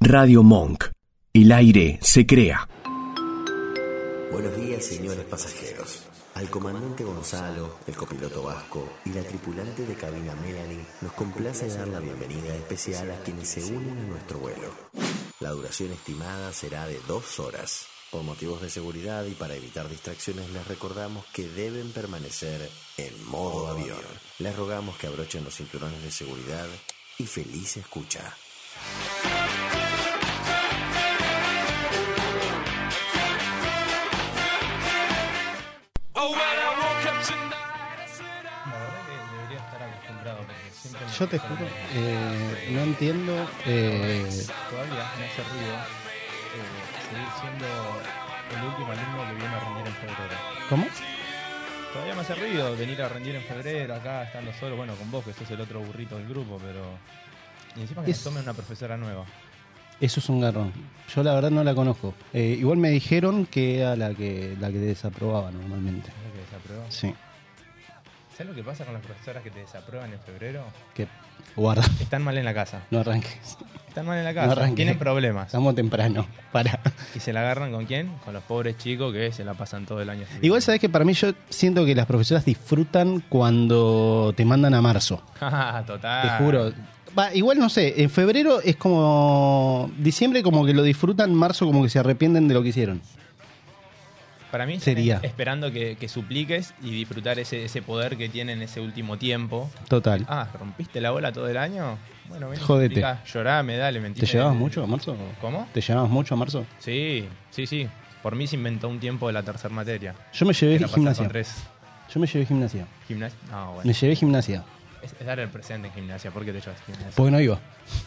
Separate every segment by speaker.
Speaker 1: Radio Monk. El aire se crea.
Speaker 2: Buenos días, señores pasajeros. Al comandante Gonzalo, el copiloto Vasco y la tripulante de cabina Melanie, nos complace dar la bienvenida especial a quienes se unen a nuestro vuelo. La duración estimada será de dos horas. Por motivos de seguridad y para evitar distracciones les recordamos que deben permanecer en modo avión. Les rogamos que abrochen los cinturones de seguridad y feliz escucha.
Speaker 3: La verdad que debería estar acostumbrado, porque siempre me
Speaker 4: Yo te juro, eh, no entiendo. eh,
Speaker 3: Todavía me hace ruido eh, seguir siendo el último alumno que viene a rendir en febrero.
Speaker 4: ¿Cómo?
Speaker 3: Todavía me hace ruido venir a rendir en febrero, acá estando solo, bueno, con vos, que sos el otro burrito del grupo, pero... Y encima que
Speaker 4: Es-
Speaker 3: nos tomen una profesora nueva.
Speaker 4: Eso es un garrón. Yo la verdad no la conozco. Eh, igual me dijeron que era la que, la que desaprobaba normalmente.
Speaker 3: ¿Sabés lo que desaprobó?
Speaker 4: Sí.
Speaker 3: ¿Sabes lo que pasa con las profesoras que te desaprueban en febrero?
Speaker 4: Que guarda,
Speaker 3: Están mal en la casa.
Speaker 4: no arranques.
Speaker 3: Están mal en la
Speaker 4: No
Speaker 3: casa.
Speaker 4: arranque.
Speaker 3: Tienen problemas.
Speaker 4: Estamos temprano. Para.
Speaker 3: ¿Y se la agarran con quién? Con los pobres chicos que se la pasan todo el año. estudiando.
Speaker 4: Igual sabes que para mí yo siento que las profesoras disfrutan cuando te mandan a marzo.
Speaker 3: Ah, Total.
Speaker 4: Te juro. Va, igual no sé, en febrero es como. Diciembre como que lo disfrutan, marzo como que se arrepienten de lo que hicieron.
Speaker 3: Para mí están
Speaker 4: Sería.
Speaker 3: esperando que, que supliques y disfrutar ese, ese poder que tienen ese último tiempo.
Speaker 4: Total.
Speaker 3: Ah, ¿rompiste la bola todo el año? Bueno, ven, y
Speaker 4: Jódete.
Speaker 3: suplica, Llorame, dale, mentira.
Speaker 4: ¿Te llevabas mucho a marzo?
Speaker 3: ¿Cómo?
Speaker 4: ¿Te llevabas mucho a marzo?
Speaker 3: Sí, sí, sí. Por mí se inventó un tiempo de la tercera materia.
Speaker 4: Yo me llevé
Speaker 3: Que no pasa
Speaker 4: gimnasia.
Speaker 3: con tres.
Speaker 4: Yo me llevé gimnasia.
Speaker 3: Gimnasia. No, bueno.
Speaker 4: Me llevé gimnasia.
Speaker 3: Es, es dar el presente en gimnasia. ¿Por qué te llevas gimnasia?
Speaker 4: Porque no iba.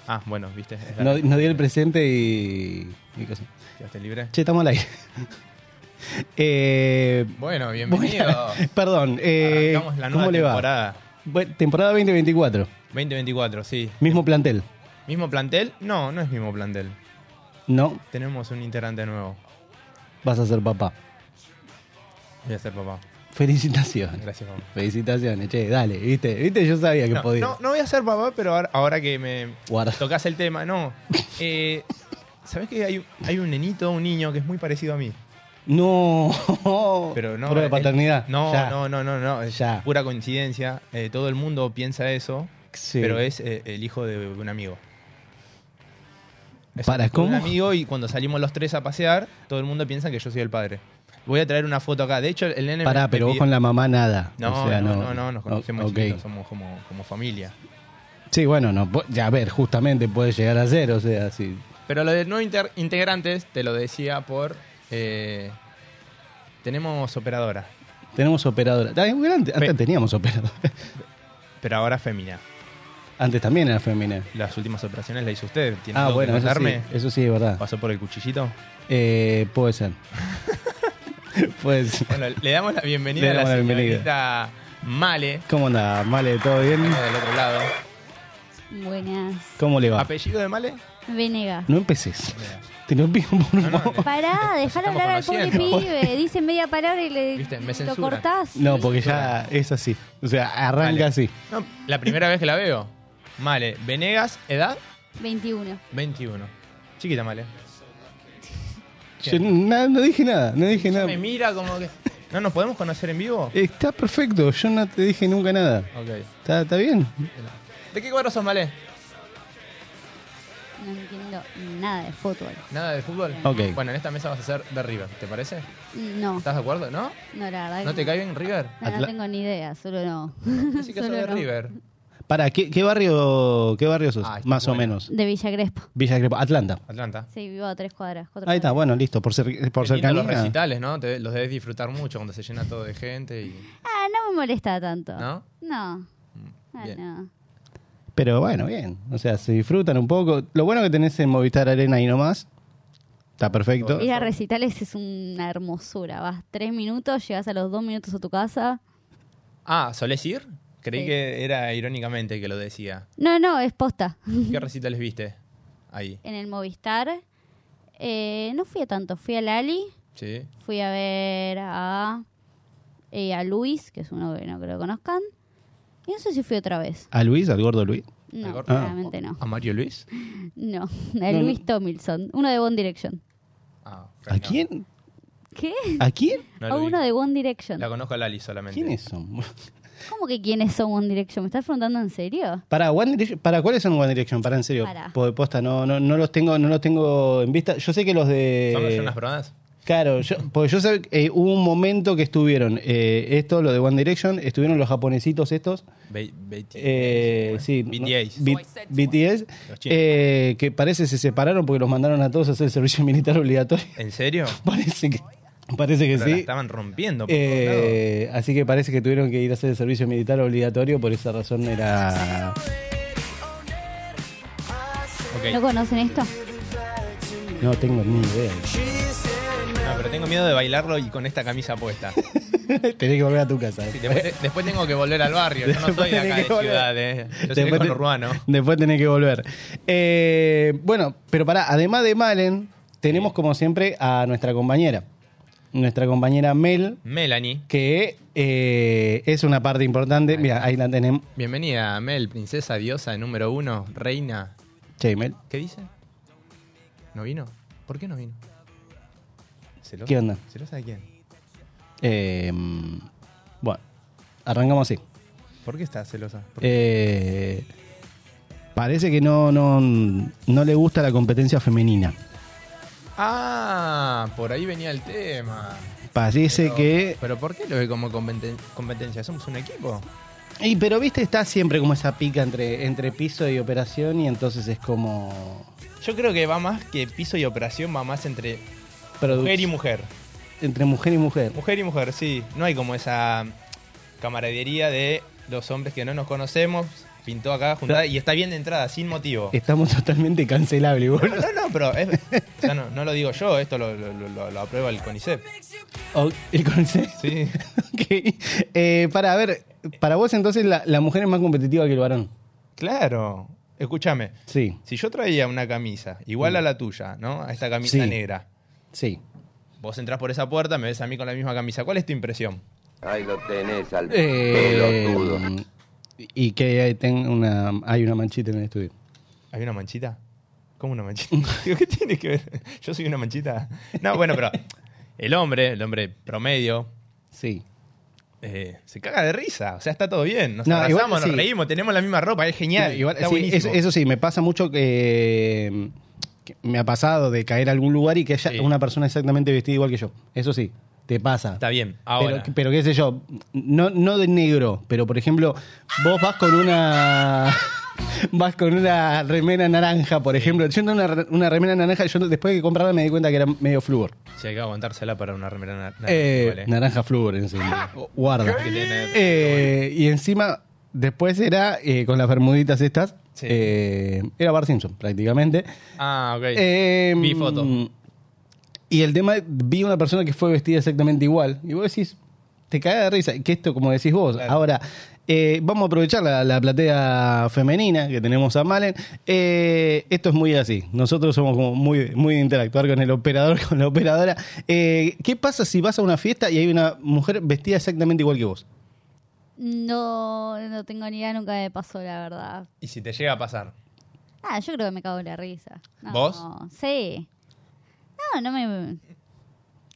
Speaker 3: Ah, bueno, viste. Es dar-
Speaker 4: No, no di el presente y. y cosas.
Speaker 3: ¿Quedaste libre?
Speaker 4: Che, estamos al aire. eh,
Speaker 3: Bueno, bienvenido.
Speaker 4: bueno, perdón. eh,
Speaker 3: Arrancamos la nueva
Speaker 4: ¿Cómo le va?
Speaker 3: temporada.
Speaker 4: Bueno, temporada 2024.
Speaker 3: 2024, sí.
Speaker 4: Mismo plantel.
Speaker 3: ¿Mismo plantel? No, no es mismo plantel.
Speaker 4: No,
Speaker 3: Tenemos un integrante nuevo.
Speaker 4: vas a ser papá.
Speaker 3: Voy a ser papá.
Speaker 4: Felicitaciones.
Speaker 3: Gracias, papá.
Speaker 4: Felicitaciones, che, dale, viste, viste, yo sabía que
Speaker 3: No,
Speaker 4: podía.
Speaker 3: no, no voy a ser papá, pero ahora, ahora que me
Speaker 4: Guarda.
Speaker 3: tocas el tema, no. Eh, ¿Sabés que hay, hay un nenito, un niño que es muy parecido a mí?
Speaker 4: No,
Speaker 3: Pero no,
Speaker 4: Prueba de
Speaker 3: él-
Speaker 4: paternidad.
Speaker 3: no,
Speaker 4: Ya.
Speaker 3: no, no, no, no, es
Speaker 4: Ya.
Speaker 3: pura coincidencia. Eh, todo el mundo piensa eso,
Speaker 4: Sí.
Speaker 3: pero es eh, el hijo de un amigo. Es
Speaker 4: Para,
Speaker 3: Un
Speaker 4: ¿cómo?
Speaker 3: amigo y cuando salimos los tres a pasear, todo el mundo piensa que yo soy el padre. Voy a traer una foto acá. De hecho, el nene... me-
Speaker 4: Pará,
Speaker 3: me
Speaker 4: pero vos
Speaker 3: pidió-
Speaker 4: con la mamá nada.
Speaker 3: No,
Speaker 4: O sea,
Speaker 3: no, no, no, nos conocemos
Speaker 4: O- ok.
Speaker 3: chiquitos, somos como, como familia.
Speaker 4: Sí, bueno, no, po- ya a ver, justamente puede llegar a ser, o sea, sí.
Speaker 3: Pero lo de no inter- integrantes te lo decía por. eh, tenemos operadora,
Speaker 4: Tenemos operadora. Ah, bueno, Antes, antes
Speaker 3: Fe-
Speaker 4: teníamos operadora.
Speaker 3: pero ahora fémina.
Speaker 4: Antes también era femenina.
Speaker 3: Las últimas operaciones las hizo usted. ¿Tiene
Speaker 4: Ah,
Speaker 3: algo
Speaker 4: bueno,
Speaker 3: que
Speaker 4: eso sí,
Speaker 3: contarme?
Speaker 4: eso sí es verdad.
Speaker 3: ¿Pasó por el cuchillito?
Speaker 4: Eh, puede ser. puede ser.
Speaker 3: Bueno, le damos la bienvenida
Speaker 4: Le
Speaker 3: a la
Speaker 4: damos la
Speaker 3: señorita Male,
Speaker 4: ¿Cómo anda, Male? ¿Todo bien?
Speaker 3: que está del otro lado.
Speaker 5: Buenas.
Speaker 4: ¿Cómo le va?
Speaker 3: ¿Apellido de Male?
Speaker 5: Venega.
Speaker 4: No empeces. Te lo pido por
Speaker 3: No, no,
Speaker 4: favor.
Speaker 5: Pará, dejar hablar al pobre
Speaker 3: conociendo.
Speaker 5: pibe. Dice media palabra y le
Speaker 3: Viste, me
Speaker 5: lo
Speaker 3: censuran.
Speaker 5: cortás.
Speaker 4: No, porque ya es así. O sea, arranca
Speaker 3: Male.
Speaker 4: así.
Speaker 3: No, la primera vez que la veo. Male, Venegas, edad
Speaker 5: 21.
Speaker 3: 21. Chiquita Male.
Speaker 4: Yo na- no dije nada, no dije nada.
Speaker 3: Me mira como que. ¿No nos podemos conocer en vivo?
Speaker 4: Está perfecto, yo no te dije nunca nada.
Speaker 3: Ok.
Speaker 4: ¿Está, está bien?
Speaker 3: ¿De qué cuadro sos, Malé?
Speaker 5: No entiendo nada de fútbol.
Speaker 3: Nada de fútbol.
Speaker 4: Ok.
Speaker 3: Bueno, en esta mesa vas a ser de River, ¿te parece?
Speaker 5: No,
Speaker 3: ¿Estás de acuerdo? ¿No?
Speaker 5: no, la verdad.
Speaker 3: ¿No
Speaker 5: que
Speaker 3: te cae bien River?
Speaker 5: No, no
Speaker 4: Atla-
Speaker 5: tengo ni idea, solo no.
Speaker 3: Así que sos
Speaker 5: Solo
Speaker 3: de
Speaker 5: no.
Speaker 3: River.
Speaker 4: Para, ¿qué, qué barrio qué barrio sos?
Speaker 3: Ah, está
Speaker 4: Más o
Speaker 3: buena.
Speaker 4: menos.
Speaker 5: De Villa Crespo.
Speaker 4: Villa Crespo, Atlanta.
Speaker 3: Atlanta.
Speaker 5: Sí, vivo a tres cuadras. cuatro
Speaker 4: Ahí está,
Speaker 5: cuadras.
Speaker 4: bueno, listo, por ser por
Speaker 3: Qué lindo
Speaker 4: cercanía.
Speaker 3: los recitales, ¿no? Te- los debes disfrutar mucho cuando se llena todo de gente y...
Speaker 5: Ah, no me molesta tanto.
Speaker 3: ¿No? Mm,
Speaker 5: No. Ah,
Speaker 3: Bien.
Speaker 5: no.
Speaker 4: Pero bueno, bien. O sea, se disfrutan un poco. Lo bueno que tenés en Movistar Arena ahí nomás. Está perfecto.
Speaker 5: Ir a recitales es una hermosura. Vas tres minutos, llegas a los dos minutos a tu casa.
Speaker 3: Ah, ¿solés ir? Creí
Speaker 5: Sí.
Speaker 3: que era irónicamente que lo decía.
Speaker 5: No, no, es posta.
Speaker 3: ¿Qué recitales viste? Ahí.
Speaker 5: En el Movistar. eh, no fui a tanto, fui a Lali.
Speaker 3: ¿Sí?
Speaker 5: Fui a ver a, eh, a Luis, que es uno que no creo que conozcan. Y no sé si fui otra vez.
Speaker 4: ¿A Luis, al gordo Luis?
Speaker 5: No,
Speaker 6: Gordo?
Speaker 5: claramente no.
Speaker 3: ¿A Mario Luis?
Speaker 5: No, a Luis Tomilson. Uno de One Direction.
Speaker 3: Ah,
Speaker 4: ¿A quién?
Speaker 5: ¿Qué?
Speaker 4: ¿A quién?
Speaker 3: no
Speaker 5: a
Speaker 3: lo
Speaker 5: uno
Speaker 3: vi.
Speaker 5: de One Direction.
Speaker 3: La conozco a Lali solamente.
Speaker 4: ¿Quiénes son?
Speaker 5: ¿Cómo que quiénes son One Direction? ¿Me estás preguntando en serio?
Speaker 4: Para One Direction, para cuáles son One Direction, para en serio,
Speaker 5: Pará.
Speaker 4: po- posta, no, no, no los tengo, no los tengo en vista. Yo sé que los de
Speaker 3: ¿Son los Jonas Brothers?
Speaker 4: Claro, yo, porque yo sé que eh, hubo un momento que estuvieron eh, esto, lo de One Direction, estuvieron los japonesitos estos,
Speaker 3: Be- Beatty.
Speaker 4: eh, sí,
Speaker 3: BTS.
Speaker 4: no, B- BTS,
Speaker 3: Los chinos.
Speaker 4: eh, que parece se separaron porque los mandaron a todos a hacer el servicio militar obligatorio.
Speaker 3: ¿En serio?
Speaker 4: parece que, parece que
Speaker 3: Pero la
Speaker 4: sí.
Speaker 3: estaban rompiendo. Por todos
Speaker 4: Eh, así que parece que tuvieron que ir a hacer el servicio militar obligatorio, por esa razón era...
Speaker 3: lados. Ok.
Speaker 5: ¿No conocen esto?
Speaker 4: No tengo ni idea.
Speaker 3: No, pero tengo miedo de bailarlo y con esta camisa puesta.
Speaker 4: Tenés que volver a tu casa. eh.
Speaker 3: Sí, después, te- después tengo que volver al barrio. Yo no soy de
Speaker 4: Tenés
Speaker 3: acá
Speaker 4: que
Speaker 3: de
Speaker 4: volver.
Speaker 3: ciudad, eh. Yo soy
Speaker 4: Después te-
Speaker 3: conurbano.
Speaker 4: Después tenés que volver. Eh, bueno, pero pará, además de Malen, tenemos como siempre a nuestra compañera. Nuestra compañera Mel,
Speaker 3: Melanie.
Speaker 4: que eh, es una parte importante. Mira, ahí la tenemos.
Speaker 3: Bienvenida, Mel, princesa, diosa, número uno, reina.
Speaker 4: Che, Mel,
Speaker 3: ¿Qué dice? ¿No vino? ¿Por qué no vino? ¿Celosa?
Speaker 4: ¿Qué onda?
Speaker 3: ¿Celosa de quién?
Speaker 4: eh, bueno, arrancamos así.
Speaker 3: ¿Por qué está celosa? ¿Por qué?
Speaker 4: Eh, parece que no, no, no le gusta la competencia femenina.
Speaker 3: Ah, por ahí venía el tema.
Speaker 4: Parece
Speaker 3: Pero-
Speaker 4: que
Speaker 3: ¿Pero por qué lo ve como competen- competencia? ¿Somos un equipo?
Speaker 4: Y pero viste, está siempre como esa pica entre, entre piso y operación y entonces es como...
Speaker 3: Yo creo que va más que piso y operación, va más entre
Speaker 4: produ-
Speaker 3: mujer y mujer.
Speaker 4: Entre mujer y mujer.
Speaker 3: Mujer y mujer, sí. No hay como esa camaradería de los hombres que no nos conocemos, pintó acá juntada y está bien de entrada, sin motivo.
Speaker 4: Estamos totalmente cancelables, boludo.
Speaker 3: No, no, pero es- o sea, no, no lo digo yo, esto lo, lo- lo- lo aprueba el CONICET.
Speaker 4: O- Oh, el concepto.
Speaker 3: Sí.
Speaker 4: Ok. Eh, para a ver, para vos entonces la, la mujer es más competitiva que el varón.
Speaker 3: Claro. Escúchame,
Speaker 4: Sí, Mm.
Speaker 3: si yo traía una camisa igual a la tuya, ¿no? A esta camisa
Speaker 4: Sí.
Speaker 3: negra.
Speaker 4: sí.
Speaker 3: Vos entrás por esa puerta, me ves a mí con la misma camisa. ¿Cuál es tu impresión?
Speaker 7: Ahí lo tenés al
Speaker 4: Eh,
Speaker 7: pelotudo.
Speaker 4: y que hay, ten- una, hay una manchita en el estudio.
Speaker 3: ¿Hay una manchita? ¿Cómo una manchita? Digo, ¿Qué tiene que ver? ¿Yo soy una manchita? No, bueno, pero el hombre, el hombre promedio,
Speaker 4: Sí.
Speaker 3: eh, se caga de risa. O sea, está todo bien. Nos
Speaker 4: No,
Speaker 3: abrazamos,
Speaker 4: igual
Speaker 3: nos
Speaker 4: sí.
Speaker 3: reímos, tenemos la misma ropa, es genial.
Speaker 4: No, igual,
Speaker 3: está
Speaker 4: sí,
Speaker 3: buenísimo.
Speaker 4: es- eso sí, me pasa mucho que, que me ha pasado de caer a algún lugar y que haya
Speaker 3: Sí.
Speaker 4: una persona exactamente vestida igual que yo. Eso sí, te pasa.
Speaker 3: Está bien. Ahora,
Speaker 4: Pero, pero qué sé yo, no, no de negro, pero por ejemplo, vos vas con una... Vas con una remera naranja, por ejemplo. Yo tengo una, re- una remera naranja, yo no- después de comprarla me di cuenta que era medio flúor.
Speaker 3: si hay que aguantársela para una remera na- na-
Speaker 4: Eh,
Speaker 3: igual, eh.
Speaker 4: Naranja flúor, en serio. Guarda.
Speaker 3: Que tiene-
Speaker 4: Eh, y encima, después era eh, con las bermuditas estas.
Speaker 3: Sí.
Speaker 4: eh, era Bar Simpson, prácticamente.
Speaker 3: Ah, ok.
Speaker 4: Eh,
Speaker 3: Vi foto.
Speaker 4: Y el tema, vi una persona que fue vestida exactamente igual. Y vos decís, te cae de risa. Que esto, como decís vos.
Speaker 3: Claro.
Speaker 4: Ahora, eh, vamos a aprovechar la, la platea femenina que tenemos a Malen. Eh, esto es muy así. Nosotros somos como muy, muy de interactuar con el operador, con la operadora. Eh, ¿Qué pasa si vas a una fiesta y hay una mujer vestida exactamente igual que vos?
Speaker 5: No, no tengo ni idea, nunca me pasó, la verdad.
Speaker 3: Y si te llega a pasar.
Speaker 5: Ah, yo creo que me cago en la risa. No,
Speaker 3: ¿Vos?
Speaker 5: Sí. No, no me...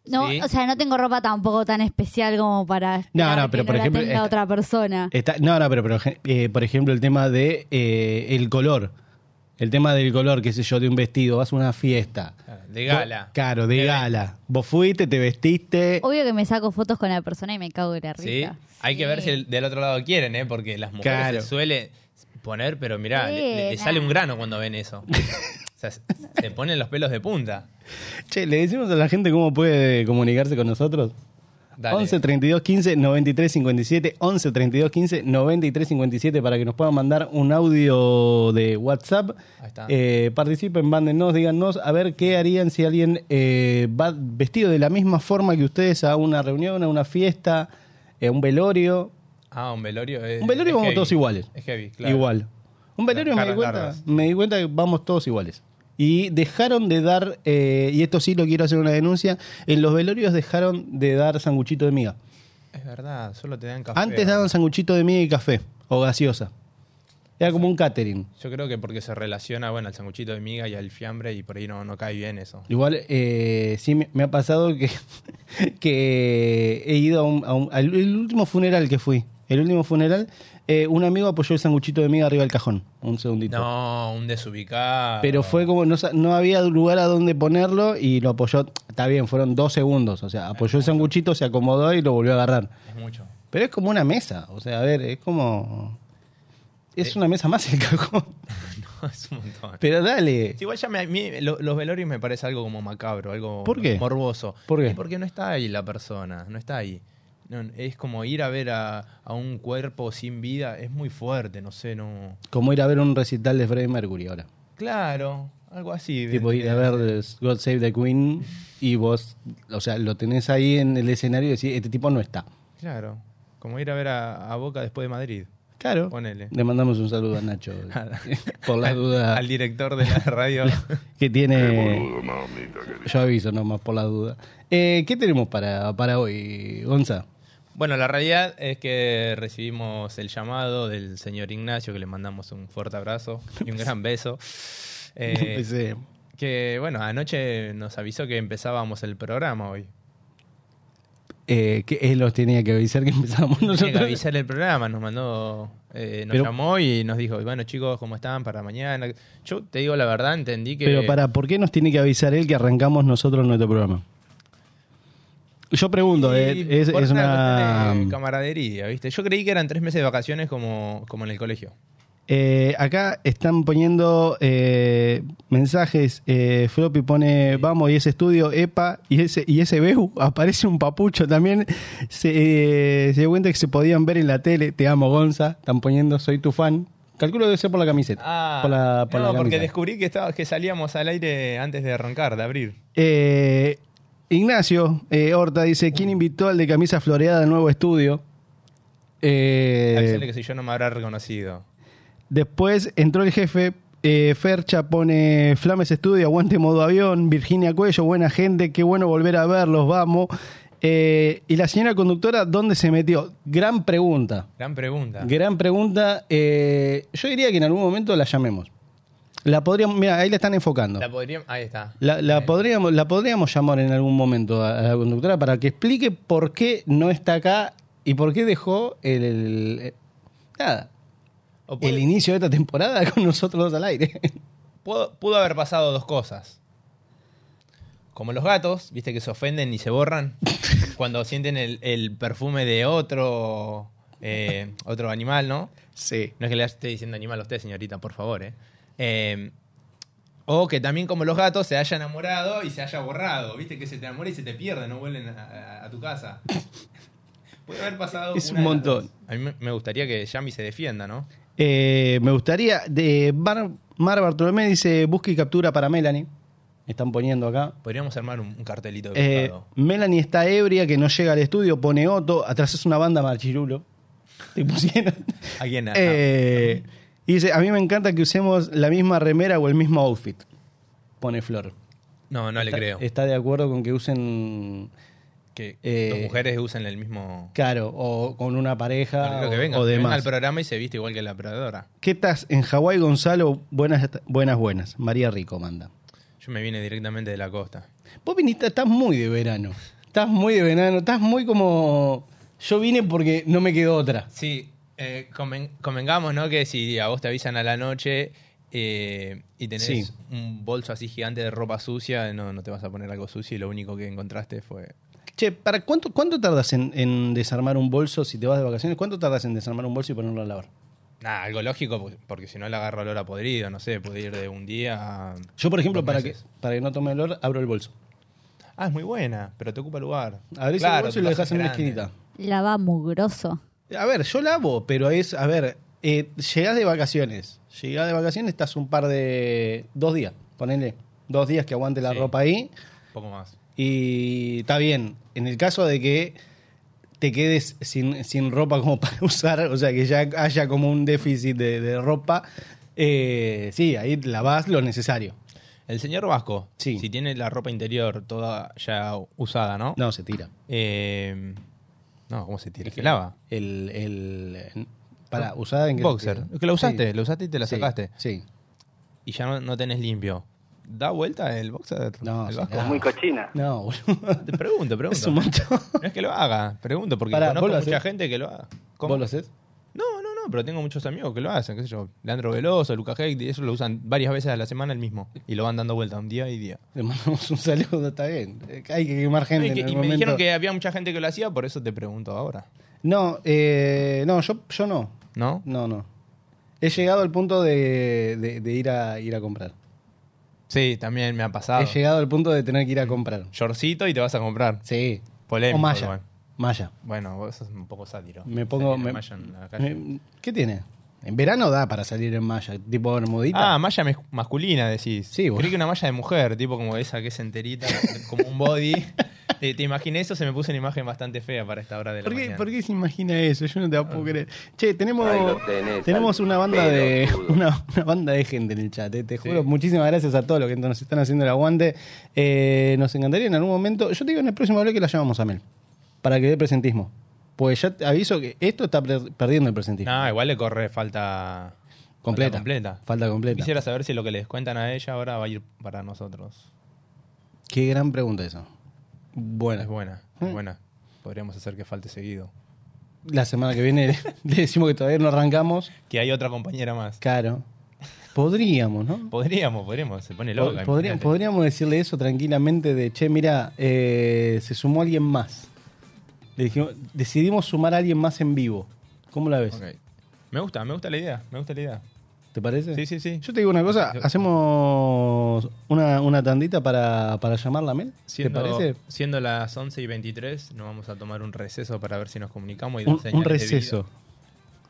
Speaker 5: No,
Speaker 3: Sí.
Speaker 5: o sea, no tengo ropa tampoco tan especial como para esperar
Speaker 4: no,
Speaker 5: que
Speaker 4: pero por
Speaker 5: la
Speaker 4: ejemplo,
Speaker 5: tenga
Speaker 4: esta-
Speaker 5: otra persona.
Speaker 4: Está- no, no, pero, pero, eh, por ejemplo el tema de eh, el color. El tema del color, qué sé yo, de un vestido. Vas a una fiesta.
Speaker 3: De gala.
Speaker 4: Vos- Claro, de
Speaker 3: De
Speaker 4: gala. Vos fuiste, te vestiste.
Speaker 5: Obvio que me saco fotos con la persona y me cago en la
Speaker 3: ¿Sí?
Speaker 5: risa.
Speaker 3: Eh, Hay que ver si el- del otro lado quieren, ¿eh? Porque las mujeres
Speaker 4: Claro.
Speaker 3: se suele poner, pero mirá, le- le, le
Speaker 5: Sí,
Speaker 3: sale
Speaker 5: nah.
Speaker 3: un grano cuando ven eso. o sea, se- se ponen los pelos de punta.
Speaker 4: Che, le decimos a la gente cómo puede comunicarse con nosotros.
Speaker 3: Dale.
Speaker 4: 11 32 15 93 57 11 32 15 93 57 para que nos puedan mandar un audio de WhatsApp.
Speaker 3: Ahí está.
Speaker 4: Eh, participen, mándenos, díganos a ver qué harían si alguien eh, va vestido de la misma forma que ustedes a una reunión, a una fiesta, eh, a un velorio.
Speaker 3: Ah, un velorio. es-
Speaker 4: Un velorio
Speaker 3: es
Speaker 4: vamos
Speaker 3: heavy.
Speaker 4: todos iguales.
Speaker 3: Es heavy, claro.
Speaker 4: Igual. Un velorio me di,
Speaker 3: caras
Speaker 4: cuenta,
Speaker 3: largas.
Speaker 4: me di cuenta que vamos todos iguales. Y dejaron de dar, eh, y esto sí lo quiero hacer una denuncia, en los velorios dejaron de dar sanguchito de miga.
Speaker 3: Es verdad, solo te dan café.
Speaker 4: Antes daban sanguchito de miga y café, o gaseosa. Era como un catering.
Speaker 3: Yo creo que porque se relaciona, bueno, al sanguchito de miga y al fiambre y por ahí no, no cae bien eso.
Speaker 4: Igual, eh, sí, me, me ha pasado que, que he ido a un, a un- al el último funeral que fui. El último funeral, eh, un amigo apoyó el sanguchito de miga arriba del cajón. Un segundito.
Speaker 3: No, un desubicado.
Speaker 4: Pero fue como, no, sa- no había lugar a donde ponerlo y lo apoyó. Está bien, fueron dos segundos. O sea, apoyó el sanguchito, se acomodó y lo volvió a agarrar.
Speaker 3: Es mucho.
Speaker 4: Pero es como una mesa. O sea, a ver, es como. Es una mesa más el cajón.
Speaker 3: Eh. No, es un montón.
Speaker 4: Pero dale.
Speaker 3: Sí, Igual ya me, a mí lo- los velorios me parece algo como macabro, algo
Speaker 4: ¿Por qué?
Speaker 3: morboso.
Speaker 4: ¿Por qué?
Speaker 3: Y Porque no está ahí la persona, no está ahí. No, es como ir a ver a, a un cuerpo sin vida, es muy fuerte, no sé, no...
Speaker 4: Como ir a ver un recital de Freddie Mercury ahora.
Speaker 3: Claro, algo así.
Speaker 4: Tipo ir a ver God Save the Queen y vos, o sea, lo tenés ahí en el escenario y decís, este tipo no está.
Speaker 3: Claro, como ir a ver a, a Boca después de Madrid.
Speaker 4: Claro.
Speaker 3: Ponele.
Speaker 4: Le mandamos un saludo a Nacho. por la
Speaker 3: Al-
Speaker 4: duda.
Speaker 3: Al director de la radio.
Speaker 4: que tiene. Yo aviso nomás por la duda. Eh, ¿Qué tenemos para, para hoy, Gonza?
Speaker 3: bueno, la realidad es que recibimos el llamado del señor Ignacio, que le mandamos un fuerte abrazo y un gran beso. Eh,
Speaker 4: Empecé.
Speaker 3: que bueno, anoche nos avisó que empezábamos el programa hoy.
Speaker 4: Eh, que él los tenía que avisar que empezamos
Speaker 3: Tiene
Speaker 4: nosotros.
Speaker 3: que avisar el programa, nos mandó, eh, nos
Speaker 4: Pero-
Speaker 3: llamó y nos dijo, bueno chicos, ¿cómo están para mañana? Yo te digo la verdad, entendí que...
Speaker 4: Pero para, ¿por qué nos tiene que avisar él que arrancamos nosotros nuestro programa? Yo pregunto,
Speaker 3: Sí,
Speaker 4: eh, es,
Speaker 3: por
Speaker 4: es una. um,
Speaker 3: cuestión de camaradería, ¿viste? Yo creí que eran tres meses de vacaciones como, como en el colegio.
Speaker 4: Eh, acá están poniendo eh, mensajes. Eh, Floppy pone, vamos, y ese estudio, EPA, y ese, y ese Beu, aparece un papucho también. Se, eh, se dio cuenta que se podían ver en la tele. Te amo, Gonza. Están poniendo, soy tu fan. Calculo que debe ser por la camiseta. por la, por
Speaker 3: Ah, no,
Speaker 4: la
Speaker 3: porque
Speaker 4: camisa.
Speaker 3: descubrí que, estaba, que salíamos al aire antes de arrancar, de abrir.
Speaker 4: Eh, Ignacio eh, Horta dice, ¿quién invitó al de camisa floreada al nuevo estudio? Eh,
Speaker 3: Avisale que si yo no me habrá reconocido.
Speaker 4: Después entró el jefe. eh, Fercha pone Flames Estudio, aguante modo avión. Virginia Cuello, buena gente, qué bueno volver a verlos, vamos. Eh, y la señora conductora, ¿dónde se metió? Gran pregunta.
Speaker 3: Gran pregunta.
Speaker 4: Gran pregunta. Eh, yo diría que en algún momento la llamemos. La podríamos, mira, ahí la están enfocando.
Speaker 3: La podríamos... Ahí está.
Speaker 4: La, la
Speaker 3: Eh,
Speaker 4: podríamos, la podríamos llamar en algún momento a, a la conductora para que explique por qué no está acá y por qué dejó el, el- eh, nada,
Speaker 3: o puede-
Speaker 4: el inicio de esta temporada con nosotros dos al aire.
Speaker 3: pudo, pudo haber pasado dos cosas. Como los gatos, viste que se ofenden y se borran cuando sienten el, el perfume de otro, eh, otro animal, ¿no?
Speaker 4: Sí.
Speaker 3: No es que le esté diciendo animal a usted, señorita, por favor, ¿eh? Eh, O que también como los gatos se haya enamorado y se haya borrado, viste que se te enamora y se te pierde, no vuelven a, a- a tu casa. Puede haber pasado...
Speaker 4: Es
Speaker 3: una
Speaker 4: un
Speaker 3: de las dos.
Speaker 4: montón.
Speaker 3: A mí me- me gustaría que Yami se defienda, ¿no?
Speaker 4: Eh, me gustaría, de Bar- Mar Bartolomé dice, busca y captura para Melanie. Están poniendo acá.
Speaker 3: Podríamos armar un, un cartelito de
Speaker 4: Eh,
Speaker 3: costado.
Speaker 4: Melanie está ebria, que no llega al estudio, pone Otto, atrás es una banda marchirulo. Te pusieron.
Speaker 3: ¿A quién? Ah,
Speaker 4: Eh, y dice, a mí me encanta que usemos la misma remera o el mismo outfit. Pone Flor.
Speaker 3: No, no le
Speaker 4: Está-
Speaker 3: creo.
Speaker 4: Está de acuerdo con que usen,
Speaker 3: que
Speaker 4: eh,
Speaker 3: dos mujeres usen el mismo.
Speaker 4: claro, o con una
Speaker 3: No
Speaker 4: pareja
Speaker 3: creo que
Speaker 4: o-
Speaker 3: venga,
Speaker 4: ah, o
Speaker 3: que venga al
Speaker 4: demás.
Speaker 3: programa y se viste igual que la operadora.
Speaker 4: ¿Qué estás en Hawái, Gonzalo? Buenas, buenas, buenas. María Rico manda.
Speaker 3: Yo me vine directamente de la costa.
Speaker 4: Vos viniste, estás muy de verano. Estás muy de verano, estás muy como... Yo vine porque no me quedó otra.
Speaker 3: Sí, eh, conven- convengamos, ¿no? Que si a vos te avisan a la noche eh, y tenés
Speaker 4: Sí.
Speaker 3: un bolso así gigante de ropa sucia, no, no te vas a poner algo sucio y lo único que encontraste fue.
Speaker 4: Che, ¿para cuánto, cuánto tardas en, en desarmar un bolso si te vas de vacaciones? ¿Cuánto tardas en desarmar un bolso y ponerlo a lavar?
Speaker 3: Nada, algo lógico, porque- porque si no le agarro olor a podrido, no sé, puede ir de un día a.
Speaker 4: Yo, por ejemplo,
Speaker 3: dos
Speaker 4: para que,
Speaker 3: meses.
Speaker 4: para que no tome olor, abro el bolso.
Speaker 3: Ah, es muy buena, pero te ocupa lugar.
Speaker 4: Abrís el
Speaker 3: Claro,
Speaker 4: bolso
Speaker 3: tu
Speaker 4: y lo
Speaker 3: casa
Speaker 4: dejas
Speaker 3: es
Speaker 4: en una
Speaker 3: grande.
Speaker 4: esquinita.
Speaker 5: Lava mugroso.
Speaker 4: A ver, yo lavo, pero es, a ver, eh, llegás de vacaciones. Llegás de vacaciones, estás un par de. dos días, ponele. Dos días que aguante la
Speaker 3: Sí.
Speaker 4: ropa ahí.
Speaker 3: Poco más.
Speaker 4: Y está bien. En el caso de que te quedes sin, sin ropa como para usar, o sea, que ya haya como un déficit de, de ropa, eh, sí, ahí lavás lo necesario.
Speaker 3: El señor Vasco,
Speaker 4: Sí.
Speaker 3: si tiene la ropa interior toda ya usada, ¿no?
Speaker 4: No, se tira.
Speaker 3: Eh, no, ¿cómo se tira? Se lava.
Speaker 4: El, el- Para, usada en que-
Speaker 3: Boxer.
Speaker 4: que-
Speaker 3: Que la usaste,
Speaker 4: Sí.
Speaker 3: la usaste y te la
Speaker 4: Sí,
Speaker 3: sacaste.
Speaker 4: Sí.
Speaker 3: Y ya no, no tenés limpio. ¿Da vuelta el boxer?
Speaker 4: No,
Speaker 3: el
Speaker 4: sí,
Speaker 3: vasco?
Speaker 4: da.
Speaker 8: Muy cochina.
Speaker 4: No, boludo.
Speaker 3: Te pregunto, pregunto.
Speaker 4: Es un montón.
Speaker 3: No es que lo haga, pregunto, porque
Speaker 4: Pará,
Speaker 3: conozco
Speaker 4: ¿vos lo
Speaker 3: mucha
Speaker 4: hacés?
Speaker 3: gente que lo haga. ¿Cómo?
Speaker 4: ¿Vos lo haces?
Speaker 3: No, no, no, pero tengo muchos amigos que lo hacen, qué sé yo. Leandro Veloso, Luca Hecht, y eso lo usan varias veces a la semana el mismo. Y lo van dando vuelta un día y día.
Speaker 4: Le mandamos un saludo, está bien. Eh, Hay que quemar
Speaker 3: No,
Speaker 4: gente
Speaker 3: y que-
Speaker 4: en el
Speaker 3: y me
Speaker 4: momento.
Speaker 3: dijeron que había mucha gente que lo hacía, por eso te pregunto ahora.
Speaker 4: No, eh, no, yo, yo no.
Speaker 3: ¿No?
Speaker 4: No, no. He llegado al punto de, de- de ir, a, ir a comprar.
Speaker 3: Sí, también me ha pasado.
Speaker 4: He llegado al punto de tener que ir a comprar.
Speaker 3: Shortcito y te vas a comprar.
Speaker 4: Sí.
Speaker 3: Polémico,
Speaker 4: o malla.
Speaker 3: igual.
Speaker 4: Malla.
Speaker 3: Bueno, vos sos un poco sátiro.
Speaker 4: Me pongo-
Speaker 3: Salir en
Speaker 4: me-
Speaker 3: malla en la calle.
Speaker 4: Eh, ¿Qué tiene? En verano da para salir en malla, tipo bermudita.
Speaker 3: Ah, malla mes- masculina decís.
Speaker 4: Sí, bueno.
Speaker 3: Creí que una malla de mujer, tipo como esa que es enterita, como un body. Te, te imaginé eso, se me puso una imagen bastante fea para esta hora de la
Speaker 4: ¿Por qué,
Speaker 3: mañana. Ah.
Speaker 4: por qué se imagina eso? Yo no te la puedo creer. Che, tenemos,
Speaker 7: Ahí lo tenés,
Speaker 4: tenemos
Speaker 7: al
Speaker 4: una banda de
Speaker 7: pelotudo.
Speaker 4: una, una banda de gente en el chat. eh, Te juro, muchísimas gracias a todos los que nos están haciendo el aguante. Eh, nos encantaría en algún momento. Yo te digo, en el próximo bloque la llamamos a Mel para que dé presentismo. Pues ya te aviso que esto está per- perdiendo el presentismo.
Speaker 3: No, igual le corre falta...
Speaker 4: completa.
Speaker 3: Falta completa.
Speaker 4: Falta completa.
Speaker 3: Quisiera saber si lo que les cuentan a ella ahora va a ir para nosotros.
Speaker 4: Qué gran pregunta ¿Eh? eso. Bueno,
Speaker 3: Es buena, es buena. Podríamos hacer que falte seguido.
Speaker 4: la semana que viene le decimos que todavía no arrancamos.
Speaker 3: Que hay otra compañera más.
Speaker 4: Claro. Podríamos, ¿no?
Speaker 3: Podríamos, podríamos. Se pone loca.
Speaker 4: Pod- podría-
Speaker 3: imagínate.
Speaker 4: podríamos decirle eso tranquilamente de, che, mira, eh, se sumó alguien más. Le dijimos, decidimos sumar a alguien más en vivo. ¿Cómo la ves?
Speaker 3: Ok. Me gusta, me gusta la idea, me gusta la idea.
Speaker 4: ¿Te parece?
Speaker 3: Sí, sí, sí.
Speaker 4: Yo te digo una cosa, hacemos una, una tandita para, para llamarla a Mel.
Speaker 3: Siendo,
Speaker 4: ¿Te parece?
Speaker 3: Siendo las 11 y 23, nos vamos a tomar un receso para ver si nos comunicamos. Y
Speaker 4: Un,
Speaker 3: damos
Speaker 4: un
Speaker 3: señales de
Speaker 4: receso.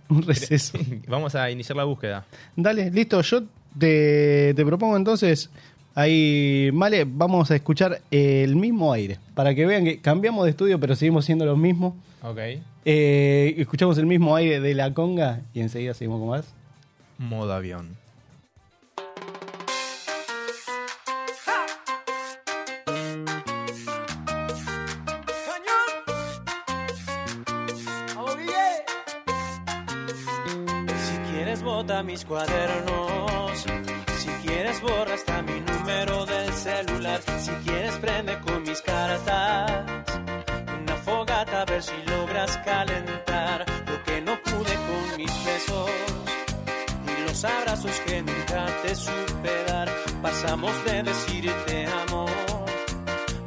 Speaker 4: Un receso.
Speaker 3: vida. Vamos a iniciar la búsqueda.
Speaker 4: Dale, listo. Yo te, te propongo entonces, ahí, vale, vamos a escuchar el mismo aire. Para que vean que cambiamos de estudio, pero seguimos siendo los mismos.
Speaker 3: Ok.
Speaker 4: Eh, escuchamos el mismo aire de la conga y enseguida seguimos con más.
Speaker 3: Modo avión.
Speaker 9: Si quieres bota mis cuadernos, si quieres borra hasta mi número del celular, si quieres prende con mis cartas una fogata a ver si logras calentar lo que no pude con mis besos y los abrazos que nunca te supe dar. Pasamos de decir te amo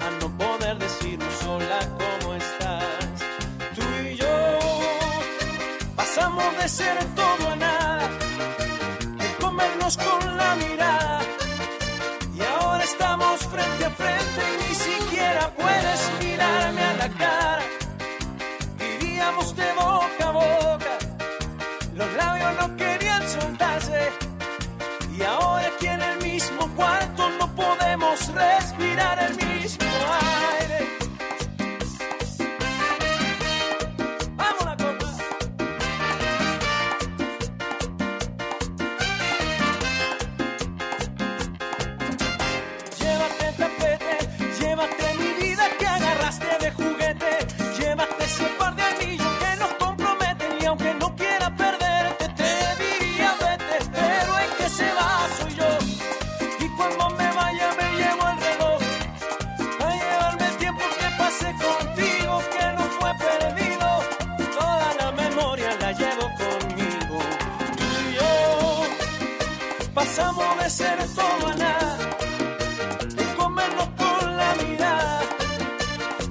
Speaker 9: a no poder decirnos sola cómo estás. Tú y yo Pasamos de ser todo a nada, de comernos con la mirada. Y ahora estamos frente a frente y ni siquiera puedes mirarme a la cara. Vivíamos de boca a boca, los labios no querían soltarse. Y ahora aquí en el mismo cuarto no podemos respirar el mismo aire. Vamos la copa. Llévate el tapete, llévate mi vida que agarraste de juguete. Llévate ese par de anillos que nos comprometen y aunque no quiera perderte, te diría vete. Pero el que se va soy yo. Y cuando me vaya me llevo el reloj. A llevarme el tiempo que pasé contigo que no fue perdido. Toda la memoria la llevo conmigo. Tú y yo pasamos de ser todo a nada y comernos con la mirada.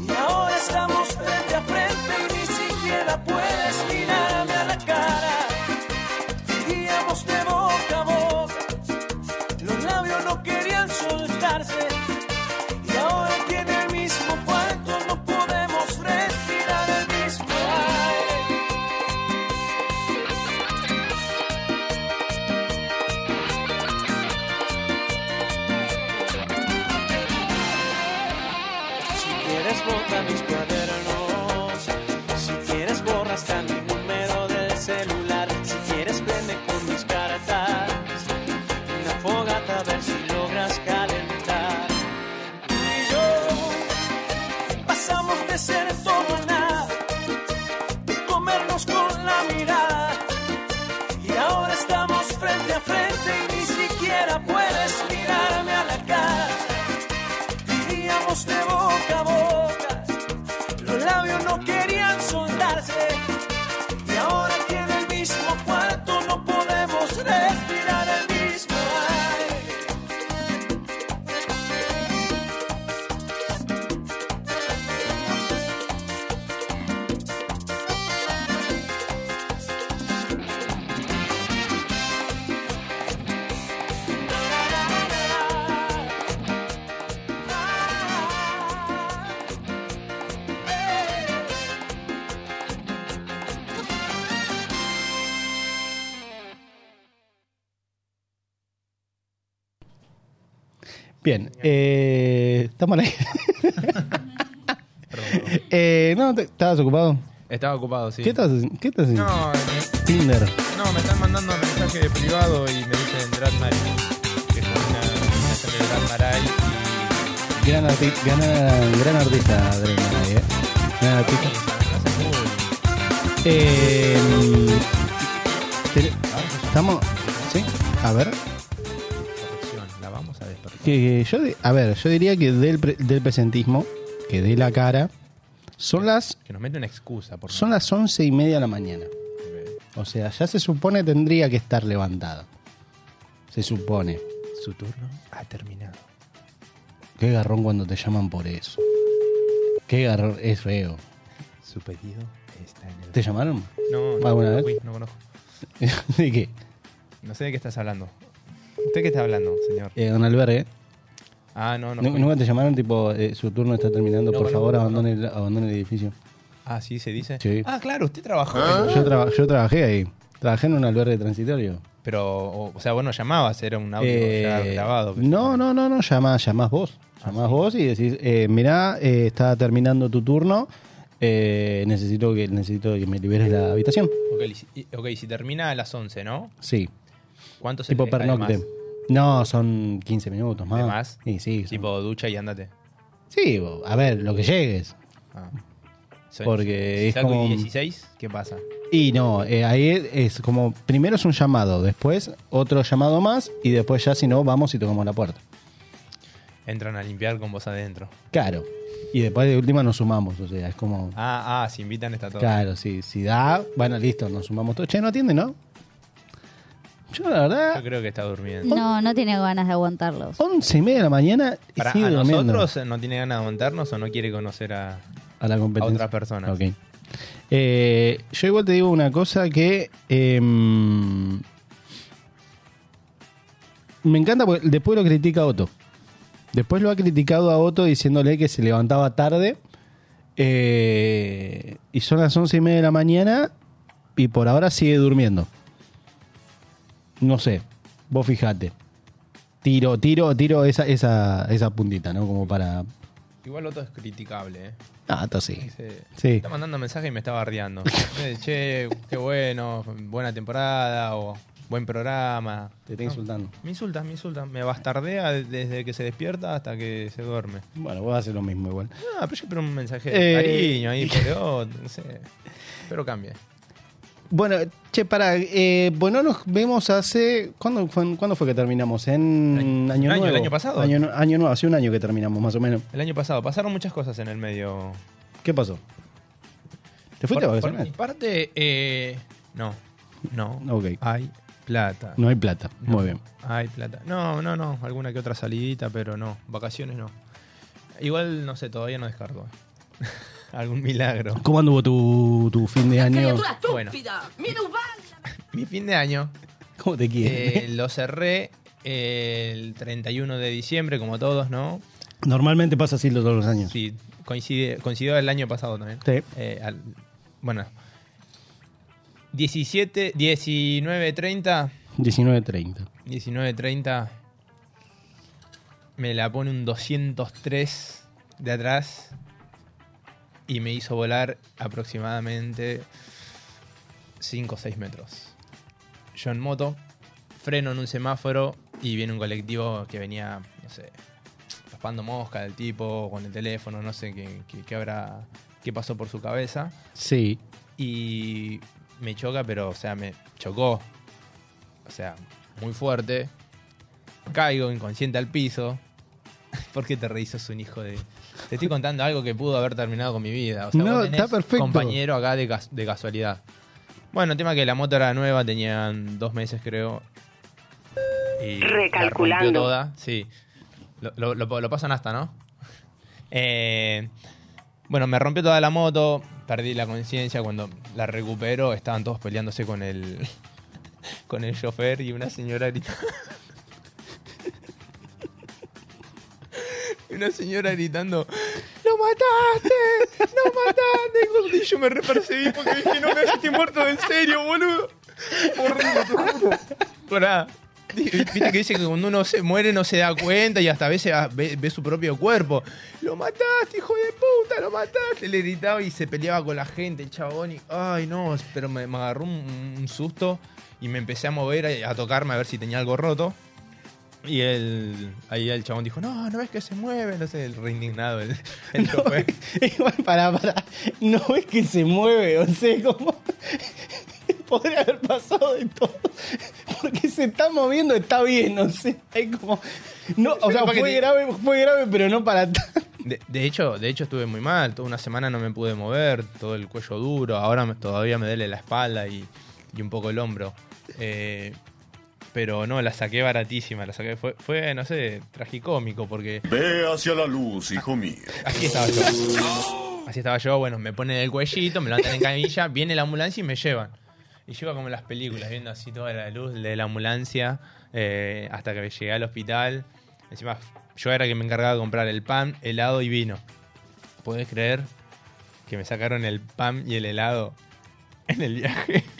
Speaker 9: Y ahora estamos frente a frente y ni siquiera puedes mirarme a la cara. Vivíamos de boca a boca, los labios no querían soltarse. Y ahora aquí en el mismo cuarto no podemos respirar el mismo aire. Si quieres bota mis cuadernos, si quieres borra hasta mi número del celular, si quieres prende con mis cartas, una fogata a ver si logras calentar. Tú y yo pasamos de ser todo a nada, de comernos con la mirada. besos de boca a boca. Los labios no querían soltarse. Y ahora que en el mismo cuarto no podemos respirar el mismo aire.
Speaker 4: Bien, eh, estamos ahí. Eh, no, te- ¿estabas ocupado?
Speaker 3: Estaba ocupado, sí.
Speaker 4: ¿Qué estás haciendo? ¿Qué estás haciendo?
Speaker 3: No, eh. me-
Speaker 4: Tinder.
Speaker 3: no, me están mandando mensaje de privado y me dicen Brad Maray. Que es como una canción de Brad Maray. Y...
Speaker 4: Gran, arti- gran- gran artista, Adrián Maray, eh. Gran artista. Eh, te- estamos. ¿Sí? A ver.
Speaker 3: La vamos a despertar.
Speaker 4: Que yo, di- a ver, yo diría que del, pre- del presentismo, que de la cara, son las,
Speaker 3: Que nos mete una excusa, por
Speaker 4: son las once y media de la mañana.
Speaker 3: favor.
Speaker 4: O sea, ya se supone tendría que estar levantado. Se supone.
Speaker 3: Su turno ha terminado.
Speaker 4: Qué garrón cuando te llaman por eso. Qué garrón, es feo.
Speaker 3: Su pedido está en el.
Speaker 4: ¿Te llamaron? Ah,
Speaker 3: No, no,
Speaker 4: ¿Alguna
Speaker 3: no,
Speaker 4: vez?
Speaker 3: fui, no conozco.
Speaker 4: ¿De qué?
Speaker 3: No sé de qué estás hablando. ¿Usted qué está hablando, señor?
Speaker 4: Eh, don albergue.
Speaker 3: Ah, no, no.
Speaker 4: Nu-
Speaker 3: fui.
Speaker 4: ¿Nunca te llamaron tipo, eh, su turno está terminando,
Speaker 3: No,
Speaker 4: por
Speaker 3: no,
Speaker 4: favor
Speaker 3: no, no.
Speaker 4: abandone, el, abandone el edificio?
Speaker 3: Ah, sí, se dice.
Speaker 4: Sí.
Speaker 3: Ah, claro, usted trabajó. en-
Speaker 4: Yo, traba- yo trabajé ahí. Trabajé en un albergue transitorio.
Speaker 3: Pero, o, o sea, vos no llamabas, era un audio ya Ah,
Speaker 4: Eh,
Speaker 3: grabado.
Speaker 4: No, no, no, no, llamás, llamás vos. Llamás vos y decís, eh, mirá, eh, está terminando tu turno, eh, necesito, que, necesito que me liberes la habitación.
Speaker 3: Ok, y si- y- ok, si termina a las 11, ¿no?
Speaker 4: Sí,
Speaker 3: ¿Cuánto se
Speaker 4: tipo
Speaker 3: te deja de
Speaker 4: pernocte.
Speaker 3: más?
Speaker 4: No, son 15 minutos más.
Speaker 3: ¿De más?
Speaker 4: Ah, Sí, sí. son-
Speaker 3: Tipo ducha y andate.
Speaker 4: Sí, bo- a ver, lo que llegues.
Speaker 3: Ah. Son-
Speaker 4: Porque
Speaker 3: si
Speaker 4: es
Speaker 3: saco
Speaker 4: como-
Speaker 3: 16, ¿qué pasa?
Speaker 4: Y no, eh, ahí es- es como, primero es un llamado, después otro llamado más y después ya si no, vamos y tocamos la puerta.
Speaker 3: Entran a limpiar con vos adentro.
Speaker 4: Claro. Y después de última nos sumamos, o sea, es como...
Speaker 3: Ah, ah, si invitan está todo.
Speaker 4: Claro, sí, si da, bueno, listo, nos sumamos todos. Che, no atiende, ¿no? Yo, la
Speaker 3: Yo
Speaker 4: verdad,
Speaker 3: creo que está durmiendo.
Speaker 5: No, no tiene ganas de aguantarlos.
Speaker 4: once y media de la mañana y
Speaker 3: Para,
Speaker 4: sigo
Speaker 3: ¿A
Speaker 4: durmiendo.
Speaker 3: nosotros no tiene ganas de aguantarnos o no quiere conocer a,
Speaker 4: a la
Speaker 3: a
Speaker 4: competencia.
Speaker 3: otras personas?
Speaker 4: Ok. Eh, yo igual te digo una cosa que. em, me encanta porque después lo critica Otto. Después lo ha criticado a Otto diciéndole que se levantaba tarde. eh, y son las once y media de la mañana. Y por ahora sigue durmiendo. No sé. Vos fijate. Tiro, tiro, tiro esa, esa, esa puntita, ¿no? Como para.
Speaker 3: Igual otro es criticable, ¿eh?
Speaker 4: Ah, Otto sí.
Speaker 3: Dice,
Speaker 4: Sí.
Speaker 3: Está mandando mensaje y me está bardeando. Dice, che, qué bueno, buena temporada o buen programa.
Speaker 4: Te está insultando.
Speaker 3: Me insultan, me insultan. Me bastardea desde que se despierta hasta que se duerme.
Speaker 4: Bueno, vos haces lo mismo igual.
Speaker 3: Ah, pero yo espero un mensaje de
Speaker 4: Eh.
Speaker 3: cariño ahí, pero no sé. Espero cambie.
Speaker 4: Bueno, che, para, eh, bueno, nos vemos hace, ¿cuándo fue, ¿cuándo fue que terminamos? En Año
Speaker 3: Año- un año,
Speaker 4: Nuevo.
Speaker 3: el año pasado.
Speaker 4: Año, nu- año Nuevo, hace un año que terminamos más o menos.
Speaker 3: El año pasado pasaron muchas cosas en el medio.
Speaker 4: ¿Qué pasó? ¿Te fuiste a
Speaker 3: por, por mi
Speaker 4: vacaciones?
Speaker 3: parte, eh, no. No.
Speaker 4: Ok.
Speaker 3: Hay plata.
Speaker 4: No hay plata, muy bien.
Speaker 3: Hay plata. No, no, no. Alguna que otra salidita, pero no. Vacaciones no. Igual, no sé, todavía no descarto. Algún milagro.
Speaker 4: ¿Cómo anduvo tu, tu fin de año?
Speaker 3: Bueno, mi fin de año
Speaker 4: ¿Cómo te quiere?
Speaker 3: eh, lo cerré el 31 de diciembre, como todos, ¿no?
Speaker 4: Normalmente pasa así todos los años.
Speaker 3: Sí, coincide, coincidió el año pasado también.
Speaker 4: Sí.
Speaker 3: Eh, al- bueno. 17, 19, 30.
Speaker 4: 19.30.
Speaker 3: 19.30 me la pone un 203 de atrás y me hizo volar aproximadamente 5 o 6 metros. Yo en moto, freno en un semáforo y viene un colectivo que venía, no sé, raspando mosca del tipo, con el teléfono, no sé qué, qué- qué habrá, qué pasó por su cabeza.
Speaker 4: Sí.
Speaker 3: Y me choca, pero, o sea, me chocó. O sea, muy fuerte. Caigo inconsciente al piso. ¿Por qué te reís? Sos un hijo de. Te estoy contando algo que pudo haber terminado con mi vida. O sea,
Speaker 4: No,
Speaker 3: vos tenés
Speaker 4: está perfecto.
Speaker 3: Compañero acá de, cas- de casualidad. Bueno, el tema que la moto era nueva, tenían dos meses, creo. Y la
Speaker 8: Recalculando.
Speaker 3: rompió toda, sí. Lo, lo- lo- lo pasan hasta, ¿no? Eh, bueno, me rompió toda la moto, perdí la conciencia. Cuando la recupero, estaban todos peleándose con el. con el chofer y una señora gritando. Una señora gritando, ¡Lo mataste! ¡Lo mataste! gordo". Y yo me repercibí porque dije, no me estoy muerto en serio, boludo. Horrible, te juro. Pará. Di- Viste que dice que cuando uno se muere no se da cuenta y hasta a veces ah, ve, ve su propio cuerpo. ¡Lo mataste, hijo de puta! ¡Lo mataste! Le gritaba y se peleaba con la gente, el chabón. Y, ¡Ay, no! Pero me, me agarró un, un susto y me empecé a mover, a- a tocarme a ver si tenía algo roto. Y el, ahí el chabón dijo, no, no ves que se mueve, no sé, el reindignado, el, el chofer.
Speaker 4: Igual, pará, pará. No es que se mueve, o sea, como. Podría haber pasado de todo. Porque se está moviendo, está bien, o sea, hay como. No, o sea,
Speaker 3: capaz que
Speaker 4: fue
Speaker 3: te-
Speaker 4: grave, fue grave, pero no para tanto.
Speaker 3: De, de hecho, de hecho estuve muy mal, toda una semana no me pude mover, todo el cuello duro, ahora me- todavía me duele la espalda y, y un poco el hombro. Eh, pero no, la saqué baratísima, la saqué, fue, fue no sé, tragicómico, porque
Speaker 10: Ve hacia la luz, hijo mío.
Speaker 3: así estaba yo. Así estaba yo, bueno, me ponen el cuellito, me levantan en camilla, viene la ambulancia y me llevan. Y yo iba como en las películas, viendo así toda la luz de la ambulancia eh, hasta que llegué al hospital. Encima, yo era el que me encargaba de comprar el pan, helado y vino. ¿Podés creer que me sacaron el pan y el helado en el viaje?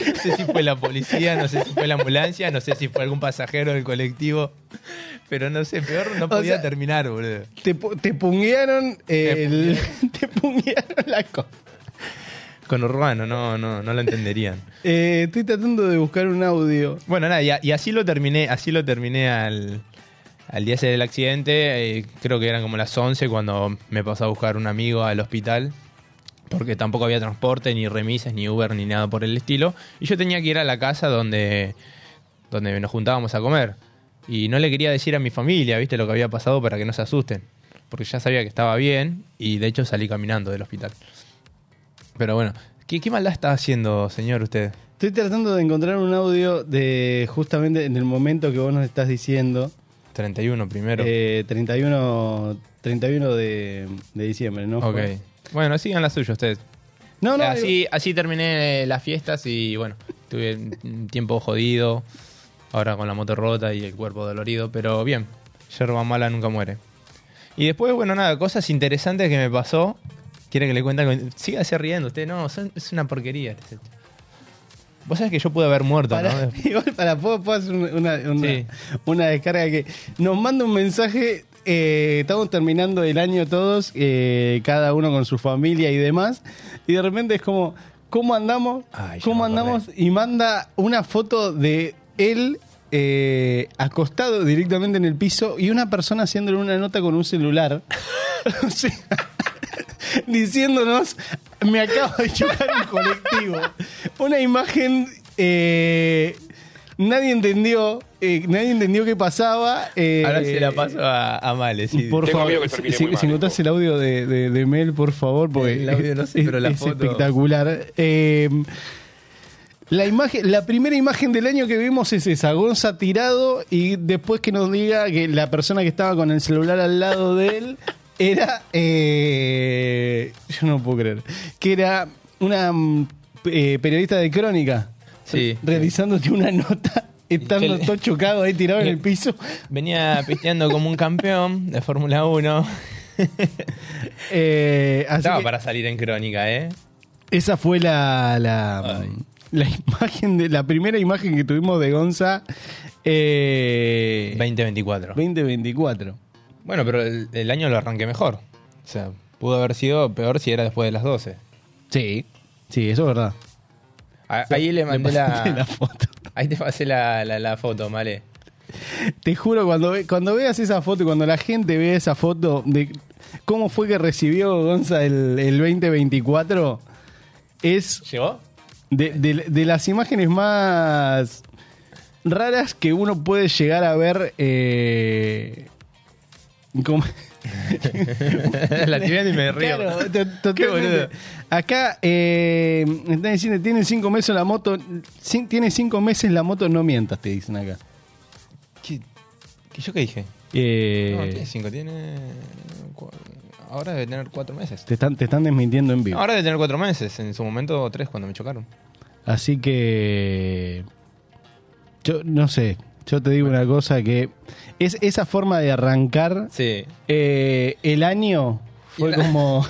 Speaker 3: No sé si fue la policía, no sé si fue la ambulancia, no sé si fue algún pasajero del colectivo. Pero no sé, peor no podía
Speaker 4: sea,
Speaker 3: terminar, boludo.
Speaker 4: Te, pu- te punguearon el. Te punguearon la cosa.
Speaker 3: Con Urbano, no, no, no lo entenderían.
Speaker 4: Eh, estoy tratando de buscar un audio.
Speaker 3: Bueno, nada, y, a- y así lo terminé, así lo terminé al, al día ese del accidente. eh, creo que eran como las 11 cuando me pasó a buscar un amigo al hospital. Porque tampoco había transporte, ni remises, ni Uber, ni nada por el estilo. Y yo tenía que ir a la casa donde, donde nos juntábamos a comer. Y no le quería decir a mi familia, viste, lo que había pasado para que no se asusten. Porque ya sabía que estaba bien y de hecho salí caminando del hospital. Pero bueno, ¿qué, qué maldad está haciendo, señor, usted?
Speaker 4: Estoy tratando de encontrar un audio de justamente en el momento que vos nos estás diciendo.
Speaker 3: 31 primero.
Speaker 4: Eh, 31, 31 de, de diciembre, ¿no?
Speaker 3: Ok. Bueno, sigan la suya ustedes. Ah,
Speaker 4: No, no,
Speaker 3: así, así terminé las fiestas y bueno, tuve un tiempo jodido, ahora con la moto rota y el cuerpo dolorido, pero bien, yerba mala nunca muere. Y después, bueno, nada, cosas interesantes que me pasó. Quiere que le cuente algo? Sígase riendo usted, no, son- es una porquería. este set. Vos sabés que yo pude haber muerto,
Speaker 4: Para,
Speaker 3: ¿no?
Speaker 4: igual para puedo, puedo hacer una, una- una-
Speaker 3: Sí.
Speaker 4: una descarga que nos manda un mensaje. eh, estamos terminando el año todos, eh, cada uno con su familia y demás. Y de repente es como, ¿cómo andamos?
Speaker 3: Ay, ya
Speaker 4: ¿Cómo
Speaker 3: me acordé.
Speaker 4: andamos? Y manda una foto de él eh, acostado directamente en el piso y una persona haciéndole una nota con un celular. O sea, diciéndonos, me acabo de chocar un colectivo. Una imagen, eh, nadie entendió, eh, nadie entendió qué pasaba. eh,
Speaker 3: Ahora se la paso a, a Males. sí.
Speaker 4: Por
Speaker 10: Tengo
Speaker 4: favor,
Speaker 10: miedo que termine
Speaker 4: si,
Speaker 10: muy mal
Speaker 4: si encontrás
Speaker 10: esto.
Speaker 4: el audio de, de- de Mel, por favor, porque
Speaker 3: El audio no sé,
Speaker 4: es,
Speaker 3: pero la
Speaker 4: es
Speaker 3: foto-
Speaker 4: espectacular. Eh, la, imagen, la primera imagen del año que vimos es esa, Gonza tirado y después que nos diga que la persona que estaba con el celular al lado de él era... eh, yo no puedo creer. Que era una mm, eh, periodista de crónica
Speaker 3: Sí.
Speaker 4: realizándote una nota, estando
Speaker 3: le-
Speaker 4: todo chocado ahí tirado en el piso.
Speaker 3: Venía pisteando como un campeón de Fórmula 1.
Speaker 4: Eh, así
Speaker 3: Estaba
Speaker 4: que-
Speaker 3: para salir en crónica, ¿eh?
Speaker 4: Esa fue la, la,
Speaker 3: Ay.
Speaker 4: la imagen de la primera imagen que tuvimos de Gonza eh,
Speaker 3: 2024.
Speaker 4: 2024.
Speaker 3: Bueno, pero el, el año lo arranqué mejor. O sea, pudo haber sido peor si era después de las 12.
Speaker 4: Sí, sí, eso es verdad.
Speaker 3: A- ahí le mandé
Speaker 4: pasaste
Speaker 3: la.
Speaker 4: foto.
Speaker 3: Ahí te pasé la, la- la foto, ¿vale?
Speaker 4: Te juro, cuando, ve- cuando veas esa foto y cuando la gente vea esa foto de cómo fue que recibió Gonza el, el 2024, es
Speaker 3: ¿Llegó?
Speaker 4: de, de- de las imágenes más raras que uno puede llegar a ver eh, Como-
Speaker 3: la estoy viendo y me río.
Speaker 4: Claro, to-
Speaker 3: Qué
Speaker 4: totalmente.
Speaker 3: boludo.
Speaker 4: Acá eh, me están diciendo, tiene cinco meses la moto, cin- tiene cinco meses la moto, no mientas, te dicen acá.
Speaker 3: ¿Qué, qué- yo qué dije?
Speaker 4: Eh,
Speaker 3: No, tiene cinco, tiene. cua- Ahora debe tener cuatro meses.
Speaker 4: te, están, te están desmintiendo en vivo.
Speaker 3: Ahora debe tener cuatro meses, en su momento tres cuando me chocaron.
Speaker 4: Así que. Yo no sé. Yo te digo una cosa que. Es esa forma de arrancar
Speaker 3: Sí.
Speaker 4: eh, el año fue
Speaker 3: Y la-
Speaker 4: como.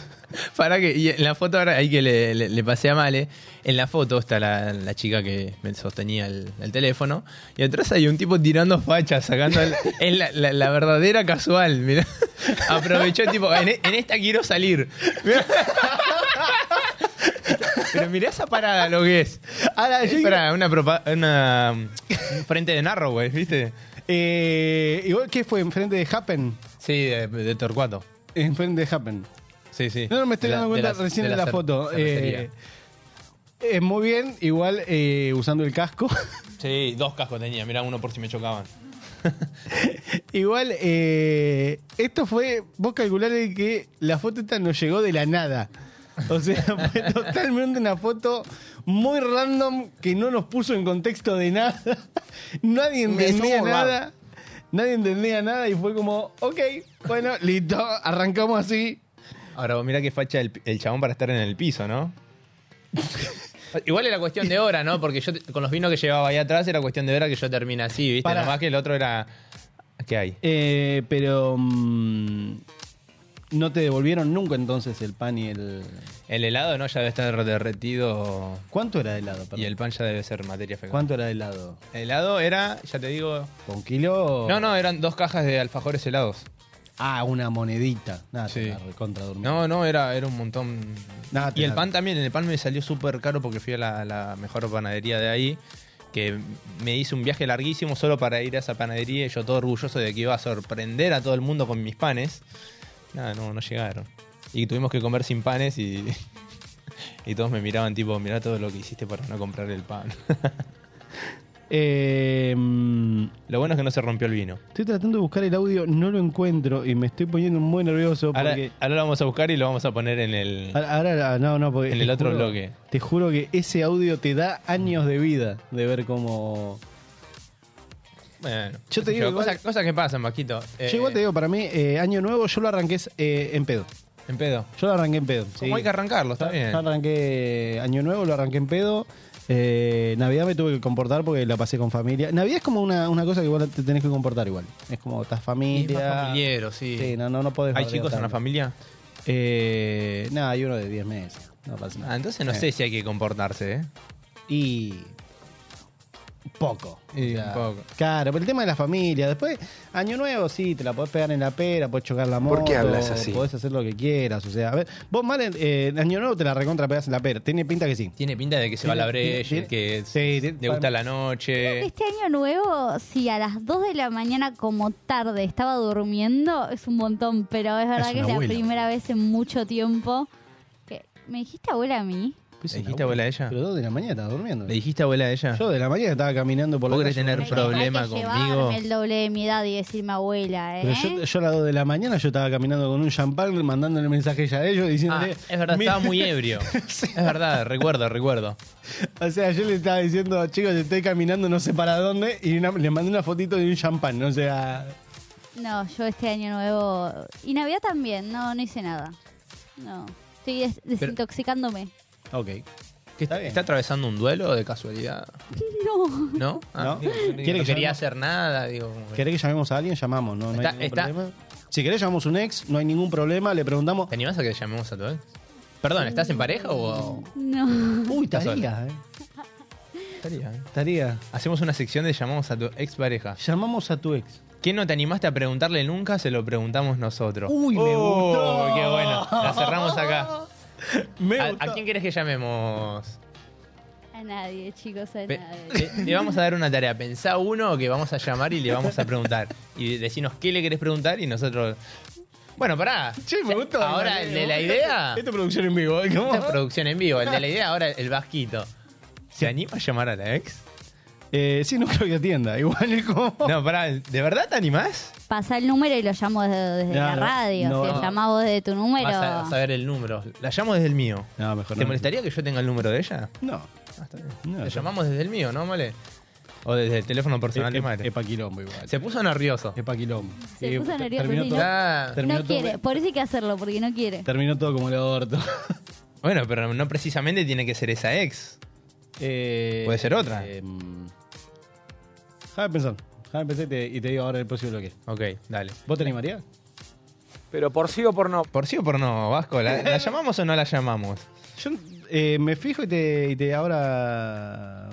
Speaker 3: Para que, y en la foto ahora, ahí que le, le- le pasé a Male, en la foto está la, la chica que me sostenía el, el teléfono, y atrás hay un tipo tirando fachas, sacando. el- es la, la- la verdadera casual, mirá. Aprovechó, tipo, en, e- en esta quiero salir. Mirá. Pero mirá esa parada lo que es.
Speaker 4: Ahora, yo-
Speaker 3: Es para una, propa- una- un frente de narro, güey, ¿viste?
Speaker 4: eh, igual que fue enfrente de Happen.
Speaker 3: Sí, de, de Torcuato.
Speaker 4: Enfrente de Happen.
Speaker 3: Sí, sí.
Speaker 4: No, no me estoy
Speaker 3: De la-
Speaker 4: dando cuenta
Speaker 3: de la-
Speaker 4: recién
Speaker 3: de
Speaker 4: de la,
Speaker 3: cer-
Speaker 4: foto.
Speaker 3: cervecería.
Speaker 4: Eh, eh, muy bien, igual eh, usando el casco.
Speaker 3: Sí, dos cascos tenía, mirá uno por si me chocaban.
Speaker 4: igual, eh, esto fue. Vos calcularé que la foto esta nos llegó de la nada. O sea, fue totalmente una foto muy random que no nos puso en contexto de nada. Nadie
Speaker 3: Me
Speaker 4: entendía
Speaker 3: somos
Speaker 4: nada. Nadie entendía nada y fue como, ok, bueno, listo, arrancamos así.
Speaker 3: Ahora, vos mirá que facha el, el chabón para estar en el piso, ¿no? Igual era cuestión de hora, ¿no? Porque yo te- con los vinos que llevaba ahí atrás era cuestión de hora que yo termine así, ¿viste?
Speaker 4: Pará.
Speaker 3: Nada más que el otro era. ¿Qué hay?
Speaker 4: Eh, pero. mm, no te devolvieron nunca entonces el pan y el.
Speaker 3: El helado no ya debe estar derretido
Speaker 4: ¿Cuánto era de helado? perdón?
Speaker 3: y el pan ya debe ser materia fecal.
Speaker 4: ¿Cuánto era de helado?
Speaker 3: El helado era, ya te digo.
Speaker 4: ¿Con kilo?
Speaker 3: No, no, eran dos cajas de alfajores helados.
Speaker 4: Ah, una monedita. Nada,
Speaker 3: Sí.
Speaker 4: te la recontra durmió.
Speaker 3: No, no, era, era un montón.
Speaker 4: Nada, te
Speaker 3: y el
Speaker 4: la-
Speaker 3: pan también, el pan me salió súper caro porque fui a la, la mejor panadería de ahí, que me hice un viaje larguísimo solo para ir a esa panadería y yo todo orgulloso de que iba a sorprender a todo el mundo con mis panes. Nada, no, no llegaron. Y tuvimos que comer sin panes y, y todos me miraban tipo, mirá todo lo que hiciste para no comprar el pan.
Speaker 4: Eh, mm,
Speaker 3: lo bueno es que no se rompió el vino.
Speaker 4: estoy tratando de buscar el audio, no lo encuentro y me estoy poniendo muy nervioso
Speaker 3: Ahora,
Speaker 4: porque.
Speaker 3: ahora lo vamos a buscar y lo vamos a poner en el...
Speaker 4: Ahora, ahora- no, no, porque.
Speaker 3: En
Speaker 4: te
Speaker 3: el otro
Speaker 4: juro-
Speaker 3: bloque.
Speaker 4: Te juro que ese audio te da años de vida de ver cómo.
Speaker 3: Bueno,
Speaker 4: Yo te digo
Speaker 3: cosas
Speaker 4: igual-
Speaker 3: cosas que pasan, Maquito. Eh,
Speaker 4: Yo igual te digo, para mí, eh, año nuevo yo lo arranqué eh, en pedo.
Speaker 3: En pedo.
Speaker 4: Yo lo arranqué en pedo. sí.
Speaker 3: Como hay que arrancarlo, está bien.
Speaker 4: Yo arranqué Año Nuevo, lo arranqué en pedo. Eh, Navidad me tuve que comportar porque la pasé con familia. Navidad es como una, una cosa que vos te tenés que comportar igual. Es como estás familia.
Speaker 3: Es más familiero, sí.
Speaker 4: Sí, no, no, no podés
Speaker 3: ¿Hay
Speaker 4: bardear
Speaker 3: chicos en la
Speaker 4: tanto.
Speaker 3: familia?
Speaker 4: Eh, nada, hay uno de 10 meses. No pasa nada.
Speaker 3: Ah, entonces no
Speaker 4: Eh,
Speaker 3: sé si hay que comportarse, ¿eh?
Speaker 4: Y. Poco.
Speaker 3: Y un poco.
Speaker 4: ah, Claro, pero el tema de la familia. Después, Año Nuevo, sí, te la podés pegar en la pera, podés chocar la moto.
Speaker 7: qué hablas así?
Speaker 4: Podés hacer lo que quieras. O sea, a ver, vos mal en eh, en Año Nuevo te la recontra pegás en la pera. Tiene pinta que sí.
Speaker 3: Tiene pinta de que se va a la
Speaker 4: Tiene- tiene-
Speaker 3: brecha,
Speaker 4: tiene-
Speaker 3: que
Speaker 4: sí, tiene-
Speaker 3: le gusta la noche.
Speaker 5: Este año nuevo, si a las 2 de la mañana como tarde estaba durmiendo, es un montón, pero es verdad
Speaker 4: Es
Speaker 5: que
Speaker 4: una
Speaker 5: es la
Speaker 4: abuela.
Speaker 5: primera vez en mucho tiempo que... ¿Me dijiste abuela a mí?
Speaker 3: ¿Le dijiste abuela a ella?
Speaker 4: Pero dos de la mañana estaba durmiendo.
Speaker 3: ¿Le dijiste abuela a ella?
Speaker 4: Yo de la mañana estaba caminando por la
Speaker 3: ¿Vos querés
Speaker 4: calle.
Speaker 3: tener problema
Speaker 5: Hay que
Speaker 3: conmigo?
Speaker 5: llevarme el doble de mi edad y decirme abuela, ¿eh?
Speaker 4: Pero yo, yo a las 2 de la mañana yo estaba caminando con un champán, mandándole mensaje ya a ellos
Speaker 3: Ah,
Speaker 4: diciéndole.
Speaker 3: es verdad,
Speaker 4: "Mira".
Speaker 3: estaba muy ebrio. Es verdad, recuerdo, recuerdo.
Speaker 4: O sea, yo le estaba diciendo, chicos, estoy caminando no sé para dónde, y una- le mandé una fotito de un champán. O sea,
Speaker 5: No, yo este año nuevo... Y Navidad también, no, no hice nada. No, estoy des- desintoxicándome.
Speaker 4: ok.
Speaker 3: ¿Qué
Speaker 4: Está
Speaker 3: está,
Speaker 4: bien.
Speaker 3: está atravesando un duelo de casualidad?
Speaker 5: No,
Speaker 3: ¿No? Ah.
Speaker 4: No.
Speaker 3: digo, yo
Speaker 4: ¿Quiere que
Speaker 3: no quería
Speaker 4: llamemos?
Speaker 3: hacer nada, digo. como que-
Speaker 4: ¿Querés que llamemos a alguien? Llamamos, ¿no? no
Speaker 3: Está-
Speaker 4: hay ningún
Speaker 3: está-
Speaker 4: problema. Si querés, llamamos un ex, no hay ningún problema, le preguntamos.
Speaker 3: ¿Te animás a que llamemos a tu ex? Perdón, ¿estás en pareja o...?
Speaker 5: no.
Speaker 4: Uy,
Speaker 3: Está
Speaker 4: estaría, eh.
Speaker 3: Estaría, ¿eh?
Speaker 4: Estaría.
Speaker 3: Hacemos una sección de llamamos a tu ex pareja.
Speaker 4: Llamamos a tu ex.
Speaker 3: ¿Qué no te animaste a preguntarle nunca? Se lo preguntamos nosotros.
Speaker 4: Uy, me
Speaker 3: Oh,
Speaker 4: gustó.
Speaker 3: ¡Qué bueno! La cerramos
Speaker 4: Ah.
Speaker 3: acá.
Speaker 4: Me
Speaker 3: ¿A,
Speaker 4: gustó.
Speaker 3: a quién querés que llamemos?
Speaker 5: A nadie, chicos, a
Speaker 3: Pe-
Speaker 5: nadie.
Speaker 3: le, le vamos a dar una tarea. Pensá uno que vamos a llamar y le vamos a preguntar. Y decinos qué le querés preguntar y nosotros. Bueno, pará.
Speaker 4: Che, me gustó.
Speaker 3: Ahora, el de la idea.
Speaker 4: Esta producción en vivo, ¿eh? ¿Cómo?
Speaker 3: Esta producción en vivo. El de la idea, ahora el vasquito. ¿Se anima a llamar a la ex?
Speaker 4: Eh, sí, no creo que atienda. Igual es como.
Speaker 3: No, pará, ¿de verdad te animás?
Speaker 5: Pasa el número y lo llamo desde, desde
Speaker 4: No,
Speaker 5: la
Speaker 4: no,
Speaker 5: radio.
Speaker 4: no.
Speaker 5: si lo llamás vos desde tu número.
Speaker 3: Vas a saber el número. La llamo desde el mío.
Speaker 4: No, mejor
Speaker 3: ¿Te
Speaker 4: no.
Speaker 3: molestaría que yo tenga el número de ella?
Speaker 4: No.
Speaker 3: Ah, está bien.
Speaker 4: No,
Speaker 3: Te
Speaker 4: yo-
Speaker 3: llamamos desde el mío, ¿no, Male? O desde el teléfono personal de
Speaker 4: Es-
Speaker 3: madre.
Speaker 4: Es pa' E-, quilombo igual.
Speaker 3: Se puso nervioso.
Speaker 4: Es pa' quilombo.
Speaker 5: Se
Speaker 4: Y
Speaker 5: puso
Speaker 3: pues,
Speaker 4: ter-
Speaker 5: nervioso,
Speaker 4: Terminó
Speaker 5: sí,
Speaker 4: todo,
Speaker 3: Ah,
Speaker 4: terminó
Speaker 5: no
Speaker 4: todo-
Speaker 5: quiere, por eso hay que hacerlo, porque no quiere.
Speaker 4: terminó todo como el orto.
Speaker 3: Bueno, pero no precisamente tiene que ser esa ex.
Speaker 4: Eh,
Speaker 3: Puede ser otra.
Speaker 4: eh, mm. Déjame pensar. Déjame pensar y te, y te digo ahora el próximo bloque.
Speaker 3: Ok, dale.
Speaker 4: ¿Vos te animarías?
Speaker 8: Pero por sí o por no.
Speaker 3: ¿Por sí o por no, Vasco? ¿La, la llamamos o no la llamamos?
Speaker 4: Yo eh, me fijo y te, y te ahora.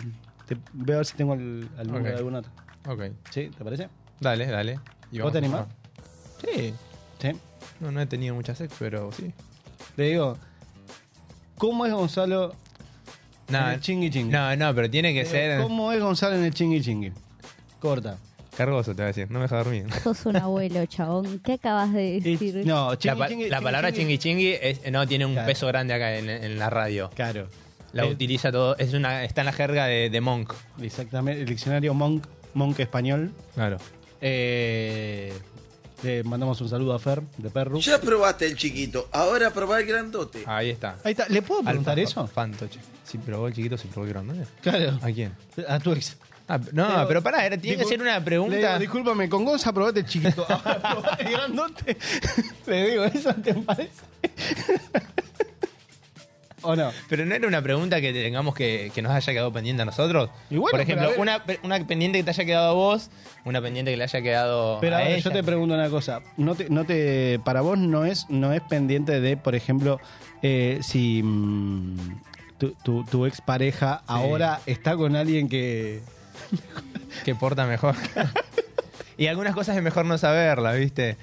Speaker 4: Te, veo a ver si tengo el, al número
Speaker 3: Ok.
Speaker 4: de algún otro.
Speaker 3: Ok,
Speaker 4: ¿Sí? ¿Te parece?
Speaker 3: dale, dale. Y
Speaker 4: ¿Vos
Speaker 3: vamos
Speaker 4: te
Speaker 3: a
Speaker 4: animás?
Speaker 3: probar. Sí.
Speaker 4: Sí.
Speaker 3: No, no he tenido muchas ex, pero sí.
Speaker 4: Te digo. ¿Cómo es Gonzalo en
Speaker 3: No,
Speaker 4: el chingui chingui?
Speaker 3: no, no, pero tiene que
Speaker 4: Te digo,
Speaker 3: ser...
Speaker 4: ¿Cómo es Gonzalo en el chingui chingui? Corta.
Speaker 3: Cargoso, te voy a decir. No me deja dormir.
Speaker 5: Sos un abuelo, chabón. ¿Qué acabas de
Speaker 4: Y-
Speaker 5: decir?
Speaker 4: no,
Speaker 3: La,
Speaker 4: chingui,
Speaker 3: pa-
Speaker 4: chingui,
Speaker 3: la palabra chingui chingui es- no tiene un
Speaker 4: Claro.
Speaker 3: peso grande acá en, en la radio.
Speaker 4: Claro.
Speaker 3: La
Speaker 4: Eh,
Speaker 3: utiliza todo. Es una, está en la jerga de, de Monk.
Speaker 4: Exactamente. El diccionario Monk, Monk español.
Speaker 3: Claro.
Speaker 4: Eh, le mandamos un saludo a Fer de Perru.
Speaker 9: Ya probaste el chiquito, ahora probá el grandote.
Speaker 3: Ahí está.
Speaker 4: Ahí está. ¿Le puedo preguntar eso?
Speaker 3: Fantoche. Sí, probó el chiquito, se probó el grande.
Speaker 4: Claro.
Speaker 3: ¿A quién?
Speaker 4: A tu ex.
Speaker 3: Ah, no,
Speaker 4: Leo,
Speaker 3: pero pará, era- tiene que
Speaker 4: discul-
Speaker 3: ser una
Speaker 4: Le digo,
Speaker 3: pregunta.
Speaker 4: discúlpame, con Gonza probate el chiquito. Ahora probate el grandote. Le digo, ¿eso te parece? ¿O no?
Speaker 3: Pero no era una pregunta que tengamos que, que nos haya quedado pendiente a nosotros.
Speaker 4: Y bueno,
Speaker 3: Por
Speaker 4: pero a
Speaker 3: ejemplo,
Speaker 4: ver-
Speaker 3: una, pe- una pendiente que te haya quedado a vos, una pendiente que le haya quedado
Speaker 4: Pero
Speaker 3: a
Speaker 4: ahora
Speaker 3: ella.
Speaker 4: yo te pregunto una cosa. No te, no te, para vos no es, no es pendiente de, por ejemplo, eh, si mm, tu, tu, tu expareja ahora está con alguien que.
Speaker 3: que porta mejor. y algunas cosas es mejor no saberla, ¿viste?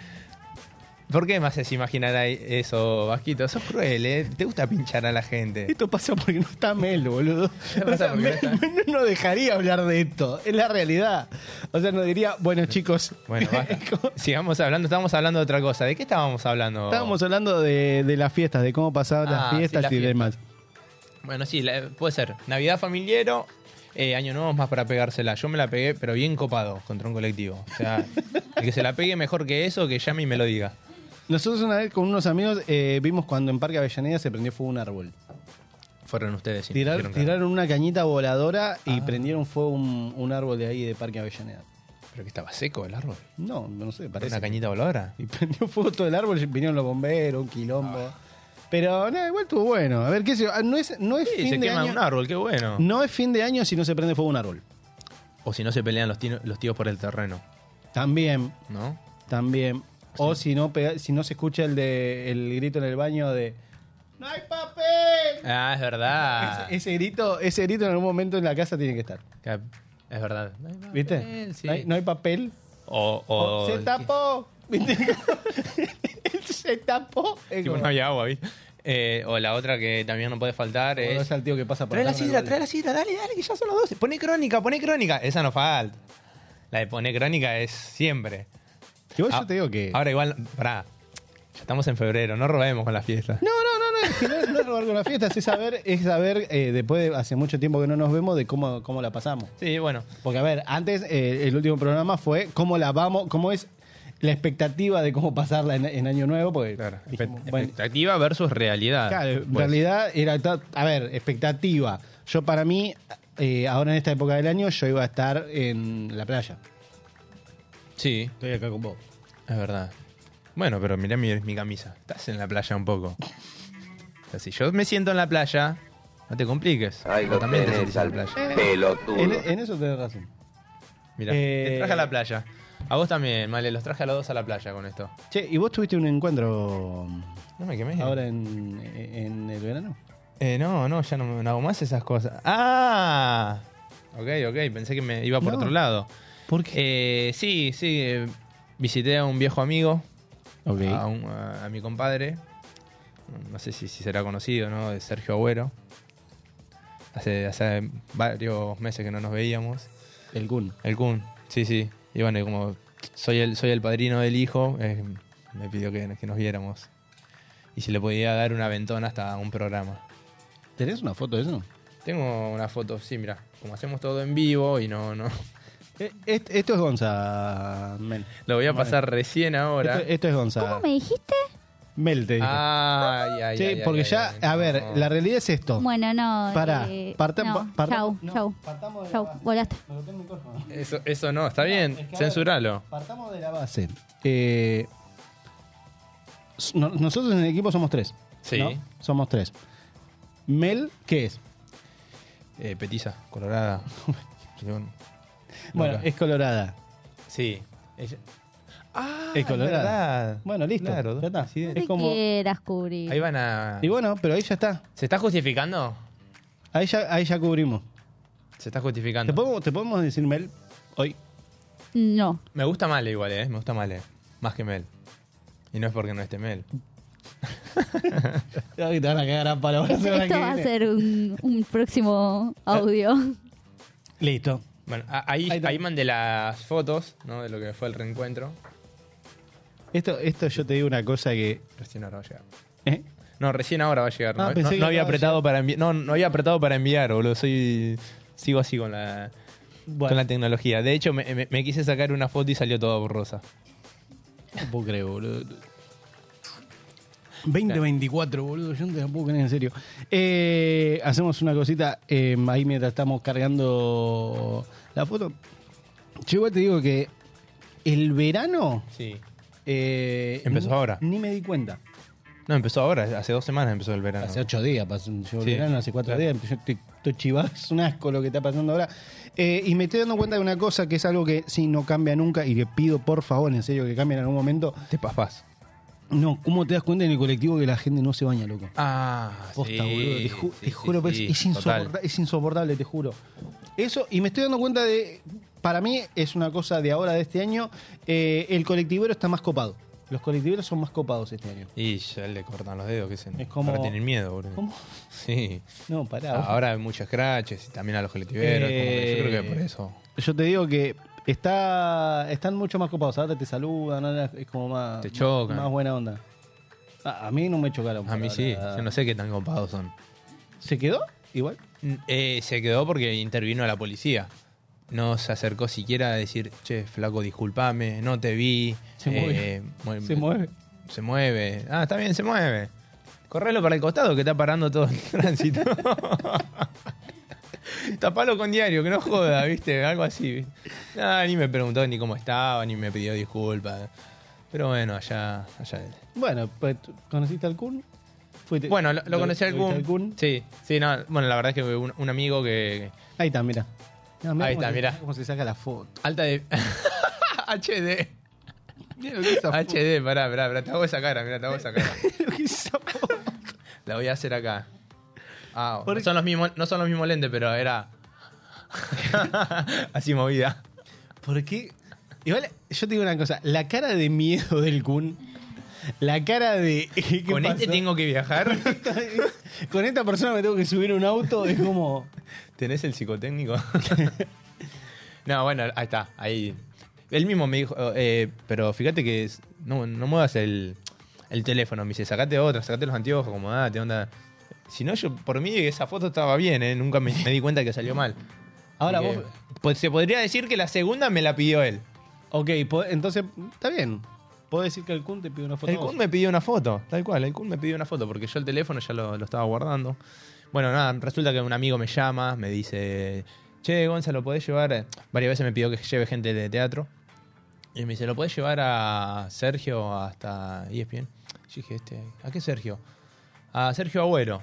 Speaker 3: ¿Por qué me haces imaginar ahí eso, Vasquito? Sos cruel, ¿eh? Te gusta pinchar a la gente.
Speaker 4: Esto pasa porque no está Mel, boludo.
Speaker 3: Pasa
Speaker 4: O sea,
Speaker 3: porque no
Speaker 4: Mel
Speaker 3: está.
Speaker 4: Mel no dejaría hablar de esto. Es la realidad. O sea, nos diría, bueno, chicos.
Speaker 3: Bueno, basta.
Speaker 4: ¿cómo-
Speaker 3: Sigamos hablando, estábamos hablando de otra cosa. ¿De qué estábamos hablando?
Speaker 4: Estábamos hablando de, de las fiestas, de cómo pasaban
Speaker 3: Ah,
Speaker 4: las
Speaker 3: sí,
Speaker 4: fiestas
Speaker 3: las
Speaker 4: y
Speaker 3: fiestas.
Speaker 4: demás.
Speaker 3: Bueno, sí, la- puede ser. Navidad familiero, eh, año nuevo es más para pegársela. Yo me la pegué, pero bien copado contra un colectivo. O sea, el que se la pegue mejor que eso, que llame y me lo diga.
Speaker 4: Nosotros una vez con unos amigos eh, vimos cuando en Parque Avellaneda se prendió fuego un árbol.
Speaker 3: Fueron ustedes. sí,
Speaker 4: Tirar-
Speaker 3: dijeron que-
Speaker 4: tiraron una cañita voladora y
Speaker 3: Ah.
Speaker 4: prendieron fuego un, un árbol de ahí de Parque Avellaneda.
Speaker 3: Pero que estaba seco el árbol.
Speaker 4: No, no sé,
Speaker 3: Era
Speaker 4: parece.
Speaker 3: una cañita voladora.
Speaker 4: Y prendió fuego todo el árbol, y vinieron los bomberos, un quilombo. Pero nada, igual estuvo bueno. A ver, qué sé yo, ah, no es, no es
Speaker 3: Sí,
Speaker 4: fin
Speaker 3: se
Speaker 4: de
Speaker 3: quema
Speaker 4: año.
Speaker 3: un árbol, qué bueno.
Speaker 4: No es fin de año si no se prende fuego un árbol.
Speaker 3: O si no se pelean los, tino- los tíos por el terreno,
Speaker 4: También,
Speaker 3: ¿no?
Speaker 4: también. O si no, pega- si no se escucha el, de, el grito en el baño de ¡No hay papel!
Speaker 3: Ah, es verdad.
Speaker 4: Ese, ese grito, ese grito en algún momento en la casa tiene que estar.
Speaker 3: Cap- Es verdad. No hay papel,
Speaker 4: ¿Viste?
Speaker 3: sí.
Speaker 4: No, hay, no hay papel.
Speaker 3: O, o-
Speaker 4: O, se tapó. ¿Viste? se tapó. Es
Speaker 3: Tipo,
Speaker 4: como-
Speaker 3: no hay agua, ¿viste? Eh, o la otra que también no puede faltar
Speaker 4: como
Speaker 3: es...
Speaker 4: es al tío que pasa por
Speaker 3: Trae la
Speaker 4: acá con el
Speaker 3: sidra,
Speaker 4: balde.
Speaker 3: trae la sidra, dale, dale, que ya son las 12. Pone crónica, pone crónica. Esa no falta. La de pone crónica es siempre.
Speaker 4: Igual yo
Speaker 3: Ah,
Speaker 4: te digo que.
Speaker 3: Ahora igual, pará. Ya estamos en febrero, no robemos con la fiesta.
Speaker 4: No, no, no, no, no, no es robar con las fiestas, es saber, es saber eh, después de hace mucho tiempo que no nos vemos, de cómo, cómo la pasamos.
Speaker 3: Sí, bueno.
Speaker 4: Porque, a ver, antes eh, el último programa fue cómo la vamos, cómo es la expectativa de cómo pasarla en, en Año Nuevo, porque dijimos,
Speaker 3: Expect-
Speaker 4: bueno,
Speaker 3: expectativa versus realidad.
Speaker 4: Claro, en
Speaker 3: Pues,
Speaker 4: realidad era. ta- A ver, expectativa. Yo, para mí, eh, ahora en esta época del año, yo iba a estar en la playa.
Speaker 3: Sí,
Speaker 4: Estoy acá con vos.
Speaker 3: es verdad. Bueno, pero mirá mi, mi camisa. Estás en la playa un poco. O sea, si yo me siento en la playa, no te compliques.
Speaker 7: Ahí
Speaker 3: Vos
Speaker 7: lo
Speaker 3: también te
Speaker 7: tenés
Speaker 3: sentís en
Speaker 7: al
Speaker 3: la playa.
Speaker 7: pelotudo.
Speaker 4: En, en eso tenés razón.
Speaker 3: Mirá, te
Speaker 4: Eh,
Speaker 3: traje a la playa. A vos también, Male, los traje a los dos a la playa con esto.
Speaker 4: Che, ¿y vos tuviste un encuentro
Speaker 3: No me quemé.
Speaker 4: ahora en, en el verano?
Speaker 3: Eh, no, no, ya no, no hago más esas cosas. ¡Ah! Ok, ok, pensé que me iba por
Speaker 4: No.
Speaker 3: otro lado.
Speaker 4: ¿Por
Speaker 3: Eh, sí, sí, eh, visité a un viejo amigo,
Speaker 4: Ok.
Speaker 3: a, un- a- a mi compadre, no sé si, si será conocido, ¿no? De Sergio Agüero. Hace, hace varios meses que no nos veíamos.
Speaker 4: El Kun.
Speaker 3: El Kun, sí, sí. Y bueno, y como soy el, soy el padrino del hijo, eh, me pidió que, que nos viéramos. Y si le podía dar una ventona hasta un programa.
Speaker 4: ¿Tenés una foto de eso?
Speaker 3: Tengo una foto, sí, mira. Como hacemos todo en vivo y no, no.
Speaker 4: Eh, est- Esto es Gonza, Mel.
Speaker 3: Lo voy a pasar recién ahora.
Speaker 4: Esto, esto es Gonza.
Speaker 5: ¿Cómo me dijiste?
Speaker 4: Mel te dijo.
Speaker 3: Ay, Ah, ay,
Speaker 4: Sí,
Speaker 3: ay, ay,
Speaker 4: porque
Speaker 3: ay,
Speaker 4: ya,
Speaker 3: ay,
Speaker 4: a ver,
Speaker 3: no.
Speaker 4: la realidad es esto.
Speaker 5: Bueno, no.
Speaker 4: Pará,
Speaker 5: eh,
Speaker 4: parta-
Speaker 5: no,
Speaker 4: pa- parta-
Speaker 5: chau,
Speaker 4: no,
Speaker 5: chau.
Speaker 4: partamos de
Speaker 5: Chau,
Speaker 4: la-
Speaker 5: volaste.
Speaker 3: Eso, eso no, está bien.
Speaker 4: Es que, a ver,
Speaker 3: Censuralo.
Speaker 4: Partamos de la base. Eh, s- no- nosotros en el equipo somos tres.
Speaker 3: Sí.
Speaker 4: ¿no? Somos tres. Mel, ¿qué es?
Speaker 3: Eh, petiza, colorada. León.
Speaker 4: Bueno,
Speaker 3: Loca.
Speaker 4: es colorada.
Speaker 3: Sí. Ella- Ah,
Speaker 4: Es colorada.
Speaker 3: verdad.
Speaker 4: Bueno, listo.
Speaker 3: Claro,
Speaker 4: ya está.
Speaker 3: coincidente.
Speaker 4: Es
Speaker 5: Te
Speaker 4: como.
Speaker 5: quieras cubrir.
Speaker 3: Ahí van a.
Speaker 4: Y bueno, pero ahí ya está.
Speaker 3: ¿Se está justificando?
Speaker 4: Ahí ya, ahí ya cubrimos.
Speaker 3: Se está
Speaker 4: ¿Te
Speaker 3: justificando.
Speaker 4: podemos, te podemos decir Mel hoy?
Speaker 5: No.
Speaker 3: Me gusta Male igual, ¿eh? Me gusta Male. Más que Mel. Y no es porque no esté Mel.
Speaker 4: Ay, te van a cagar a palo la
Speaker 5: Esto
Speaker 4: semana que
Speaker 5: va a
Speaker 4: viene.
Speaker 5: ser un, un próximo audio.
Speaker 4: Listo.
Speaker 3: Bueno, a- ahí,
Speaker 4: Ahí
Speaker 3: ahí,
Speaker 4: está.
Speaker 3: mandé las fotos, ¿no? De lo que fue el reencuentro.
Speaker 4: Esto, esto yo te digo una cosa que.
Speaker 3: Recién ahora va a llegar.
Speaker 4: ¿eh?
Speaker 3: No, recién ahora va a llegar.
Speaker 4: Ah,
Speaker 3: no,
Speaker 4: pensé
Speaker 3: no-
Speaker 4: que
Speaker 3: no había
Speaker 4: acababa de
Speaker 3: apretado para enviar. No, no había apretado para enviar, boludo. Soy. Sigo así con la. Con la tecnología. De hecho, me, me- me quise sacar una foto y salió toda borrosa.
Speaker 4: No puedo creer, boludo. 2024, boludo, yo no te la puedo creer en serio. Eh, hacemos una cosita eh, ahí mientras estamos cargando la foto. Yo igual te digo que el verano
Speaker 3: Sí.
Speaker 4: eh,
Speaker 3: Empezó
Speaker 4: ni-
Speaker 3: ahora.
Speaker 4: Ni me di cuenta.
Speaker 3: No, empezó ahora. Hace dos semanas empezó el verano.
Speaker 4: Hace ocho días, pasó, yo el
Speaker 3: Sí,
Speaker 4: verano hace cuatro
Speaker 3: claro.
Speaker 4: días, yo estoy, estoy chivado, es un asco lo que está pasando ahora. Eh, y me estoy dando cuenta de una cosa que es algo que sí no cambia nunca y que pido por favor, en serio, que cambie en algún momento.
Speaker 3: Te pasás.
Speaker 4: No, ¿cómo te das cuenta en el colectivo que la gente no se baña, loco?
Speaker 3: Ah,
Speaker 4: Posta,
Speaker 3: sí,
Speaker 4: boludo, te, ju-
Speaker 3: sí,
Speaker 4: te
Speaker 3: sí,
Speaker 4: juro, pero es-
Speaker 3: sí,
Speaker 4: es,
Speaker 3: total.
Speaker 4: insoporta- es insoportable, te juro. Eso, y me estoy dando cuenta de, para mí es una cosa de ahora, de este año, eh, el colectivero está más copado. Los colectiveros son más copados este año.
Speaker 3: Y ya le cortan los dedos, que se
Speaker 4: Es como-
Speaker 3: ahora tienen miedo, boludo.
Speaker 4: ¿Cómo?
Speaker 3: Sí. Ah,
Speaker 4: No, pará.
Speaker 3: Ahora hay muchos scratches y también a los colectiveros. como que yo creo que por
Speaker 4: Eh,
Speaker 3: eso.
Speaker 4: Yo te digo que está, están mucho más copados. Ahora te saludan, ahora es como más.
Speaker 3: Te chocan.
Speaker 4: Más buena onda. A, a mí no me chocaron.
Speaker 3: A mí
Speaker 4: por
Speaker 3: sí,
Speaker 4: ahora.
Speaker 3: yo no sé qué tan copados son.
Speaker 4: ¿Se quedó? Igual.
Speaker 3: Mm, eh, se quedó porque intervino la policía. No se acercó siquiera a decir, che, flaco, discúlpame, no te vi.
Speaker 4: Se
Speaker 3: eh, mu-
Speaker 4: Se mueve.
Speaker 3: Se mueve. Ah, está bien, se mueve. Correlo para el costado que está parando todo el tránsito. Tapalo con diario, que no joda, ¿viste? Algo así. ¿viste? Nah, ni me preguntó ni cómo estaba, ni me pidió disculpas. Pero bueno, allá, allá él.
Speaker 4: Bueno, pues, ¿tú ¿conociste al Kun? Fuiste-
Speaker 3: Bueno, lo, lo conocí al
Speaker 4: lo viste
Speaker 3: Kun. Sí, sí, no, bueno, la verdad es que un, un amigo que.
Speaker 4: Ahí está, mira.
Speaker 3: Ahí está, mirá.
Speaker 4: Cómo se saca la foto.
Speaker 3: Alta de.
Speaker 4: Ah,
Speaker 3: HD.
Speaker 4: Mirá lo que es esa foto.
Speaker 3: HD, pará, pará, pará. Te hago esa cara, mirá, te hago esa cara.
Speaker 4: Mirá lo que es esa foto.
Speaker 3: La voy a hacer acá. Ah,
Speaker 4: Por-
Speaker 3: no son los mismos, no son los mismos lentes, pero era. Así movida.
Speaker 4: ¿Por qué? Igual, yo te digo una cosa. La cara de miedo del Kun. La cara de. ¿qué
Speaker 3: Con este
Speaker 4: pasó?
Speaker 3: tengo que viajar.
Speaker 4: Con esta persona me tengo que subir a un auto. Es como.
Speaker 3: ¿Tenés el psicotécnico? no, bueno, ahí está, ahí. Él mismo me dijo, eh, pero fíjate que es- no, no muevas el, el teléfono. Me dice, sacate otra, sacate los anteojos, acomodate, onda. Si no, yo, por mí, esa foto estaba bien, ¿eh? Nunca me, me di cuenta que salió mal.
Speaker 4: Ahora
Speaker 3: Porque,
Speaker 4: vos-
Speaker 3: pues, se podría decir que la segunda me la pidió él.
Speaker 4: Ok, po- entonces, está bien. Puedo decir que el Kun te pide una foto.
Speaker 3: El
Speaker 4: a vos.
Speaker 3: Kun me pidió una foto, tal cual, el Kun me pidió una foto, porque yo el teléfono ya lo, lo estaba guardando. Bueno, nada, resulta que un amigo me llama, me dice, che, Gonzalo, ¿podés llevar? Varias veces me pidió que lleve gente de teatro. Y me dice, ¿lo podés llevar a Sergio hasta E ESPN? Yo dije, este, ¿a qué Sergio? A Sergio Agüero.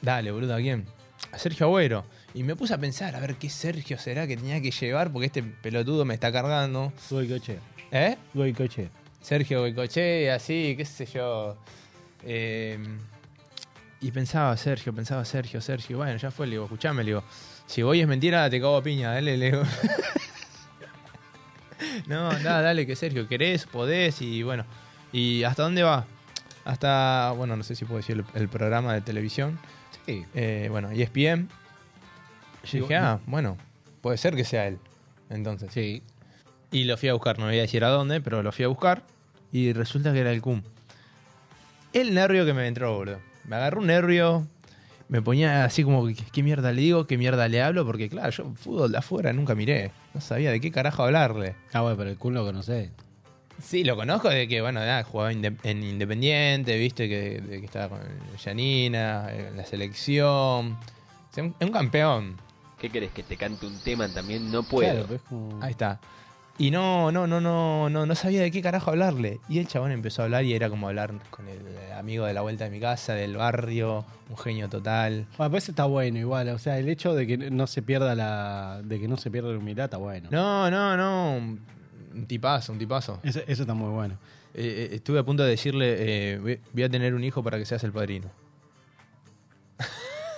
Speaker 3: Dale, boludo, ¿a quién? A Sergio Agüero. Y me puse a pensar, a ver qué Sergio será que tenía que llevar, porque este pelotudo me está cargando.
Speaker 4: Goicochea.
Speaker 3: ¿Eh?
Speaker 4: Goicochea.
Speaker 3: Sergio Goicoche, así, qué sé yo. Eh, y pensaba Sergio, pensaba Sergio, Sergio. Bueno, ya fue, le digo, escuchame, le digo, si voy es mentira, te cago a piña, dale, le digo. no, nada, dale, que Sergio, querés, podés, y bueno. ¿Y hasta dónde va? Hasta, bueno, no sé si puedo decir el, el programa de televisión.
Speaker 4: Sí.
Speaker 3: Eh, bueno, ESPN. Yo dije, ah, bueno, puede ser que sea él. Entonces.
Speaker 4: Sí.
Speaker 3: Y lo fui a buscar, no voy a decir a dónde, pero lo fui a buscar. Y resulta que era el cum. El nervio que me entró, boludo. Me agarró un nervio. me ponía así como, ¿qué, qué mierda le digo? ¿Qué mierda le hablo? Porque claro, yo fútbol de afuera nunca miré. No sabía de qué carajo hablarle.
Speaker 4: Ah, bueno, pero el Kun lo conocés.
Speaker 3: Sí, lo conozco de que, bueno, nada, jugaba inde- en Independiente, viste, que, de que estaba con Yanina, en la selección. Es un, es un campeón.
Speaker 11: ¿Qué querés que te cante un tema también? No puedo.
Speaker 3: Ahí está. Y no, no, no, no, no, no sabía de qué carajo hablarle. Y el chabón empezó a hablar y era como hablar con el amigo de la vuelta de mi casa, del barrio, un genio total.
Speaker 4: Bueno, pues está bueno igual, o sea, el hecho de que no se pierda la de que no se pierda la humildad está bueno.
Speaker 3: No, no, no. Un tipazo, un tipazo.
Speaker 4: Eso, eso está muy bueno.
Speaker 3: Eh, eh, estuve a punto de decirle, eh, voy- voy a tener un hijo para que seas el padrino.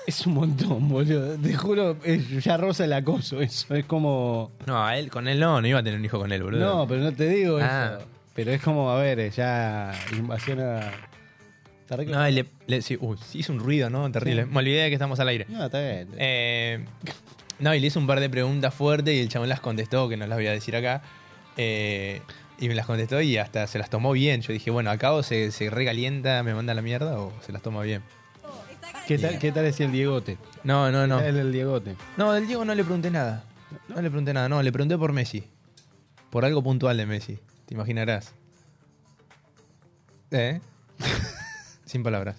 Speaker 4: Es un montón, boludo. Te juro, es- ya roza el acoso eso. Es como
Speaker 3: No, a él, con él no, no iba a tener un hijo con él, boludo.
Speaker 4: No, pero no te digo
Speaker 3: Ah.
Speaker 4: eso. Pero es como, a ver, eh, ya invasión a está re-
Speaker 3: No, y le, le- sí, uy, sí hizo un ruido, ¿no? Terrible.
Speaker 4: Sí.
Speaker 3: Me olvidé de que estamos al aire.
Speaker 4: No, está bien.
Speaker 3: Eh, no, y le hice un par de preguntas fuertes y el chabón las contestó, que no las voy a decir acá. Eh, y me las contestó y hasta se las tomó bien. Yo dije, bueno, acá o se, se recalienta, me manda a la mierda o se las toma bien.
Speaker 4: ¿Qué tal, ¿Qué tal es el Diegote?
Speaker 3: No, no, no.
Speaker 4: El, el Diegote.
Speaker 3: No, del Diego no le pregunté nada. No le pregunté nada, no, le pregunté por Messi. Por algo puntual de Messi, te imaginarás. ¿Eh? Sin palabras.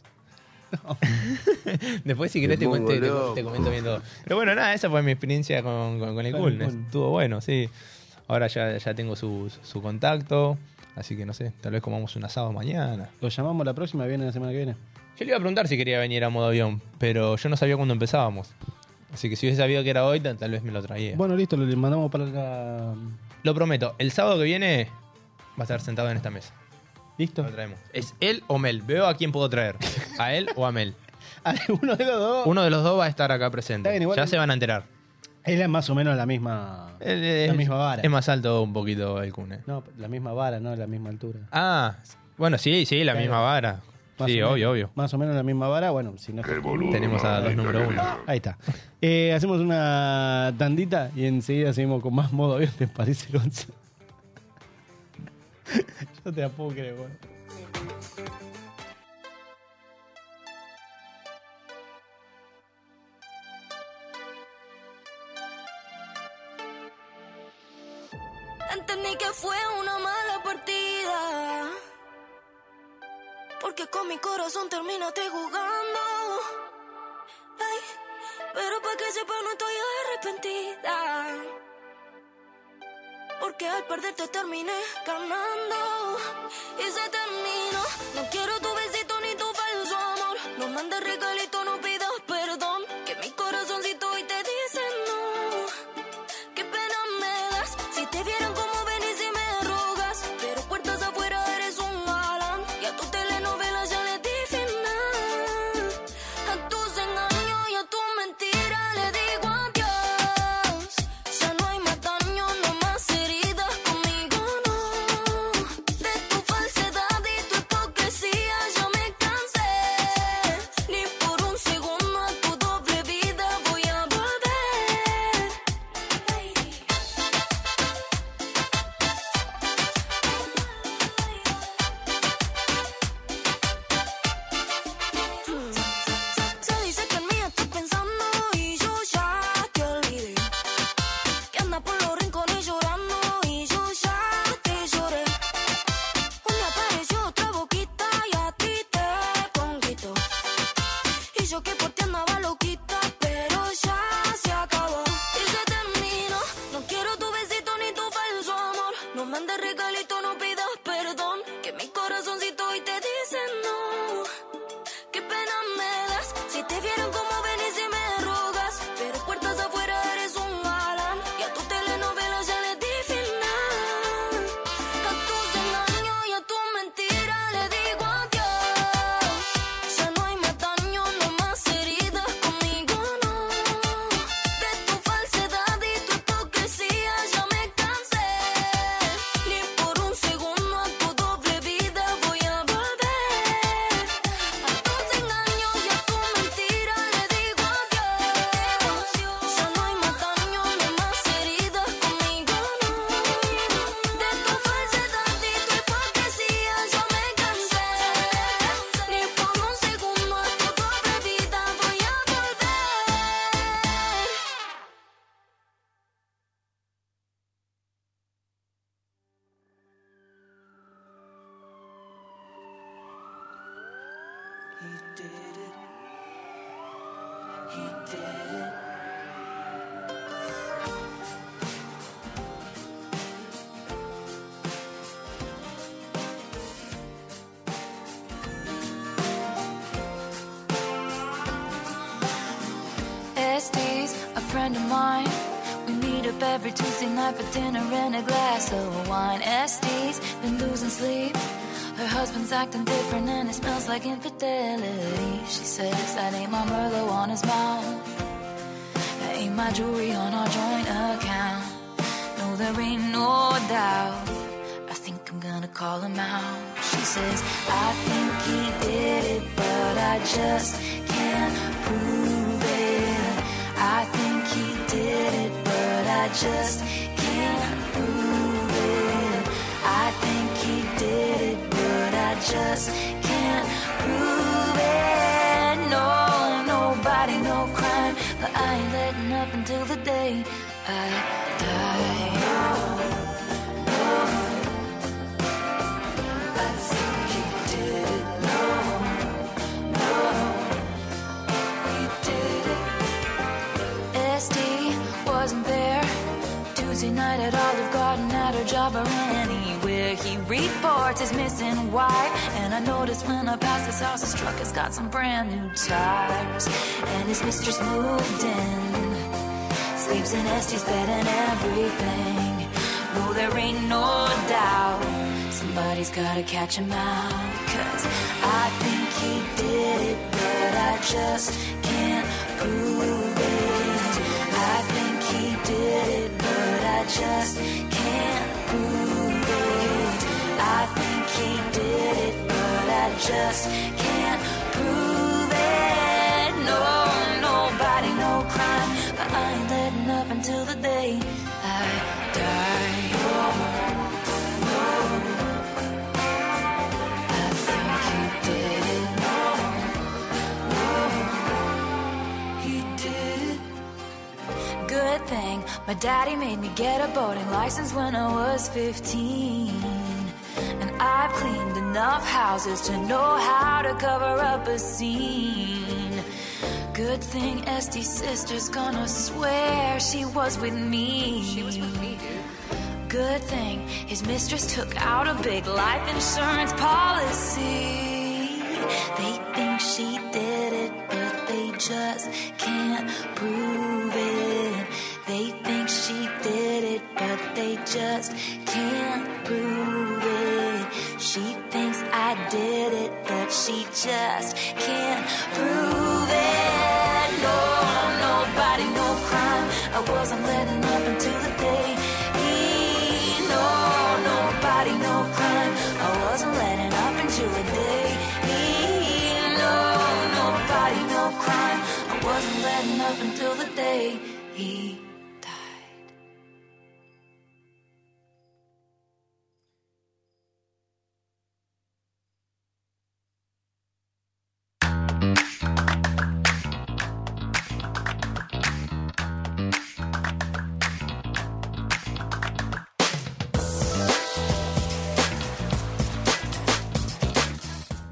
Speaker 3: Después, si querés, te,
Speaker 11: Muy
Speaker 3: cuen- te- te-
Speaker 11: loco.
Speaker 3: te comento bien todo. Pero bueno, nada, esa fue mi experiencia con, con- con el
Speaker 11: Con
Speaker 3: Kun.
Speaker 11: el Kun.
Speaker 3: Estuvo bueno, sí. Ahora ya, ya tengo su, su contacto. Así que no sé, tal vez comamos un asado mañana.
Speaker 4: Lo llamamos la próxima, viene la semana que viene.
Speaker 3: Yo le iba a preguntar si quería venir a modo avión, pero yo no sabía cuándo empezábamos. Así que si hubiese sabido que era hoy, tal tal vez me lo traía.
Speaker 4: Bueno, listo, lo le mandamos para la.
Speaker 3: Lo prometo, el sábado que viene va a estar sentado en esta mesa.
Speaker 4: ¿Listo?
Speaker 3: Lo traemos. Es él o Mel. Veo a quién puedo traer. A él o a Mel.
Speaker 4: Uno de los dos.
Speaker 3: Uno de los dos va a estar acá presente.
Speaker 4: Está bien, igual-
Speaker 3: ya se van a enterar.
Speaker 4: Él es más o menos la misma.
Speaker 3: Él
Speaker 4: la
Speaker 3: es-
Speaker 4: misma vara.
Speaker 3: Es más alto un poquito el Kun. eh.
Speaker 4: No, la misma vara, no la misma altura.
Speaker 3: Ah, bueno, sí, sí, la
Speaker 4: Claro.
Speaker 3: misma vara.
Speaker 4: Más
Speaker 3: sí,
Speaker 4: o menos-
Speaker 3: obvio, obvio.
Speaker 4: Más o menos la misma vara, bueno, si no.
Speaker 3: Tenemos a los número uno.
Speaker 4: Ahí está. Eh, hacemos una tandita y enseguida seguimos con más modo avión, ¿te parece, Gonza? Yo te la puedo creer, bueno.
Speaker 12: Entendí que fue una mala partida. Porque con mi corazón terminaste jugando. Ay, pero para que sepa, no estoy arrepentida. Porque al perderte terminé ganando. Y se terminó. No quiero tu besito ni tu falso amor. No mandes regalito, no pidas perdón. Que mi corazoncito hoy te dice no. Qué pena me das si te vieran como venís y me rogas. Pero puertas afuera eres un galán. Y a tu telenovela ya le di final. A tus engaños y a tu mentira le digo adiós. Ya no hay más daño, no más heridas conmigo, no. De tu falsa
Speaker 13: Estes, a friend of mine. We meet up every Tuesday night for dinner and a glass of wine. Estes, been losing sleep. Her husband's acting different and it smells like infidelity. She says, That ain't my Merlot on his mouth. That ain't my jewelry on our joint account. No, there ain't no doubt. I think I'm gonna call him out. She says, I think he did it, but I just can't prove it. I think he did it, but I just can't prove it. I think he did it, but I just can't prove it. No, nobody, no crime, but I ain't letting up until the day I die. no. I think he did it. No, no, he did it. SD wasn't there Tuesday night at Olive Garden at her job or anywhere. He reports his missing wife, and I noticed when I passed his house, his truck has got some brand new tires, and his mistress moved in. Sleeps in Estee's bed and everything. No, there ain't no doubt. Somebody's gotta catch him out. Cause I think he did it, but I just can't prove it. I think he did it, but I just can't prove it. I think he did it, but I just can't prove it. No, nobody, no crime. But I ain't letting up until the day I die. Oh, I think he did it. No, no, he did it. Good thing my daddy made me get a boating license when I was 15. And I've cleaned enough houses to know how to cover up a scene. Good thing Estee's sister's gonna swear she was with me. She was with me, dude. Good thing his mistress took out a big life insurance policy. They think she did it, but they just can't prove it. They think she did it, but they just can't prove it. She thinks I did it, but she just can't prove it. No, nobody, no crime. I wasn't letting up until the day. he- No, nobody, no crime. I wasn't letting up until the day. he- No, nobody, no crime. I wasn't letting up until the day. He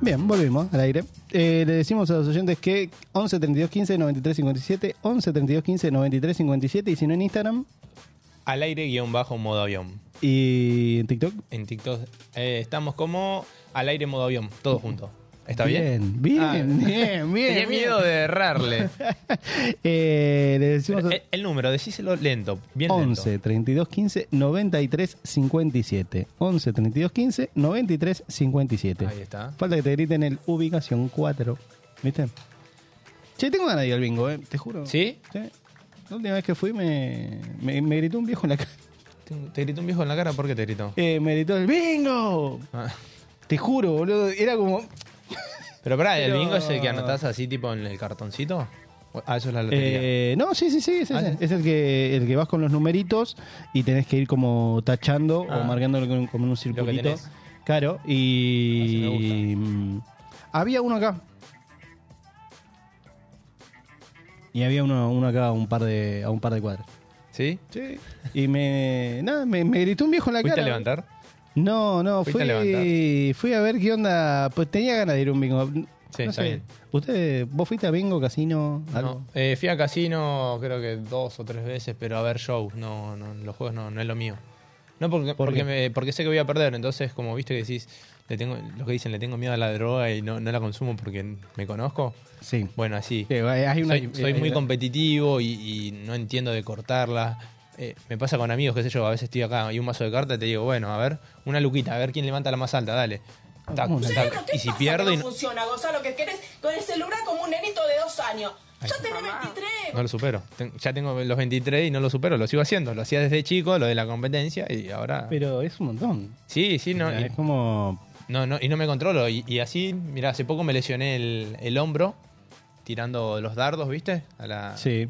Speaker 4: Bien, volvimos al aire. Eh, le decimos a los oyentes que 11 32 15 93 57, 11 32 15 93 57 y si no en Instagram
Speaker 3: Al aire guión bajo modo avión.
Speaker 4: y en TikTok.
Speaker 3: En TikTok eh, estamos como al aire modo avión, todos juntos. ¿Está bien?
Speaker 4: Bien,
Speaker 3: Ah.
Speaker 4: bien, bien, bien,
Speaker 3: Tenía
Speaker 4: bien.
Speaker 3: miedo de errarle.
Speaker 4: Eh, le decimos
Speaker 3: el, el número, decíselo lento, bien
Speaker 4: 11
Speaker 3: lento.
Speaker 4: 32 15 93 57, 11 32 15 93 57.
Speaker 3: Ahí está.
Speaker 4: Falta que te griten el ubicación 4, ¿viste? Che, tengo ganas de ir al bingo, eh, te juro.
Speaker 3: ¿Sí?
Speaker 4: La última vez que fui me, me, me gritó un viejo en la cara.
Speaker 3: Te- Te gritó un viejo en la cara, ¿por qué te gritó?
Speaker 4: Eh, me gritó el bingo.
Speaker 3: Ah.
Speaker 4: Te juro, boludo. Era como.
Speaker 3: Pero pará, ¿el
Speaker 4: Pero-
Speaker 3: bingo es el que anotás así tipo en el cartoncito? O- Ah, eso es la lotería. Ah,
Speaker 4: Eh, no, sí, sí, sí. Es, ese. Es el, que, el que vas con los numeritos y tenés que ir como tachando
Speaker 3: Ah.
Speaker 4: o marcándolo con, con un circulito.
Speaker 3: tenés. Ah,
Speaker 4: Claro, y. mm, había uno acá. Y había uno, uno acá a un par de, a un par de cuadras.
Speaker 3: ¿Sí?
Speaker 4: Sí. Y me. Nada, me, me gritó un viejo en la
Speaker 3: ¿Fuiste
Speaker 4: cara.
Speaker 3: a levantar?
Speaker 4: No, no,
Speaker 3: ¿Fuiste
Speaker 4: fui
Speaker 3: a
Speaker 4: fui a,
Speaker 3: levantar?
Speaker 4: ver qué onda. Pues tenía ganas de ir a un bingo.
Speaker 3: Sí,
Speaker 4: No sé,
Speaker 3: está bien.
Speaker 4: ¿Usted, vos fuiste a bingo, casino, algo?
Speaker 3: No, eh, fui a casino creo que dos o tres veces, pero a ver shows, no, no los juegos no, no es lo mío. No porque,
Speaker 4: ¿Por
Speaker 3: porque,
Speaker 4: qué?
Speaker 3: me- porque sé que voy a perder, entonces como viste que decís, le tengo, lo que dicen, le tengo miedo a la droga y no, no la consumo porque me conozco.
Speaker 4: Sí.
Speaker 3: Bueno, así.
Speaker 4: hay una-
Speaker 3: soy, soy
Speaker 4: eh,
Speaker 3: muy
Speaker 4: eh,
Speaker 3: competitivo y, y no entiendo de cortarla. Eh, me pasa con amigos, qué sé yo, a veces estoy acá y un mazo de cartas y te digo, bueno, a ver, una luquita, a ver quién levanta la más alta, dale. Tac,
Speaker 14: Che,
Speaker 3: tac.
Speaker 14: pero ¿qué
Speaker 3: Y si
Speaker 14: pasa
Speaker 3: pierdo
Speaker 14: que
Speaker 3: y
Speaker 14: no
Speaker 3: no,
Speaker 14: funciona, Gonzalo, que querés con el celular como un nenito de dos años. Yo tengo 23.
Speaker 3: No lo supero. Ten- ya tengo los 23 y no lo supero. Lo sigo haciendo. Lo hacía desde chico, lo de la competencia y ahora.
Speaker 4: Pero es un montón.
Speaker 3: Sí, sí, no.
Speaker 4: Es
Speaker 3: Y
Speaker 4: como.
Speaker 3: no, no, y no me controlo. Y, y así, mira, hace poco me lesioné el, el hombro tirando los dardos, ¿viste? A la,
Speaker 4: Sí.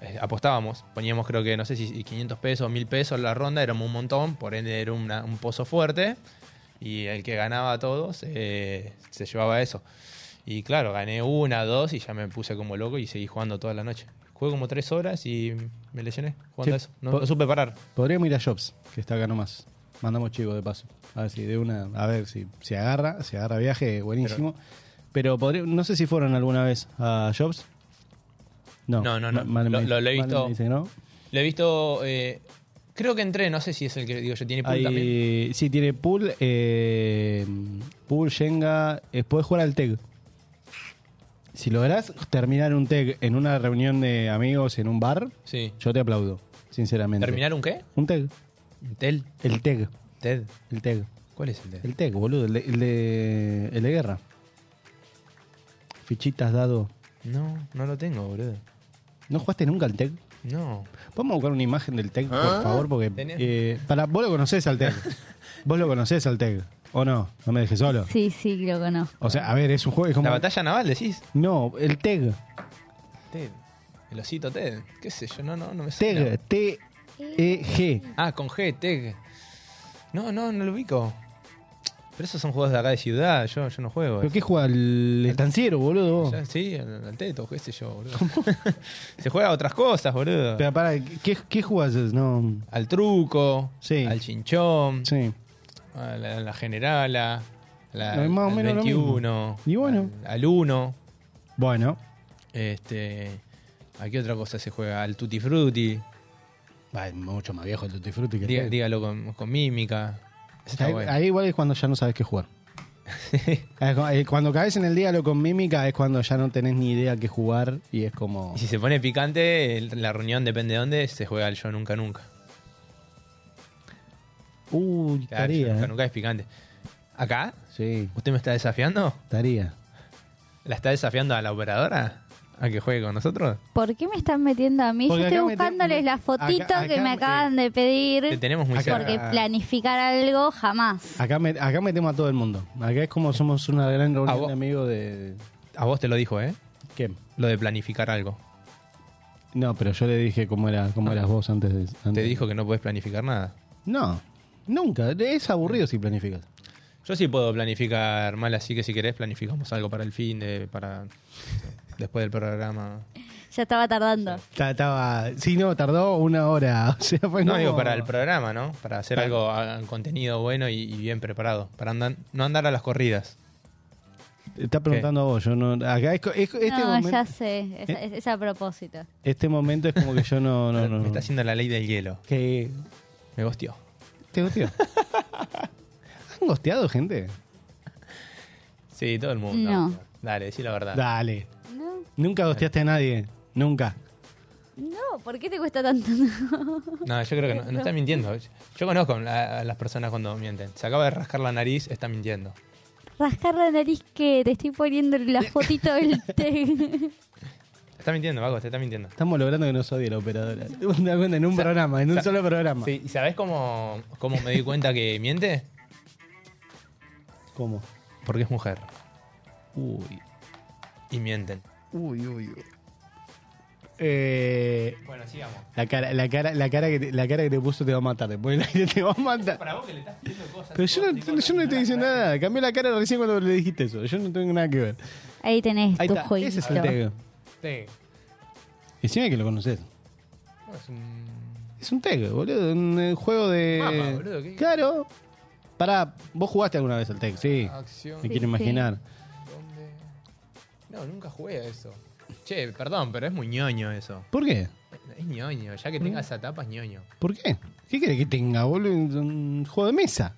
Speaker 3: eh, apostábamos. Poníamos, creo que, no sé si 500 pesos, 1000 pesos la ronda. Éramos un montón, por ende era una- un pozo fuerte. Y el que ganaba a todos eh, se llevaba eso. Y claro, gané una, dos y ya me puse como loco y seguí jugando toda la noche. Jugué como tres horas y me lesioné jugando
Speaker 4: Sí,
Speaker 3: a eso. No,
Speaker 4: po-
Speaker 3: no supe parar.
Speaker 4: Podríamos ir a Jobs, que está acá nomás. Mandamos chivo de paso. A ver si de una. A ver si se agarra, se agarra viaje, buenísimo. Pero, podría- no sé si fueron alguna vez a Jobs. No,
Speaker 3: No, no, no.
Speaker 4: Ma- Malen
Speaker 3: Lo-
Speaker 4: me-
Speaker 3: lo- lo he
Speaker 4: Malen
Speaker 3: visto.
Speaker 4: me dice que no.
Speaker 3: Lo he visto. eh, creo que entré, no sé si es el que digo yo, tiene pool
Speaker 4: Hay-
Speaker 3: también.
Speaker 4: sí, tiene pool, eh, pool, Shenga. eh, podés jugar al TEG. Si lográs terminar un TEG en una reunión de amigos en un bar,
Speaker 3: Sí.
Speaker 4: yo te aplaudo, sinceramente.
Speaker 3: ¿Terminar un qué?
Speaker 4: Un TEG.
Speaker 3: ¿Un E TEL?
Speaker 4: El TEG.
Speaker 3: TED.
Speaker 4: El TEG.
Speaker 3: E ¿Cuál es el E TED?
Speaker 4: El TEG, boludo, el de, el de, el de guerra. Fichitas dado.
Speaker 3: No, no lo tengo, boludo.
Speaker 4: ¿No jugaste nunca al TEG?
Speaker 3: No.
Speaker 4: Vamos a buscar una imagen del TEG,
Speaker 3: Ah.
Speaker 4: por favor, porque.
Speaker 3: ¿Tenés?
Speaker 4: eh, para, vos lo conocés al TEG. vos lo conocés al TEG. ¿O no? No me dejes solo.
Speaker 5: Sí, sí, lo conozco.
Speaker 4: O sea, a ver, es un juego. es como-
Speaker 3: ¿La batalla naval decís?
Speaker 4: No, el TEG.
Speaker 3: TED. El osito TED. ¿Qué sé yo? No, no, no me suena.
Speaker 4: TEG. T-E-G.
Speaker 3: Ah, con G, TEG. No, no, no lo ubico. Pero esos son juegos de acá de ciudad, yo, yo no juego.
Speaker 4: ¿Pero qué juega el estanciero, boludo? vos?
Speaker 3: Ya, Sí, al, al teto, qué sé yo, boludo. Se juega a otras cosas, boludo.
Speaker 4: Pero para, ¿qué, qué jugás? No.
Speaker 3: Al truco,
Speaker 4: Sí.
Speaker 3: al chinchón,
Speaker 4: Sí.
Speaker 3: a la, a la generala, a la,
Speaker 4: Es más o
Speaker 3: al
Speaker 4: menos lo mismo.
Speaker 3: 21,
Speaker 4: Y bueno.
Speaker 3: al 1.
Speaker 4: Bueno.
Speaker 3: Este, ¿A qué otra cosa se juega? Al tutti frutti.
Speaker 4: Va, es mucho más viejo el Tutti Frutti que el
Speaker 3: Diga-
Speaker 4: TEG.
Speaker 3: dígalo con, con mímica. Eso está
Speaker 4: ahí,
Speaker 3: bueno.
Speaker 4: ahí igual es cuando ya no sabes qué jugar. Es cu- eh, cuando caes en el diálogo con mímica es cuando ya no tenés ni idea qué jugar y es como...
Speaker 3: Y si se pone picante, el- la reunión depende de dónde, se juega al yo nunca nunca.
Speaker 4: Uh,
Speaker 3: Claro, yo
Speaker 4: estaría,
Speaker 3: nunca
Speaker 4: eh.
Speaker 3: nunca es picante. ¿Acá?
Speaker 4: Sí,
Speaker 3: ¿Usted me está desafiando?
Speaker 4: estaría.
Speaker 3: ¿La está desafiando a la operadora? ¿A que juegue con nosotros?
Speaker 5: ¿Por qué me están metiendo a mí?
Speaker 4: Porque
Speaker 5: Yo estoy
Speaker 4: acá metemos-
Speaker 5: buscándoles la fotito
Speaker 4: acá-
Speaker 5: que
Speaker 4: acá,
Speaker 5: me acaban de
Speaker 3: Te
Speaker 5: pedir.
Speaker 3: tenemos muy
Speaker 4: Acá-
Speaker 5: Porque
Speaker 3: cerca.
Speaker 5: planificar algo jamás.
Speaker 4: Acá, me- acá metemos a todo el mundo. Acá es como somos una gran
Speaker 3: Ah,
Speaker 4: reunión
Speaker 3: vos-
Speaker 4: de amigos de...
Speaker 3: A vos te lo dijo, ¿eh?
Speaker 4: ¿Qué?
Speaker 3: Lo de planificar algo.
Speaker 4: No, pero yo le dije cómo, era, cómo eras vos antes de... antes.
Speaker 3: Te dijo que no podés planificar nada.
Speaker 4: No, nunca. Es aburrido si planificas.
Speaker 3: Yo sí puedo planificar mal, así que si querés planificamos algo para el fin de... para... Después del programa.
Speaker 5: Ya estaba tardando.
Speaker 4: Ta- Estaba... Sí, no, tardó una hora. O sea, fue
Speaker 3: No,
Speaker 4: como-
Speaker 3: digo, para el programa, ¿no? Para hacer
Speaker 4: Para-
Speaker 3: algo, a- un contenido bueno y, y bien preparado. Para andar, no andar a las corridas.
Speaker 4: Te Está preguntando a vos, yo no... Acá es, co- es- este,
Speaker 5: no,
Speaker 4: momento, ¿Eh?
Speaker 5: ya sé. Es, es- es a propósito.
Speaker 4: este momento es como que yo no... no, no.
Speaker 3: Me está haciendo la ley del hielo.
Speaker 4: Que...
Speaker 3: Me gostió.
Speaker 4: ¿Te gosteó? ¿Han gosteado gente?
Speaker 3: Sí, todo el mundo.
Speaker 5: No.
Speaker 3: Dale, decí la verdad.
Speaker 4: Dale.
Speaker 5: No,
Speaker 4: Nunca gosteaste a nadie. Nunca.
Speaker 5: no, ¿por qué te cuesta tanto?
Speaker 3: No, yo creo que no, no está mintiendo. Yo conozco a a las personas cuando mienten. Se acaba de rascar la nariz, está mintiendo.
Speaker 5: Rascar la nariz que te estoy poniendo la fotito del té.
Speaker 3: Está mintiendo, Paco, te está mintiendo.
Speaker 4: Estamos logrando que nos odie la operadora. ¿Te das cuenta? En un programa, en un
Speaker 3: sa-
Speaker 4: solo programa.
Speaker 3: Sí, ¿y sabés cómo, cómo me di cuenta que miente?
Speaker 4: ¿Cómo?
Speaker 3: Porque es mujer.
Speaker 4: Uy.
Speaker 3: Y mienten.
Speaker 4: Uy, uy, uy. Eh,
Speaker 3: Bueno, sigamos.
Speaker 4: la, cara, la, cara, la, cara que te, la cara que te puso te va a matar. Después el aire te va a matar.
Speaker 3: vos que le estás pidiendo cosas.
Speaker 4: Pero yo no, yo no estoy diciendo nada. Cambió la cara recién cuando le dijiste eso. Yo no tengo nada que ver.
Speaker 5: Ahí tenés
Speaker 4: Ahí
Speaker 5: tu
Speaker 4: está.
Speaker 5: jueguito.
Speaker 4: Ese es el tego.
Speaker 3: Sí.
Speaker 4: Decime que lo conoces.
Speaker 3: No, es un-
Speaker 4: Es un teg, boludo. Un eh, juego de.
Speaker 3: Mama, Ah, boludo, ¿qué?
Speaker 4: Claro. Pará, vos jugaste alguna vez al teg, sí.
Speaker 3: Acción.
Speaker 4: Me
Speaker 5: Sí,
Speaker 4: quiero imaginar.
Speaker 3: ¿Dónde? No, nunca jugué a eso. Che, perdón, pero es muy ñoño eso.
Speaker 4: ¿Por qué?
Speaker 3: Es ñoño, ya que tenga esa tapa es ñoño.
Speaker 4: ¿Por qué? ¿Qué quiere que tenga, boludo? Un juego de mesa.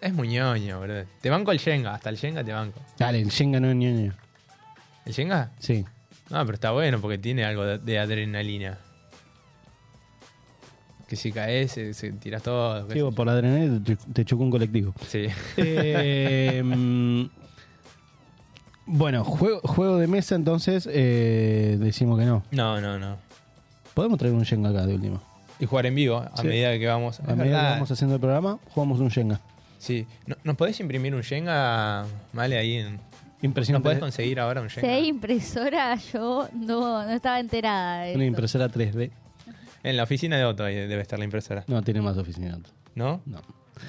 Speaker 3: Es muy ñoño, bro. Te banco el Jenga, hasta el Jenga te banco.
Speaker 4: Dale, el Shenga no es ñoño.
Speaker 3: ¿El Jenga?
Speaker 4: Sí.
Speaker 3: No, pero está bueno porque tiene algo de, de adrenalina. Que si caes, se, se tiras todo. qué
Speaker 4: Sí,
Speaker 3: sé
Speaker 4: vos por la adrenalina te, te chocó un colectivo.
Speaker 3: yo. Sí.
Speaker 4: Eh, mm, bueno, juego, juego de mesa, entonces eh, decimos que no.
Speaker 3: No, no, no.
Speaker 4: Podemos traer un Shenga acá de última.
Speaker 3: Y jugar en vivo a
Speaker 4: Sí.
Speaker 3: medida que vamos.
Speaker 4: A
Speaker 3: Es
Speaker 4: medida que
Speaker 3: verdad.
Speaker 4: vamos haciendo el programa, jugamos un Shenga.
Speaker 3: Sí. No- ¿Nos podés imprimir un Jenga, Male, ahí en.
Speaker 4: Impresionante.
Speaker 3: ¿No podés conseguir ahora un
Speaker 5: Si
Speaker 3: Jenga?
Speaker 5: hay impresora, yo no, no estaba enterada. de
Speaker 4: Una
Speaker 5: esto.
Speaker 4: impresora 3D.
Speaker 3: En la oficina de Otto ahí debe estar la impresora.
Speaker 4: No tiene más oficina.
Speaker 3: ¿No?
Speaker 4: No.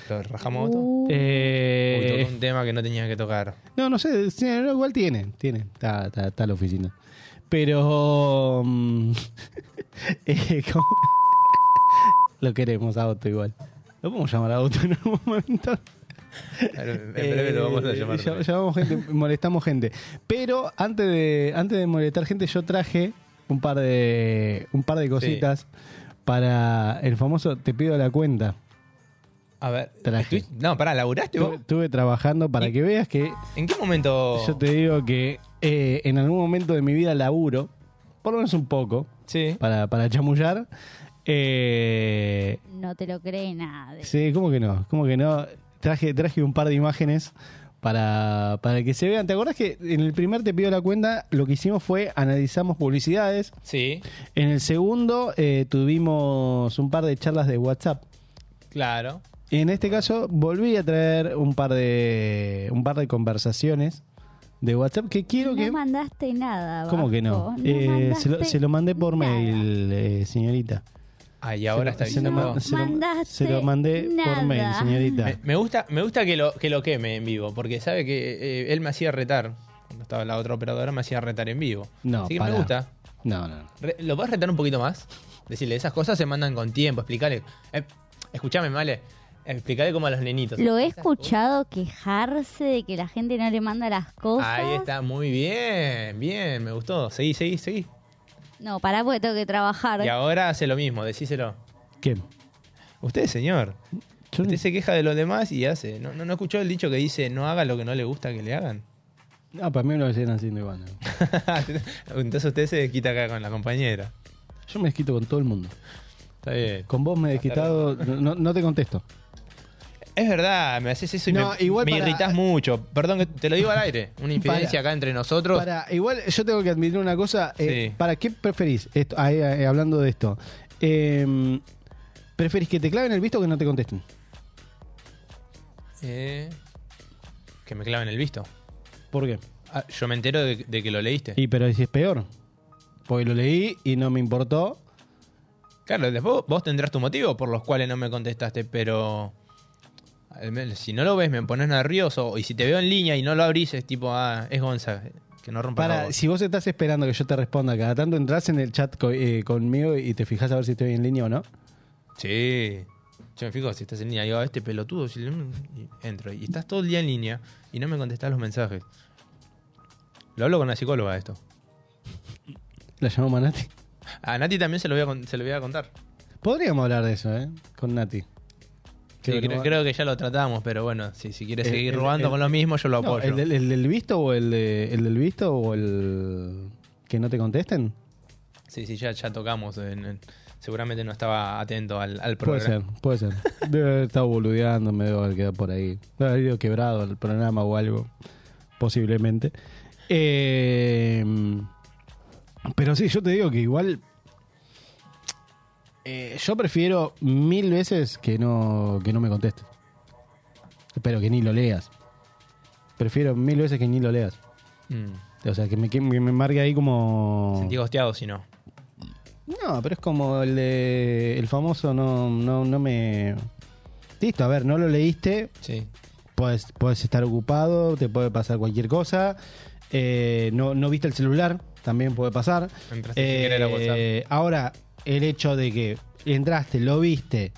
Speaker 3: ¿Lo rajamos Otto?
Speaker 4: Eh,
Speaker 3: Uy, tocó un tema que no tenía que tocar.
Speaker 4: No, no sé, sí, no, igual tiene, tiene, está, está, está la oficina. Pero... mm, eh, ¿cómo? Lo queremos a Otto igual. Lo podemos llamar a Otto en algún momento.
Speaker 3: En breve lo vamos a
Speaker 4: Eh,
Speaker 3: llamar.
Speaker 4: llam-
Speaker 3: también.
Speaker 4: llamamos gente, molestamos gente. Pero antes de, antes de molestar gente, yo traje un par de, un par de cositas para el famoso Te pido la cuenta.
Speaker 3: A ver.
Speaker 4: Traje.
Speaker 3: ¿estuviste- No, pará, ¿laburaste
Speaker 4: Estuve,
Speaker 3: ¿Este vos?
Speaker 4: estuve trabajando para que veas que
Speaker 3: ¿En qué momento?
Speaker 4: yo te digo que eh, en algún momento de mi vida laburo, por lo menos un poco, para, para chamullar. Eh,
Speaker 5: No te lo cree nadie.
Speaker 4: Sí, ¿cómo que no? ¿Cómo que no? Traje, traje un par de imágenes para, para que se vean. ¿Te acordás que en el primer Te pido la cuenta lo que hicimos fue analizamos publicidades?
Speaker 3: Sí,
Speaker 4: En el segundo eh, tuvimos un par de charlas de WhatsApp.
Speaker 3: claro.
Speaker 4: Y en este caso volví a traer un par de un par de conversaciones de WhatsApp que quiero
Speaker 5: No
Speaker 4: que...
Speaker 5: mandaste nada.
Speaker 4: ¿Cómo
Speaker 5: Vasco,
Speaker 4: que no? Eh, se, lo,
Speaker 5: mandaste
Speaker 4: se lo mandé por mail, eh, señorita.
Speaker 3: Ah, y
Speaker 4: Se
Speaker 3: ahora
Speaker 4: lo-
Speaker 3: está
Speaker 4: se lo
Speaker 3: avisando.
Speaker 4: ma- se lo-
Speaker 5: mandaste
Speaker 4: se lo mandé por
Speaker 5: nada.
Speaker 4: mail, señorita.
Speaker 3: Me, me gusta, me gusta que, lo, que lo queme en vivo, porque sabe que eh, él me hacía retar. Cuando estaba la otra operadora, me hacía retar en vivo.
Speaker 4: No,
Speaker 3: Así que
Speaker 4: pará.
Speaker 3: me gusta.
Speaker 4: No, no. no.
Speaker 3: Re- ¿Lo puedes retar un poquito más? Decirle, esas cosas se mandan con tiempo, explicarle. escuchame, Male. Explicarle como a los nenitos.
Speaker 5: Lo he escuchado quejarse de que la gente no le manda las cosas.
Speaker 3: Ahí está, muy bien, bien, me gustó. Seguí, seguí, seguí.
Speaker 5: No, pará porque tengo que trabajar.
Speaker 3: Y ahora hace lo mismo, decíselo.
Speaker 4: ¿Quién?
Speaker 3: Usted, señor. Usted se queja de los demás y hace. ¿No, no, no escuchó el dicho que dice no haga lo que no le gusta que le hagan?
Speaker 4: No, Ah, para mí no lo siguen haciendo igual. ¿no?
Speaker 3: Entonces usted se quita acá con la compañera.
Speaker 4: Yo me desquito con todo el mundo.
Speaker 3: Está bien.
Speaker 4: Con vos me he desquitado, no, no te contesto.
Speaker 3: Es verdad, me haces eso y
Speaker 4: No,
Speaker 3: me,
Speaker 4: igual
Speaker 3: me
Speaker 4: para-
Speaker 3: irritas mucho. Perdón, que te lo digo al aire. Una infidencia acá entre nosotros.
Speaker 4: Para, igual yo tengo que admitir una cosa. eh,
Speaker 3: Sí.
Speaker 4: ¿Para qué preferís, esto, ahí, eh, hablando de esto, eh, preferís que te claven el visto o que no te contesten?
Speaker 3: Eh, que me claven el visto.
Speaker 4: ¿Por qué?
Speaker 3: Ah, yo me entero de, de que lo leíste.
Speaker 4: Y pero si es peor. Porque lo leí y no me importó.
Speaker 3: Claro, después vos tendrás tu motivo por los cuales no me contestaste, pero al menos si no lo ves me pones nervioso y si te veo en línea y no lo abrís es tipo, ah, es Gonza, que no rompa la
Speaker 4: Para,
Speaker 3: voz.
Speaker 4: si vos estás esperando que yo te responda, cada tanto entras en el chat co- eh, conmigo y te fijas a ver si estoy en línea o no.
Speaker 3: Sí. Yo me fijo si estás en línea, digo, "Ah, este pelotudo, si le- y entro y estás todo el día en línea y no me contestás los mensajes. Lo hablo con la psicóloga esto.
Speaker 4: La llamó Manati.
Speaker 3: A Nati también se lo voy a, con- se lo voy a contar.
Speaker 4: Podríamos hablar de eso, ¿eh? Con Nati.
Speaker 3: Sí,
Speaker 4: Creo que
Speaker 3: creo,
Speaker 4: no-
Speaker 3: creo que ya lo tratamos, pero bueno, si, si quieres
Speaker 4: El-
Speaker 3: seguir
Speaker 4: el-
Speaker 3: robando
Speaker 4: el-
Speaker 3: con lo mismo, yo lo
Speaker 4: No,
Speaker 3: apoyo.
Speaker 4: ¿el, del, el del visto o el, de- el del visto o el que no te contesten?
Speaker 3: Sí, sí, ya, ya tocamos. en- en- seguramente no estaba atento al, al
Speaker 4: Puede
Speaker 3: programa.
Speaker 4: ser, puede ser. Debe haber estado boludeando, me debe haber quedado por ahí. Debe haber ido quebrado el programa o algo, posiblemente. Eh, pero sí, yo te digo que igual... eh, yo prefiero mil veces que no, que no me contestes. Pero que ni lo leas. Prefiero mil veces que ni lo leas.
Speaker 3: Mm.
Speaker 4: O sea, que me, que me marque ahí como...
Speaker 3: Sentí gosteado si no.
Speaker 4: No, pero es como el de- el famoso no, no, no me. Listo, a ver, no lo leíste.
Speaker 3: Sí.
Speaker 4: Puedes, puedes estar ocupado, te puede pasar cualquier cosa. eh, no, no viste el celular, también puede pasar. Eh,
Speaker 3: Entraste sin querer a WhatsApp.
Speaker 4: Ahora, el hecho de que entraste, lo viste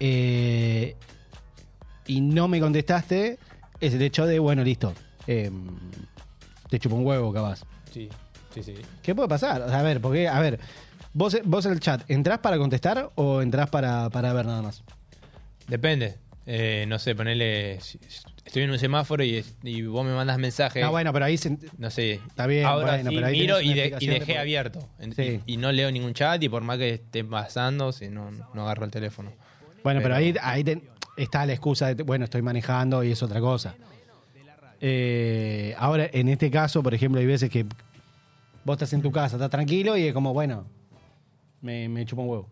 Speaker 4: eh, y no me contestaste, es el hecho de, bueno, listo. eh, te chupa un huevo, capaz.
Speaker 3: Sí, sí, sí.
Speaker 4: ¿Qué puede pasar? O sea, a ver, porque, a ver, vos, vos en el chat, ¿entrás para contestar o entrás para, para ver nada más?
Speaker 3: Depende. Eh, no sé, ponele. si- si Estoy en un semáforo y, y vos me mandas mensajes.
Speaker 4: Ah, bueno, pero ahí se-
Speaker 3: No sé. Está
Speaker 4: bien,
Speaker 3: Ahora
Speaker 4: bueno,
Speaker 3: sí
Speaker 4: pero ahí
Speaker 3: miro
Speaker 4: tenés una
Speaker 3: y, de- y
Speaker 4: explicación
Speaker 3: dejé
Speaker 4: de por-
Speaker 3: abierto. En-
Speaker 4: Sí.
Speaker 3: y, y no leo ningún chat y por más que esté pasando, si no, no agarro el teléfono.
Speaker 4: Bueno, pero,
Speaker 3: Pero-
Speaker 4: ahí, ahí ten- está la excusa de, bueno, estoy manejando y es otra cosa. Eh, ahora, en este caso, por ejemplo, hay veces que vos estás en tu casa, estás tranquilo y es como, bueno, me, me chupa un huevo.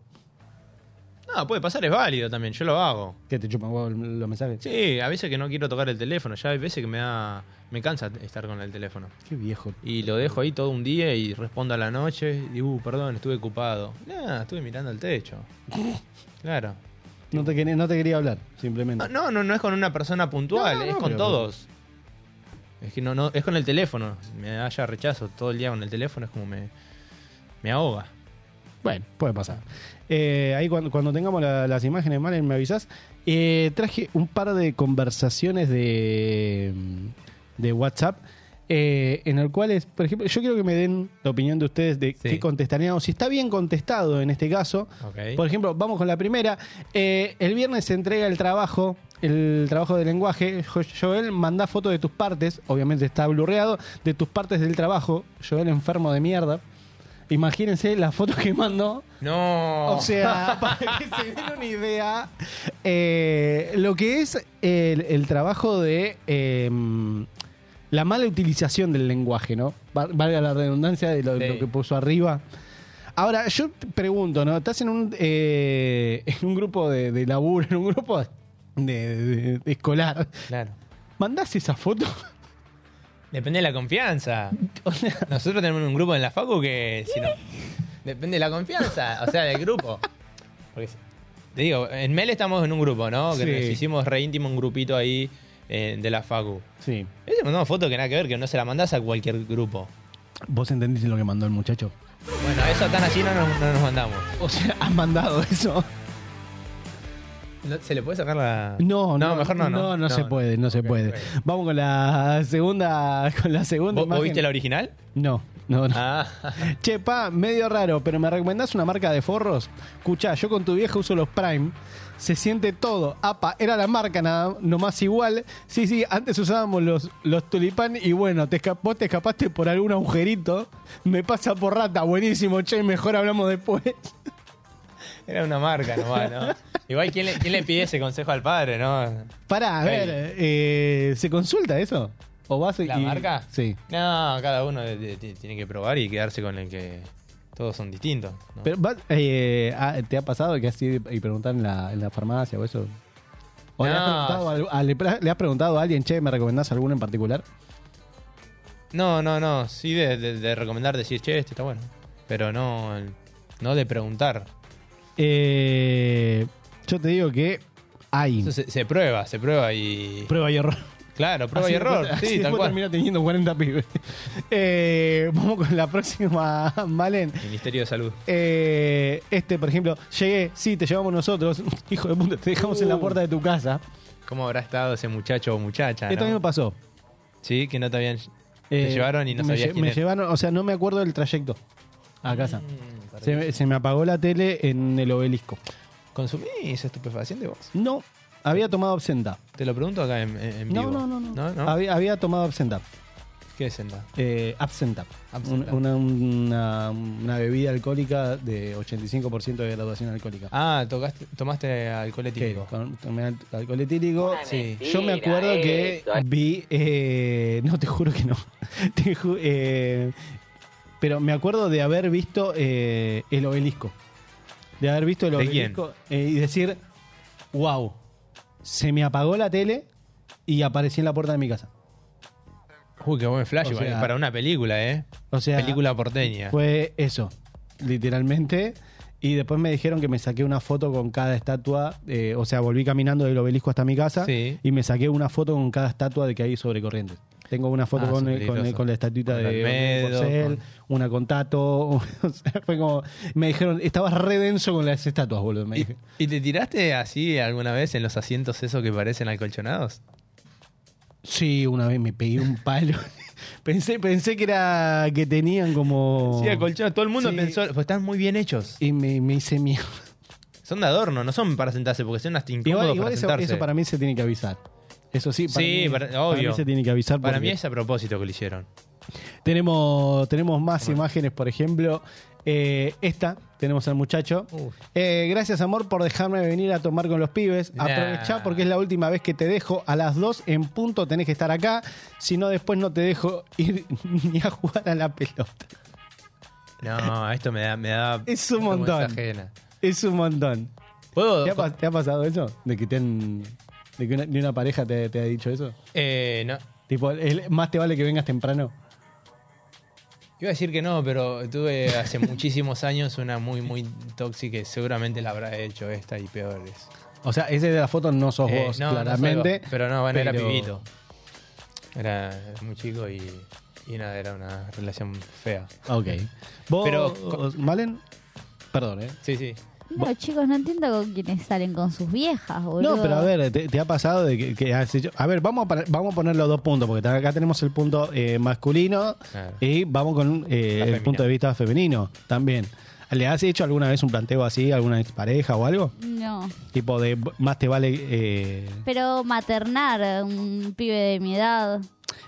Speaker 3: No, puede pasar, es válido también. Yo lo hago.
Speaker 4: ¿Qué te chupan huevo los mensajes?
Speaker 3: Sí, a veces que no quiero tocar el teléfono. Ya hay veces que me da. Me cansa estar con el teléfono.
Speaker 4: Qué viejo.
Speaker 3: Y lo dejo ahí todo un día y respondo a la noche. Y, uh, perdón, estuve ocupado. Nah, estuve mirando al techo. Claro.
Speaker 4: No te, quería- no te quería hablar, simplemente.
Speaker 3: Ah, No, no, no es con una persona puntual,
Speaker 4: No, no,
Speaker 3: es
Speaker 4: no,
Speaker 3: con
Speaker 4: pero-
Speaker 3: todos. Es que no, no, es con el teléfono. Me haya rechazo todo el día con el teléfono, es como me, me ahoga.
Speaker 4: Bueno, puede pasar. Eh, ahí cuando, cuando tengamos la- las imágenes, Malen, me avisas. traje un par de conversaciones de, mm, de WhatsApp eh, en el cuales, por ejemplo, yo quiero que me den la opinión de ustedes de qué contestarían o si está bien contestado en este caso.
Speaker 3: Ok.
Speaker 4: Por ejemplo, vamos con la primera. Eh, el viernes se entrega el trabajo, el trabajo de lenguaje. Jo- Joel, manda foto de tus partes, obviamente está blurreado, de tus partes del trabajo. Joel enfermo de mierda. Imagínense la foto que mandó.
Speaker 3: No.
Speaker 4: O sea, para que se den una idea, eh, lo que es el, el trabajo de em, la mala utilización del lenguaje, ¿no? Va- Valga la redundancia de lo, lo que puso arriba. Ahora, yo te pregunto, ¿no? Estás en un, eh, en un grupo de, de laburo, en un grupo de, de- de escolar.
Speaker 3: Claro.
Speaker 4: ¿Mandás esa foto?
Speaker 3: Depende de la confianza. Nosotros tenemos un grupo en la Facu que. si no- depende de la confianza, o sea, del grupo. Porque si- te digo, en Mel estamos en un grupo, ¿no? Que
Speaker 4: Sí.
Speaker 3: nos hicimos re íntimo un grupito ahí eh, de la Facu.
Speaker 4: Sí.
Speaker 3: Ellos mandaban fotos que nada que ver, que no se la mandás a cualquier grupo.
Speaker 4: ¿Vos entendiste lo que mandó el muchacho?
Speaker 3: Bueno, eso tan así no nos, no nos mandamos.
Speaker 4: O sea, has mandado eso.
Speaker 3: ¿No- ¿Se le puede sacar la.?
Speaker 4: No, no,
Speaker 3: mejor Ah. no. No,
Speaker 4: No, se puede, no se puede. Vamos con la segunda, con la segunda.
Speaker 3: ¿Vos, vos
Speaker 4: imagen.
Speaker 3: viste la original?
Speaker 4: No, no, no.
Speaker 3: Ah,
Speaker 4: Che, pa, medio raro, pero ¿me recomendás una marca de forros? Escuchá, yo con tu vieja uso los Prime. Se siente todo. Apa, era la marca nada nomás igual. Sí, sí, antes usábamos los, los tulipán y bueno, te esca- vos te escapaste por algún agujerito. Me pasa por rata, buenísimo, che, mejor hablamos después.
Speaker 3: era una marca nomás, ¿no? Igual, ¿quién le, quién le pide ese consejo al padre, no?
Speaker 4: Pará, a
Speaker 3: Ahí.
Speaker 4: ver, eh, ¿se consulta eso? ¿O vas
Speaker 3: ¿La
Speaker 4: y-
Speaker 3: marca?
Speaker 4: Sí.
Speaker 3: No, cada uno de- de- de- tiene que probar y quedarse con el que todos son distintos. ¿no?
Speaker 4: Pero, vas, eh, ah, ¿Te ha pasado que has ido y preguntar en la, en la farmacia o eso? ¿O le, has
Speaker 3: No.
Speaker 4: preguntado al- a, le pre- le has preguntado a alguien, che, ¿me recomendás alguno en particular?
Speaker 3: No, no, no. Sí, de, de- de recomendar, decir, che, este está bueno. Pero no, el- no de preguntar.
Speaker 4: Eh, yo te digo que hay.
Speaker 3: Eso se, se prueba, se prueba y.
Speaker 4: Prueba y error.
Speaker 3: Claro, prueba
Speaker 4: Así
Speaker 3: y error.
Speaker 4: después- así
Speaker 3: sí, tal
Speaker 4: después
Speaker 3: cual.
Speaker 4: termina teniendo 40 pibes. Eh, vamos con la próxima, Malen.
Speaker 3: Ministerio de Salud.
Speaker 4: Eh, este, por ejemplo, llegué, sí, te llevamos nosotros. Hijo de puta, te dejamos en la
Speaker 3: Uh.
Speaker 4: puerta de tu casa.
Speaker 3: ¿Cómo habrá estado ese muchacho o muchacha?
Speaker 4: Esto a mí me
Speaker 3: ¿no?
Speaker 4: pasó.
Speaker 3: Sí, que no te habían.
Speaker 4: Eh,
Speaker 3: te llevaron y no
Speaker 4: me,
Speaker 3: sabías
Speaker 4: lle-
Speaker 3: quién
Speaker 4: me
Speaker 3: era. Mm,
Speaker 4: llevaron, o sea, no me acuerdo del trayecto a casa. se, me, se me apagó la tele en el obelisco.
Speaker 3: ¿Consumís estupefaciente vos?
Speaker 4: No, había tomado absenta.
Speaker 3: Te lo pregunto acá en, en- en
Speaker 4: No,
Speaker 3: vivo.
Speaker 4: no, no, no.
Speaker 3: no.
Speaker 4: Había, había tomado absenta.
Speaker 3: ¿Qué es enda?
Speaker 4: Eh, absenta.
Speaker 3: Absenta.
Speaker 4: Un- Una, una- una bebida alcohólica de 85% de graduación alcohólica.
Speaker 3: Ah, tocaste, tomaste alcohol etílico.
Speaker 4: Con- Tomé al- alcohol etílico.
Speaker 3: Sí.
Speaker 4: Yo me acuerdo que vi. eh, no, te juro que no. Te ju- eh, pero me acuerdo de haber visto eh, el obelisco. De haber visto el
Speaker 3: ¿De quién?
Speaker 4: obelisco eh, y decir, wow, se me apagó la tele y aparecí en la puerta de mi casa.
Speaker 3: Uy, qué buen flash.
Speaker 4: O
Speaker 3: igual,
Speaker 4: sea-
Speaker 3: para una película, ¿eh?
Speaker 4: O sea,
Speaker 3: película porteña.
Speaker 4: Fue eso, literalmente. Y después me dijeron que me saqué una foto con cada estatua. eh, o sea, volví caminando del obelisco hasta mi casa
Speaker 3: Sí.
Speaker 4: y me saqué una foto con cada estatua de que hay sobre Corrientes. Tengo una foto
Speaker 3: Ah,
Speaker 4: con,
Speaker 3: son
Speaker 4: el- con, el-
Speaker 3: peligrosos.
Speaker 4: con la estatuita
Speaker 3: Con
Speaker 4: de
Speaker 3: Olmedo,
Speaker 4: Porcel, una con Tato. o sea, fue como. Me dijeron, estabas re denso con las estatuas, boludo. Me dije.
Speaker 3: ¿Y te tiraste así alguna vez en los asientos esos que parecen acolchonados?
Speaker 4: Sí, una vez me pegué un palo. Pensé, pensé que era que tenían como.
Speaker 3: Sí, acolchonados. Todo el mundo
Speaker 4: Oh. Sí.
Speaker 3: pensó, pues están muy bien hechos.
Speaker 4: Y me, me hice miedo.
Speaker 3: Son de adorno, no son para sentarse, porque son hasta incómodos
Speaker 4: Igual, igual
Speaker 3: para
Speaker 4: eso,
Speaker 3: sentarse.
Speaker 4: eso para mí se tiene que avisar. Eso sí, para,
Speaker 3: sí,
Speaker 4: mí,
Speaker 3: para-
Speaker 4: para
Speaker 3: obvio.
Speaker 4: mí se tiene que avisar.
Speaker 3: Para
Speaker 4: porque
Speaker 3: mí es a propósito que lo hicieron.
Speaker 4: tenemos, tenemos más imágenes, por ejemplo, eh, esta. Tenemos al muchacho. Eh, gracias, amor, por dejarme venir a tomar con los pibes.
Speaker 3: Nah.
Speaker 4: Aprovechá porque es la última vez que te dejo. A las 2 en punto tenés que estar acá. Si no, después no te dejo ir ni a jugar a la pelota.
Speaker 3: No, esto me da. Me da
Speaker 4: Es un montón.
Speaker 3: vergüenza ajena.
Speaker 4: Es un montón.
Speaker 3: ¿Puedo?
Speaker 4: ¿Te ha, pas- te ha pasado eso? ¿De que, te han- de que una, de una pareja te, te ha dicho eso?
Speaker 3: Eh, no.
Speaker 4: Tipo, el- más te vale que vengas temprano.
Speaker 3: Iba a decir que no, pero tuve hace muchísimos años una muy, muy tóxica. y Seguramente la habrá hecho esta y peores.
Speaker 4: O sea, ese de la foto no sos
Speaker 3: Eh,
Speaker 4: vos,
Speaker 3: no, no soy
Speaker 4: claramente.
Speaker 3: vos. pero no, bueno, era
Speaker 4: pero-
Speaker 3: pibito. Era muy chico y, y nada, era una relación fea.
Speaker 4: Ok. ¿Vos,
Speaker 3: Pero-
Speaker 4: Valen? Perdón, ¿eh?
Speaker 3: Sí, sí.
Speaker 5: No, chicos, no entiendo con quienes salen con sus viejas, boludo.
Speaker 4: No, pero a ver, ¿te, te ha pasado de que, que has hecho... A ver, vamos a, par- vamos a poner los dos puntos, porque acá tenemos el punto eh, masculino
Speaker 3: Claro.
Speaker 4: y vamos con eh, el
Speaker 3: femina.
Speaker 4: punto de vista femenino también. ¿Le has hecho alguna vez un planteo así a alguna expareja o algo?
Speaker 5: No.
Speaker 4: Tipo de b- más te vale... eh,
Speaker 5: Pero maternar a un pibe de mi edad.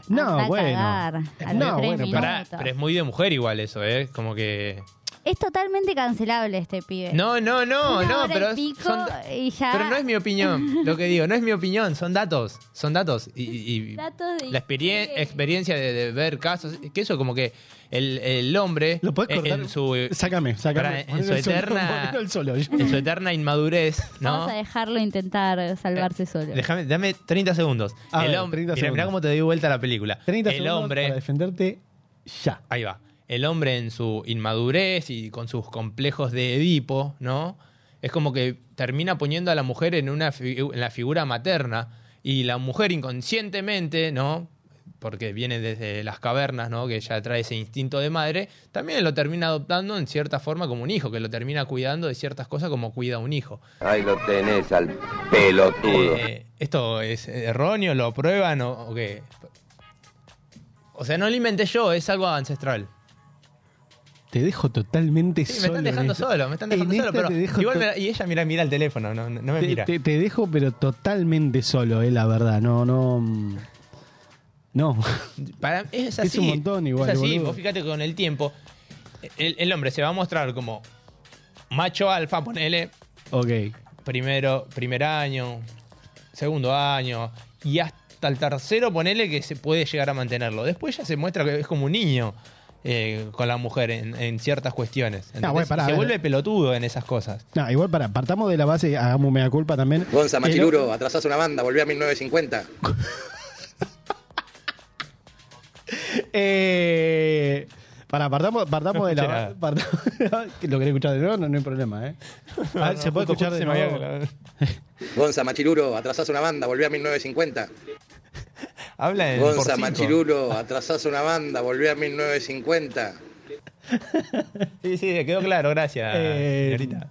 Speaker 4: No,
Speaker 5: Anda a
Speaker 4: bueno.
Speaker 5: cagar. A los
Speaker 4: No,
Speaker 5: tres
Speaker 4: bueno,
Speaker 5: minutos.
Speaker 3: Pará, pero es muy de mujer igual eso, ¿eh? Como que.
Speaker 5: Es totalmente cancelable este pibe.
Speaker 3: No, no, no,
Speaker 5: Una
Speaker 3: no,
Speaker 5: hora y
Speaker 3: pero. es-
Speaker 5: pico
Speaker 3: son-
Speaker 5: y ya.
Speaker 3: Pero no es mi opinión, lo que digo, no es mi opinión, son datos, son datos. Y, y- y
Speaker 5: Datos de
Speaker 3: la experien-
Speaker 5: qué.
Speaker 3: experiencia de, de ver casos, que eso como que el, el hombre... eh,
Speaker 4: ¿Lo podés
Speaker 3: en-
Speaker 4: cortar?
Speaker 3: En su,
Speaker 4: Sácame, sácame.
Speaker 3: pará, en
Speaker 4: Ponelo
Speaker 3: su
Speaker 4: el solo,
Speaker 3: eterna...
Speaker 4: ponelo el solo.
Speaker 3: En su eterna inmadurez, ¿no? Eh,
Speaker 5: Vamos a dejarlo e intentar salvarse solo.
Speaker 3: Déjame, dame 30 segundos.
Speaker 4: A
Speaker 3: el
Speaker 4: ver,
Speaker 3: hombre,
Speaker 4: 30
Speaker 3: mira, mira
Speaker 4: segundos.
Speaker 3: cómo te doy vuelta la película.
Speaker 4: 30
Speaker 3: el
Speaker 4: segundos
Speaker 3: hombre,
Speaker 4: para defenderte ya.
Speaker 3: ahí va. El hombre en su inmadurez y con sus complejos de Edipo, ¿no? Es como que termina poniendo a la mujer en una fi- en la figura materna y la mujer inconscientemente, ¿no? Porque viene desde las cavernas, ¿no? Que ya trae ese instinto de madre, también lo termina adoptando en cierta forma como un hijo, que lo termina cuidando de ciertas cosas como cuida un hijo.
Speaker 15: Ahí lo tenés al pelotudo.
Speaker 3: Eh, ¿Esto es erróneo? ¿Lo aprueban o, o qué? O sea, no lo inventé yo, es algo ancestral.
Speaker 4: Te dejo totalmente
Speaker 3: Sí, me
Speaker 4: solo.
Speaker 3: están
Speaker 4: en
Speaker 3: dejando
Speaker 4: esta.
Speaker 3: solo, me están dejando
Speaker 4: En
Speaker 3: solo,
Speaker 4: esta
Speaker 3: pero
Speaker 4: te dejo
Speaker 3: igual
Speaker 4: to-
Speaker 3: me la- y ella mira, mira el teléfono, no, no- no me
Speaker 4: Te,
Speaker 3: mira.
Speaker 4: te- te dejo, pero totalmente solo, eh, la verdad. No, no. mm, No.
Speaker 3: Para- es así.
Speaker 4: Es un montón igual,
Speaker 3: Es así,
Speaker 4: boludo.
Speaker 3: vos fíjate que con el tiempo, el, el hombre se va a mostrar como macho alfa, ponele,
Speaker 4: ok.
Speaker 3: primero, primer año, segundo año, y hasta el tercero, ponele que se puede llegar a mantenerlo. Después ya se muestra que es como un niño eh, con la mujer en, en ciertas cuestiones. ¿entendés?
Speaker 4: bueno, pará,
Speaker 3: Y se
Speaker 4: a ver.
Speaker 3: vuelve pelotudo en esas cosas.
Speaker 4: No, igual para, partamos de la base y hagamos mea culpa también.
Speaker 16: Gonza,
Speaker 4: El-
Speaker 16: Machiluro, atrasás una banda, volví a 1950.
Speaker 4: Eh, para, partamos, partamos
Speaker 3: No
Speaker 4: de la
Speaker 3: escuché
Speaker 4: base.
Speaker 3: nada.
Speaker 4: ¿Lo querés escuchar de nuevo? No, no hay problema, ¿eh? A ver, ¿Se puede
Speaker 3: Ah, justo-
Speaker 4: escuchar
Speaker 3: justo
Speaker 4: de
Speaker 3: se me
Speaker 4: nuevo?
Speaker 3: había aclarado.
Speaker 16: Gonza, Machiluro, atrasás una banda, volví a 1950.
Speaker 3: Habla en Eh, por
Speaker 16: Gonza,
Speaker 3: cinco.
Speaker 16: Machiluro, atrasás una banda, volví a 1950.
Speaker 3: Sí, sí, quedó claro, gracias.
Speaker 4: Eh,
Speaker 3: señorita.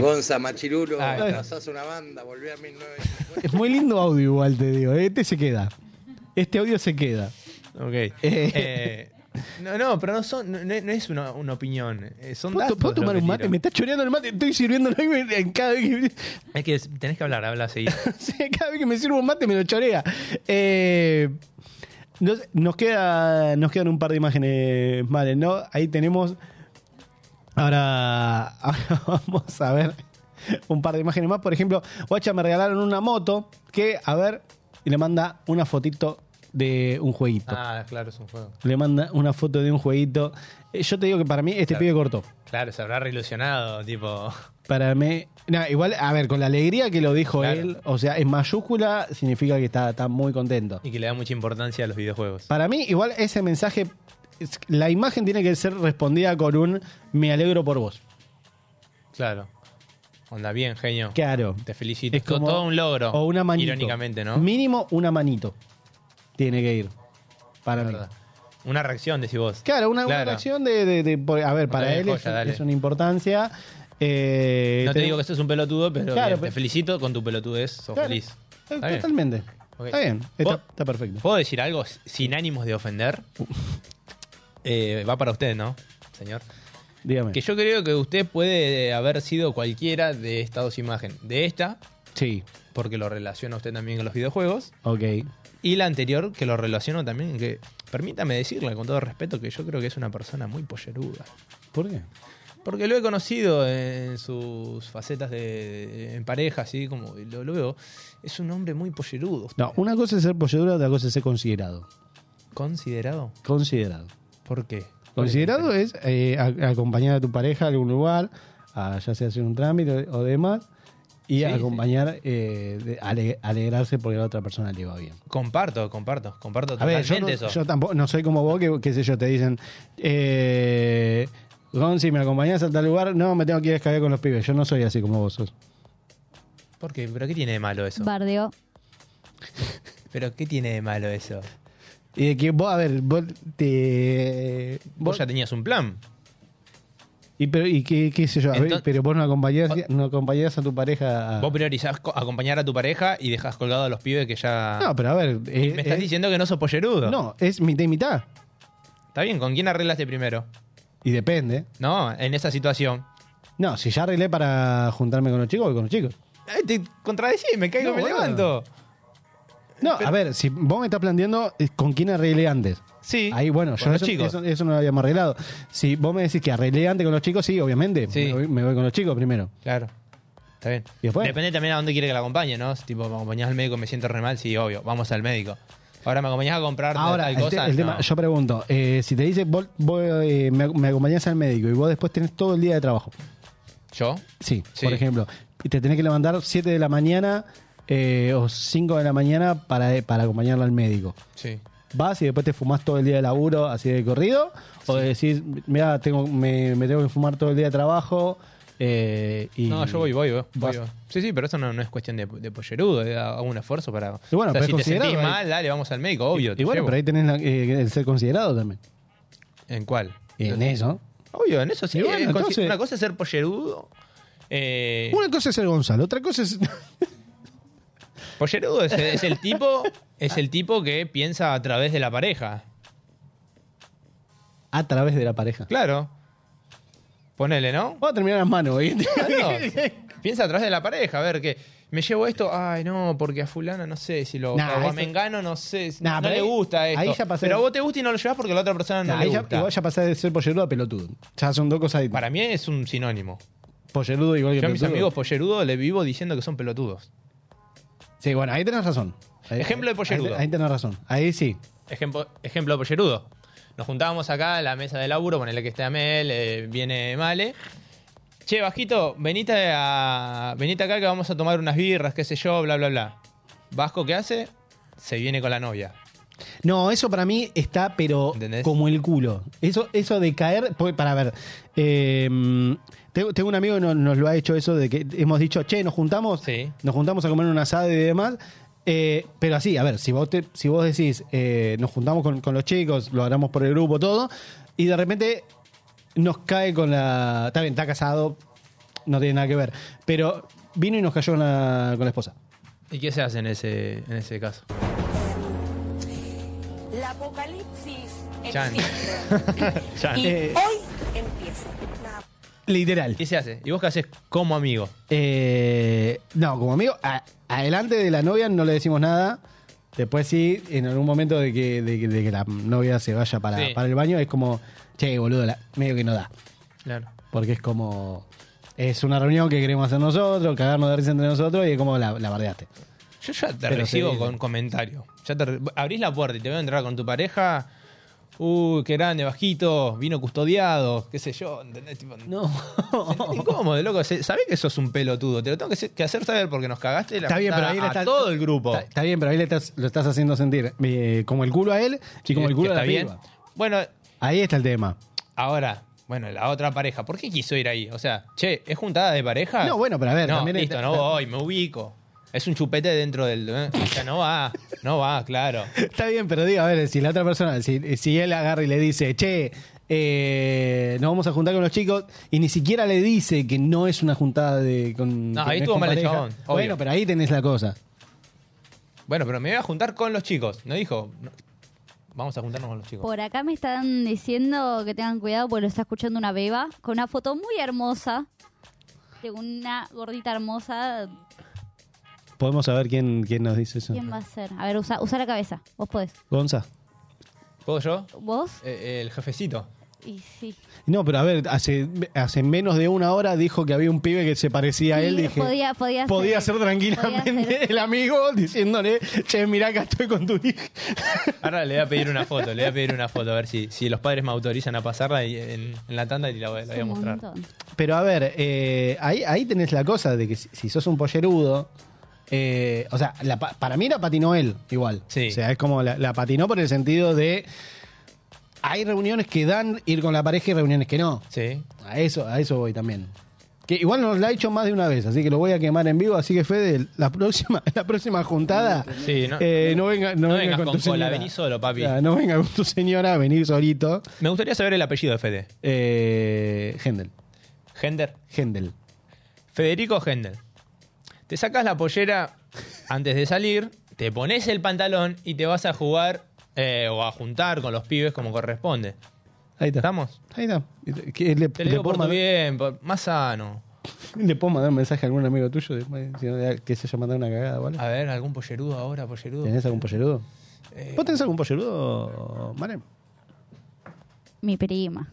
Speaker 16: Gonza, Machiluro,
Speaker 3: Ah, está.
Speaker 16: atrasás una banda, volví a 1950.
Speaker 4: Es muy lindo audio igual, te digo. Este se queda. Este audio se queda.
Speaker 3: Ok. Eh, no, no, pero no, son, no, no es una, una opinión. eh, Son
Speaker 4: ¿Puedo,
Speaker 3: datos
Speaker 4: puedo
Speaker 3: lo
Speaker 4: tomar
Speaker 3: que
Speaker 4: un mate?
Speaker 3: tiro.
Speaker 4: Me está choreando el mate. Estoy sirviendo el aire en cada vez que...
Speaker 3: Es que es- tenés que hablar, habla seguido.
Speaker 4: Sí, cada vez que me sirvo un mate me lo chorea. Eh, nos, nos queda, nos quedan un par de imágenes Vale, ¿no? Ahí tenemos. Ahora, ahora vamos a ver un par de imágenes más. Por ejemplo, Guacha me regalaron una moto que, a ver, y le manda una fotito de un jueguito.
Speaker 3: Ah, claro, es un juego.
Speaker 4: Le manda una foto de un jueguito. Eh, Yo te digo que para mí este
Speaker 3: Claro.
Speaker 4: pibe cortó.
Speaker 3: Claro, se habrá reilusionado, tipo.
Speaker 4: Para mí. No, igual, a ver, con la alegría que lo dijo
Speaker 3: Claro.
Speaker 4: él, o sea, en mayúscula significa que está, está muy contento.
Speaker 3: Y que le da mucha importancia a los videojuegos.
Speaker 4: Para mí, igual ese mensaje, es- la imagen tiene que ser respondida con un me alegro por vos.
Speaker 3: Claro. Onda, bien, genio.
Speaker 4: Claro.
Speaker 3: Te felicito.
Speaker 4: Es como-
Speaker 3: todo un logro.
Speaker 4: O una manito.
Speaker 3: Irónicamente, ¿no?
Speaker 4: Mínimo una manito. Tiene que ir. Para mí.
Speaker 3: Verdad. Una reacción, decís vos.
Speaker 4: Claro, una, una
Speaker 3: Claro.
Speaker 4: reacción de, de- de- por- A ver, para
Speaker 3: Dale,
Speaker 4: él es-
Speaker 3: joya, dale.
Speaker 4: es, una importancia. Eh,
Speaker 3: No te
Speaker 4: tenemos-
Speaker 3: digo que sos un pelotudo, pero,
Speaker 4: Eh, Claro,
Speaker 3: bien,
Speaker 4: pero-
Speaker 3: te felicito con tu pelotudez, sos
Speaker 4: Claro.
Speaker 3: feliz.
Speaker 4: Eh,
Speaker 3: Está bien.
Speaker 4: Totalmente.
Speaker 3: Ok.
Speaker 4: Está bien, está,
Speaker 3: ¿Puedo-
Speaker 4: está perfecto.
Speaker 3: ¿Puedo decir algo s- sin ánimos de ofender? Eh, va para usted, ¿no, señor?
Speaker 4: Dígame.
Speaker 3: Que yo creo que usted puede haber sido cualquiera de estas dos imágenes. De esta,
Speaker 4: sí,
Speaker 3: porque lo relaciona usted también con los videojuegos.
Speaker 4: Ok.
Speaker 3: Y la anterior, que lo relaciono también, que permítame decirle con todo respeto que yo creo que es una persona muy polleruda.
Speaker 4: ¿Por qué?
Speaker 3: Porque lo he conocido en sus facetas de, en pareja, así como lo, lo veo. Es un hombre muy pollerudo.
Speaker 4: No, una cosa es ser polledura, otra cosa es ser considerado.
Speaker 3: ¿Considerado?
Speaker 4: Considerado.
Speaker 3: ¿Por qué?
Speaker 4: Considerado es eh, a- acompañar a tu pareja a algún lugar, a ya sea hacer un trámite o demás, y
Speaker 3: Sí,
Speaker 4: acompañar, eh, de- ale- alegrarse porque la otra persona le va bien.
Speaker 3: Comparto, comparto, comparto
Speaker 4: A ver,
Speaker 3: totalmente
Speaker 4: yo, no,
Speaker 3: eso.
Speaker 4: yo tampoco, no soy como vos, que, qué sé yo, te dicen, eh, Gonzi, ¿me acompañás a tal lugar? No, me tengo que ir a descargar con los pibes. Yo no soy así como vos sos.
Speaker 3: ¿Por qué? ¿Pero qué tiene de malo eso?
Speaker 5: Bardeó.
Speaker 3: ¿Pero qué tiene de malo eso?
Speaker 4: Y de que vos, a ver, vos te...
Speaker 3: Vos ya tenías un plan.
Speaker 4: Y, pero, y qué, qué sé yo, a ver,
Speaker 3: Entonces-
Speaker 4: pero vos no acompañás, no acompañás a tu pareja a...
Speaker 3: Vos priorizás co- acompañar a tu pareja y dejás colgado a los pibes que ya...
Speaker 4: No, pero a ver... eh,
Speaker 3: Me estás
Speaker 4: eh,
Speaker 3: diciendo que no sos pollerudo.
Speaker 4: No, es mitad y mitad.
Speaker 3: Está bien, ¿con quién arreglaste primero?
Speaker 4: Y depende.
Speaker 3: No, en esa situación.
Speaker 4: No, si ya arreglé para juntarme con los chicos, voy con los chicos.
Speaker 3: Ay, te contradecí, me caigo
Speaker 4: No,
Speaker 3: y me
Speaker 4: boludo.
Speaker 3: levanto.
Speaker 4: No, a ver, si vos me estás planteando eh, con quién arreglé antes.
Speaker 3: Sí.
Speaker 4: Ahí, bueno,
Speaker 3: con
Speaker 4: yo
Speaker 3: los
Speaker 4: eso,
Speaker 3: chicos.
Speaker 4: eso- eso no lo habíamos arreglado. Si vos me decís que arreglé antes con los chicos, sí, obviamente. Me, voy, me voy con los chicos primero.
Speaker 3: Claro. Está bien.
Speaker 4: ¿Y después?
Speaker 3: Depende también a dónde quiere que la acompañe, ¿no? Si, Tipo, me acompañás al médico, me siento re mal, sí, obvio, vamos al médico. Ahora me acompañás a comprar
Speaker 4: Ahora,
Speaker 3: tal
Speaker 4: el, te-
Speaker 3: cosa.
Speaker 4: el tema,
Speaker 3: No.
Speaker 4: yo pregunto, eh, si te dice, vos, vos, eh, me, me acompañás al médico y vos después tenés todo el día de trabajo.
Speaker 3: ¿Yo?
Speaker 4: Sí,
Speaker 3: Sí.
Speaker 4: por ejemplo. Y te tenés que levantar 7 de la mañana eh, o 5 de la mañana para, para acompañarlo al médico.
Speaker 3: Sí.
Speaker 4: ¿Vas y después te fumás todo el día de laburo así de corrido? ¿O decís, mira, tengo, me, me tengo que fumar todo el día de trabajo? eh, y
Speaker 3: No, yo voy, voy, voy.
Speaker 4: Vas-
Speaker 3: voy. Sí, sí, pero eso no, no es cuestión de, de pollerudo, eh, hago un esfuerzo para.
Speaker 4: Y bueno,
Speaker 3: o sea,
Speaker 4: pero es
Speaker 3: si te sentís
Speaker 4: considerado, eh.
Speaker 3: mal, dale, vamos al médico, obvio.
Speaker 4: Y
Speaker 3: te
Speaker 4: bueno,
Speaker 3: llevo.
Speaker 4: pero ahí tenés la- eh, el ser considerado también.
Speaker 3: ¿En cuál?
Speaker 4: En eso.
Speaker 3: Obvio, en eso sí.
Speaker 4: Y bueno,
Speaker 3: eh, consi-
Speaker 4: entonces-
Speaker 3: Una cosa es ser pollerudo. eh,
Speaker 4: Una cosa es el Gonzalo, otra cosa es...
Speaker 3: Pollerudo es, es el tipo, es el tipo que piensa a través de la pareja.
Speaker 4: a través de la pareja.
Speaker 3: Claro. Ponele, ¿no?
Speaker 4: Vamos a terminar las manos. ¿eh?
Speaker 3: No, Piensa a través de la pareja, a ver que me llevo esto, ay no, porque a fulana no sé si lo
Speaker 4: Nah,
Speaker 3: o a
Speaker 4: eso-
Speaker 3: Mengano no sé, si-
Speaker 4: Nah,
Speaker 3: no
Speaker 4: pero
Speaker 3: le
Speaker 4: ahí-
Speaker 3: gusta esto.
Speaker 4: ahí ya pasé-
Speaker 3: Pero a vos te gusta y no lo llevas porque a la otra persona no
Speaker 4: Nah,
Speaker 3: le
Speaker 4: ahí ya-
Speaker 3: gusta.
Speaker 4: igual ya pasás de ser pollerudo a pelotudo. Ya son dos cosas distintas.
Speaker 3: Para mí es un sinónimo.
Speaker 4: Pollerudo igual que
Speaker 3: Yo a mis
Speaker 4: pelotudo.
Speaker 3: amigos pollerudos les vivo diciendo que son pelotudos.
Speaker 4: Sí, bueno, ahí tenés razón. Ahí-
Speaker 3: Ejemplo de
Speaker 4: ahí-
Speaker 3: pollerudo.
Speaker 4: Ahí, tenés razón. Ahí sí.
Speaker 3: Ejemplo, ejemplo pollerudo. Nos juntábamos acá a la mesa de laburo, ponele que esté Amel, eh, viene Male. Che, bajito, venite, a, venite acá que vamos a tomar unas birras, qué sé yo, bla, bla, bla. Vasco, ¿qué hace? Se viene con la novia.
Speaker 4: No, eso para mí está, pero como el culo. Eso, eso de caer, porque, para ver, eh, tengo, tengo un amigo que no- nos, lo ha hecho eso de que hemos dicho, che, nos juntamos, nos juntamos a comer un asado y demás. eh, pero así, a ver, si vos, te- si vos decís, eh, nos juntamos con, con los chicos, lo haremos por el grupo, todo, y de repente nos cae con la... Está bien, está casado, no tiene nada que ver, pero vino y nos cayó con la- con la esposa.
Speaker 3: ¿Y qué se hace en ese, en ese caso?
Speaker 14: La apocalipsis
Speaker 3: Chan.
Speaker 14: existe.
Speaker 3: Chan.
Speaker 14: y
Speaker 3: Eh.
Speaker 14: hoy empieza. La
Speaker 4: Literal.
Speaker 3: ¿Qué se hace? ¿Y vos qué haces como amigo?
Speaker 4: Eh, no, como amigo, a- adelante de la novia no le decimos nada. Después sí, en algún momento de que, de que- de que la novia se vaya para,
Speaker 3: Sí.
Speaker 4: para el baño, es como, che, boludo, la- medio que no da.
Speaker 3: Claro.
Speaker 4: Porque es como, es una reunión que queremos hacer nosotros, cagarnos de risa entre nosotros y es como la, la bardeaste.
Speaker 3: Yo ya te
Speaker 4: Pero
Speaker 3: recibo
Speaker 4: sí.
Speaker 3: con comentario. Ya te re- abrís la puerta y te veo entrar con tu pareja. Uy, qué grande, bajito, vino custodiado, qué sé yo, ¿entendés? Tipo,
Speaker 4: no.
Speaker 3: incómodo, loco. Se- Sabés que sos un pelotudo. Te lo tengo que, se- que hacer saber porque nos cagaste la
Speaker 4: Está bien, pero
Speaker 3: putada
Speaker 4: ahí le
Speaker 3: a
Speaker 4: estás-
Speaker 3: todo el grupo.
Speaker 4: Está, está bien, pero ahí le estás- lo estás haciendo sentir eh, como el culo a él y como el
Speaker 3: que
Speaker 4: culo a
Speaker 3: está
Speaker 4: la
Speaker 3: bien.
Speaker 4: piba.
Speaker 3: Bueno,
Speaker 4: Ahí está el tema.
Speaker 3: ahora, bueno, la otra pareja, ¿por qué quiso ir ahí? O sea, che, ¿es juntada de pareja?
Speaker 4: No, bueno, pero a ver,
Speaker 3: No,
Speaker 4: también-
Speaker 3: listo, no voy, me ubico. Es un chupete dentro del. eh, O sea, no va, no va, claro.
Speaker 4: Está bien, pero digo, a ver, si la otra persona, si, si él agarra y le dice, che, eh, nos vamos a juntar con los chicos, y ni siquiera le dice que no es una juntada de, con.
Speaker 3: No,
Speaker 4: que
Speaker 3: ahí
Speaker 4: es
Speaker 3: estuvo
Speaker 4: con
Speaker 3: mal el
Speaker 4: pareja.
Speaker 3: chabón, obvio.
Speaker 4: Bueno, pero ahí tenés la cosa.
Speaker 3: Bueno, pero me voy a juntar con los chicos. No dijo. no, Vamos a juntarnos con los chicos.
Speaker 5: Por acá me están diciendo que tengan cuidado porque lo está escuchando una beba con una foto muy hermosa de una gordita hermosa.
Speaker 4: Podemos saber quién, quién nos dice eso.
Speaker 5: ¿Quién va a ser? A ver, usa, usa la cabeza. Vos podés.
Speaker 4: Gonza.
Speaker 3: ¿Puedo yo?
Speaker 5: ¿Vos?
Speaker 3: Eh, eh, el jefecito.
Speaker 5: Y sí.
Speaker 4: No, pero a ver, hace, hace menos de una hora dijo que había un pibe que se parecía a él.
Speaker 5: Sí,
Speaker 4: Dije,
Speaker 5: podía, podía,
Speaker 4: podía ser,
Speaker 5: ser
Speaker 4: tranquilamente
Speaker 5: podía ser.
Speaker 4: el amigo diciéndole, che, mirá acá estoy con tu hija.
Speaker 3: Ahora le voy a pedir una foto, le voy a pedir una foto, a ver si, si los padres me autorizan a pasarla y- en, en la tanda y la, voy- la voy a mostrar.
Speaker 4: Pero a ver, eh, ahí, ahí tenés la cosa de que si, si sos un pollerudo, eh, o sea, la pa- para mí la patinó él igual. O sea, es como la, la patinó por el sentido de... Hay reuniones que dan ir con la pareja y reuniones que no.
Speaker 3: Sí.
Speaker 4: A eso, a eso voy también. Que igual nos la ha hecho más de una vez, así que lo voy a quemar en vivo. Así que Fede, la próxima, la próxima juntada,
Speaker 3: Sí, no-
Speaker 4: eh, no, venga, no,
Speaker 3: no
Speaker 4: venga
Speaker 3: vengas
Speaker 4: con,
Speaker 3: con
Speaker 4: tu
Speaker 3: cola,
Speaker 4: señora.
Speaker 3: vení solo, papi.
Speaker 4: Claro, no venga con tu señora, vení solito.
Speaker 3: Me gustaría saber el apellido de Fede.
Speaker 4: Eh, Hendel.
Speaker 3: Hender.
Speaker 4: Hendel.
Speaker 3: Federico Hendel. Te sacas la pollera antes de salir, te pones el pantalón y te vas a jugar eh, o a juntar con los pibes como corresponde.
Speaker 4: Ahí está.
Speaker 3: ¿Estamos?
Speaker 4: Ahí está. ¿Qué- le,
Speaker 3: Te lo
Speaker 4: le puedo
Speaker 3: digo por tu
Speaker 4: mandar,
Speaker 3: bien, por- más sano.
Speaker 4: le puedo mandar un mensaje a algún amigo tuyo? de- si no, de- que se haya mandado una cagada, ¿vale?
Speaker 3: A ver, algún pollerudo ahora, pollerudo.
Speaker 4: ¿Tenés algún pollerudo?
Speaker 3: Eh,
Speaker 4: ¿Vos tenés algún pollerudo, Maren?
Speaker 5: Mi prima.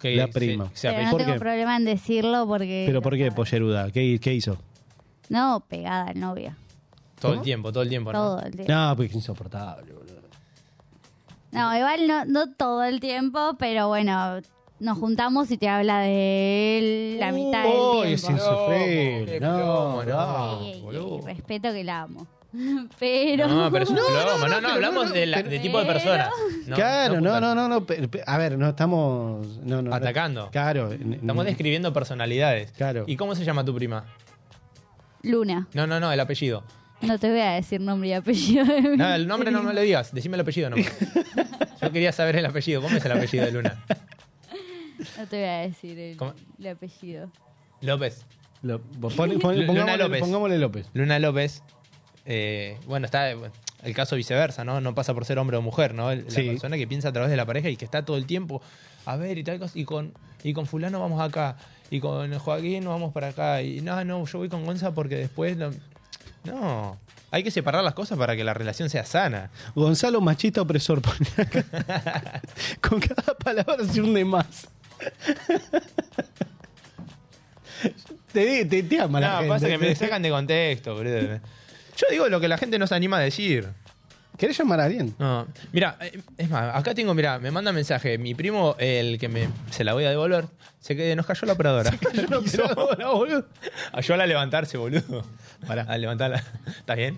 Speaker 3: que
Speaker 4: La
Speaker 3: se-
Speaker 4: prima.
Speaker 3: se
Speaker 5: Pero
Speaker 3: apellida-
Speaker 5: Eh, no tengo problema en decirlo porque.
Speaker 4: ¿Pero por qué polleruda? ¿Qué, qué hizo?
Speaker 5: No, pegada al novio.
Speaker 3: Todo el tiempo, todo el tiempo. ¿no?
Speaker 5: Todo el tiempo.
Speaker 4: No, porque es insoportable, boludo.
Speaker 5: No, igual no, no todo el tiempo, pero bueno, nos juntamos y te habla de la mitad
Speaker 4: Oh,
Speaker 5: del
Speaker 4: es
Speaker 5: tiempo.
Speaker 4: insufrible. No,
Speaker 3: no,
Speaker 5: Ey, ey, ey,
Speaker 3: boludo.
Speaker 5: respeto que la amo. Pero.
Speaker 3: No, pero es un
Speaker 5: No, no,
Speaker 3: plomo. No, no,
Speaker 5: pero
Speaker 3: hablamos de, la- de tipo de persona. No,
Speaker 4: claro, no,
Speaker 3: no,
Speaker 4: no, no, no, pe- pe- A ver, no estamos. No, no, no.
Speaker 3: Atacando.
Speaker 4: Claro. n-
Speaker 3: Estamos
Speaker 4: n-
Speaker 3: describiendo personalidades.
Speaker 4: Claro.
Speaker 3: ¿Y cómo se llama tu prima?
Speaker 5: Luna,
Speaker 3: No, no, no, el apellido.
Speaker 5: no te voy a decir nombre y apellido de mi
Speaker 3: No, el nombre no me lo digas, decime el apellido nomás. Yo quería saber el apellido. ¿Cómo es el apellido de Luna?
Speaker 5: No te voy a decir el,
Speaker 3: ¿Cómo?
Speaker 5: el apellido.
Speaker 3: López.
Speaker 4: Lo- pues pon- pon-
Speaker 3: Luna
Speaker 4: pongámosle,
Speaker 3: López.
Speaker 4: pongámosle López.
Speaker 3: Luna López. eh, bueno, está eh, el caso viceversa, ¿no? No pasa por ser hombre o mujer, ¿no? El- La
Speaker 4: Sí.
Speaker 3: persona que piensa a través de la pareja y que está todo el tiempo, a ver, y tal cosa, y con, y con fulano vamos acá, y con Joaquín nos vamos para acá, y no, no, yo voy con Gonza porque después... No, no. hay que separar las cosas para que la relación sea sana.
Speaker 4: Gonzalo Machista Opresor. pone acá. Con cada palabra se hunde más. te, di- te, te ama la
Speaker 3: No,
Speaker 4: gente.
Speaker 3: pasa que me sacan de contexto, boludo. Yo digo lo que la gente no se anima a decir.
Speaker 4: ¿Querés llamar a alguien?
Speaker 3: No, mira, eh, es más, acá tengo, mira, me manda mensaje. Mi primo, el que me se la voy a devolver, se que nos cayó la operadora.
Speaker 4: No, pero- boludo.
Speaker 3: Ayúdala a levantarse, boludo. Para. A levantarla. ¿Estás bien?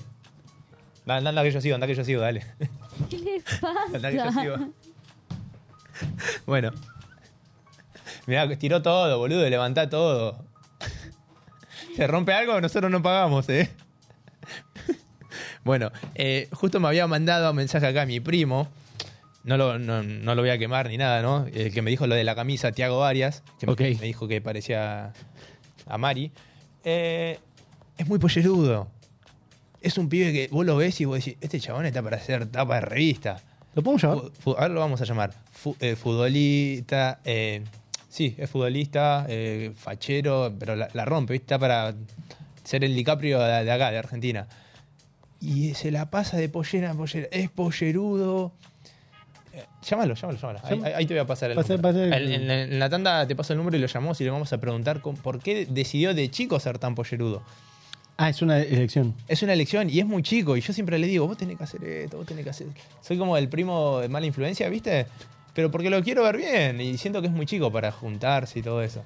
Speaker 3: Da- Anda, anda que yo sigo, anda que yo sigo, dale.
Speaker 5: ¿Qué le
Speaker 3: Anda que yo sigo.
Speaker 5: pasa?
Speaker 3: Bueno. Mirá, tiró todo, boludo, levantá todo. Se rompe algo, nosotros no pagamos, ¿eh? Bueno, eh, justo me había mandado un mensaje acá mi primo. No lo, no, no lo voy a quemar ni nada, ¿no? El que me dijo lo de la camisa, Tiago Arias, que me-
Speaker 4: Ok.
Speaker 3: me dijo que parecía a Mari. Eh, es muy pollerudo. Es un pibe que vos lo ves y vos decís, este chabón está para hacer tapa de revista.
Speaker 4: ¿Lo podemos llamar?
Speaker 3: Fu- ahora lo vamos a llamar. Fu- eh, futbolista. eh, sí, es futbolista, eh, fachero, pero la, la rompe, ¿viste? Está para ser el DiCaprio de, de acá, de Argentina. Y se la pasa de pollera a pollera. Es pollerudo. Eh, Llámalo, llámalo, llámalo. Ahí,
Speaker 4: Llama.
Speaker 3: ahí- ahí te voy a pasar el
Speaker 4: Pasá-
Speaker 3: número.
Speaker 4: pasá el-
Speaker 3: En- en, la- en la tanda te paso el número y lo llamamos y le vamos a preguntar con- por qué decidió de chico ser tan pollerudo.
Speaker 4: Ah, es una elección.
Speaker 3: Es una elección y es muy chico. Y yo siempre le digo, vos tenés que hacer esto, vos tenés que hacer. Soy como el primo de mala influencia, ¿viste? Pero porque lo quiero ver bien y siento que es muy chico para juntarse y todo eso.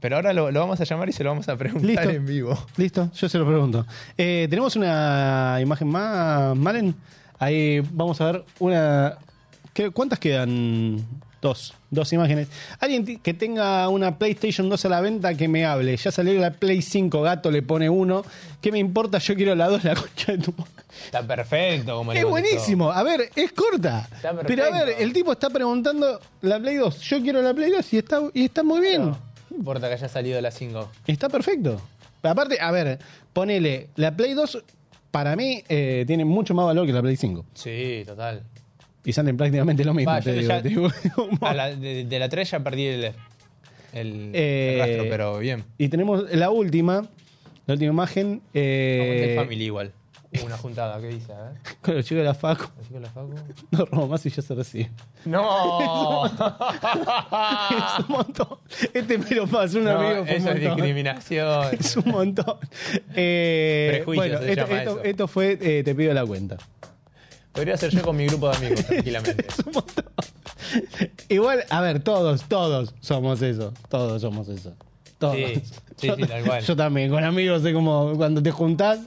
Speaker 3: Pero ahora lo, lo vamos a llamar y se lo vamos a preguntar
Speaker 4: Listo.
Speaker 3: en vivo.
Speaker 4: Listo, yo se lo pregunto. Eh, Tenemos una imagen más, Malen. Ahí vamos a ver una. ¿qué- ¿Cuántas quedan? Dos, dos imágenes. Alguien ti- que tenga una PlayStation 2 a la venta que me hable. Ya salió la Play 5, gato le pone uno. ¿Qué me importa? Yo quiero la 2, la concha de tu madre.
Speaker 3: Está perfecto. Como le
Speaker 4: Es
Speaker 3: contestó.
Speaker 4: buenísimo. A ver, es corta.
Speaker 3: Está perfecto.
Speaker 4: Pero a ver, el tipo está preguntando la Play 2. Yo quiero la Play 2 y está, y está muy bien.
Speaker 3: No importa que haya salido la 5.
Speaker 4: Está perfecto. Aparte, a ver, ponele, la Play 2 para mí eh, tiene mucho más valor que la Play 5.
Speaker 3: Sí, total.
Speaker 4: Y salen prácticamente lo mismo.
Speaker 3: Va,
Speaker 4: te
Speaker 3: yo
Speaker 4: digo,
Speaker 3: ya-
Speaker 4: te digo.
Speaker 3: a la- de, de la 3 ya perdí el, el- el
Speaker 4: Eh,
Speaker 3: rastro, pero bien.
Speaker 4: Y tenemos la última, la última imagen.
Speaker 3: Aguante
Speaker 4: Eh,
Speaker 3: Family igual. Hubo Una juntada, ¿qué dice? A ver.
Speaker 4: con los chicos de la FACO.
Speaker 3: ¿Los chicos de la Facu?
Speaker 4: No robo más y ya se recibe.
Speaker 3: ¡No!
Speaker 4: es un montón. Este pelo más, un
Speaker 3: No,
Speaker 4: amigo. fue un
Speaker 3: eso es
Speaker 4: montón.
Speaker 3: discriminación.
Speaker 4: Es un montón. Eh,
Speaker 3: Prejuicio
Speaker 4: bueno,
Speaker 3: se
Speaker 4: esto,
Speaker 3: llama
Speaker 4: esto-
Speaker 3: eso.
Speaker 4: esto fue eh, Te pido la cuenta.
Speaker 3: Podría hacer yo con mi grupo de amigos, tranquilamente.
Speaker 4: Igual, a ver, todos, todos somos eso. Todos somos eso. Todos.
Speaker 3: Sí, sí, sí, tal cual.
Speaker 4: Yo también, con amigos, es como cuando te juntás.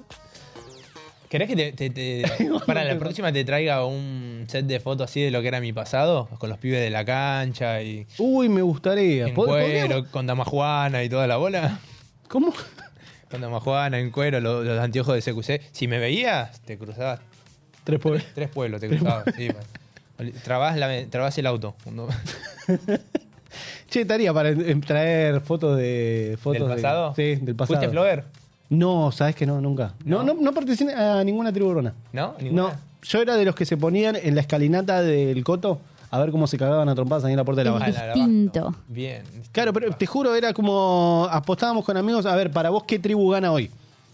Speaker 3: ¿Querés que te, te- te- para la próxima te traiga un set de fotos así de lo que era mi pasado? Con los pibes de la cancha y
Speaker 4: Uy, me gustaría.
Speaker 3: en
Speaker 4: ¿Pod- podríamos-
Speaker 3: cuero, con damajuana y toda la bola.
Speaker 4: ¿Cómo?
Speaker 3: Con damajuana, en cuero, lo- los, anteojos de CQC. Si me veías, te cruzabas.
Speaker 4: Tres pueblos.
Speaker 3: Tres pueblos te cruzabas. sí, man. trabás, la- trabás el auto. Cuando-
Speaker 4: Che, estaría para en- traer fotos de. Fotos
Speaker 3: ¿Del
Speaker 4: de-
Speaker 3: pasado?
Speaker 4: sí, del pasado.
Speaker 3: ¿Fuiste Flover?
Speaker 4: No, sabes que no, nunca. No, no, no, pertenecía a ninguna tribu urbana.
Speaker 3: ¿No?
Speaker 4: No, yo era de los que se ponían en la escalinata del coto a ver cómo se cagaban a trompadas ahí en la puerta de la
Speaker 3: Ah, la-
Speaker 4: banda.
Speaker 3: la-
Speaker 5: Distinto.
Speaker 3: Bien.
Speaker 4: Claro, pero te juro, era como apostábamos con amigos a ver, para vos, ¿qué tribu gana hoy?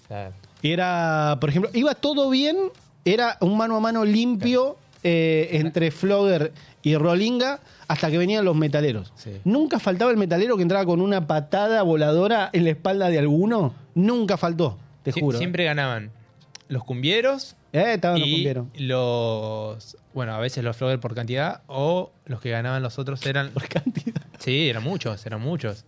Speaker 3: Claro.
Speaker 4: Y era, por ejemplo, iba todo bien, era un mano a mano limpio eh, entre Flogger y Rolinga hasta que venían los metaleros. Nunca faltaba el metalero que entraba con una patada voladora en la espalda de alguno. Nunca faltó, te
Speaker 3: Sie-
Speaker 4: juro.
Speaker 3: Siempre ganaban los cumbieros.
Speaker 4: Eh, estaban los
Speaker 3: y
Speaker 4: cumbieros.
Speaker 3: los- Bueno, a veces los Flogger por cantidad o los que ganaban los otros eran. Por
Speaker 4: cantidad.
Speaker 3: Sí, eran muchos, eran muchos.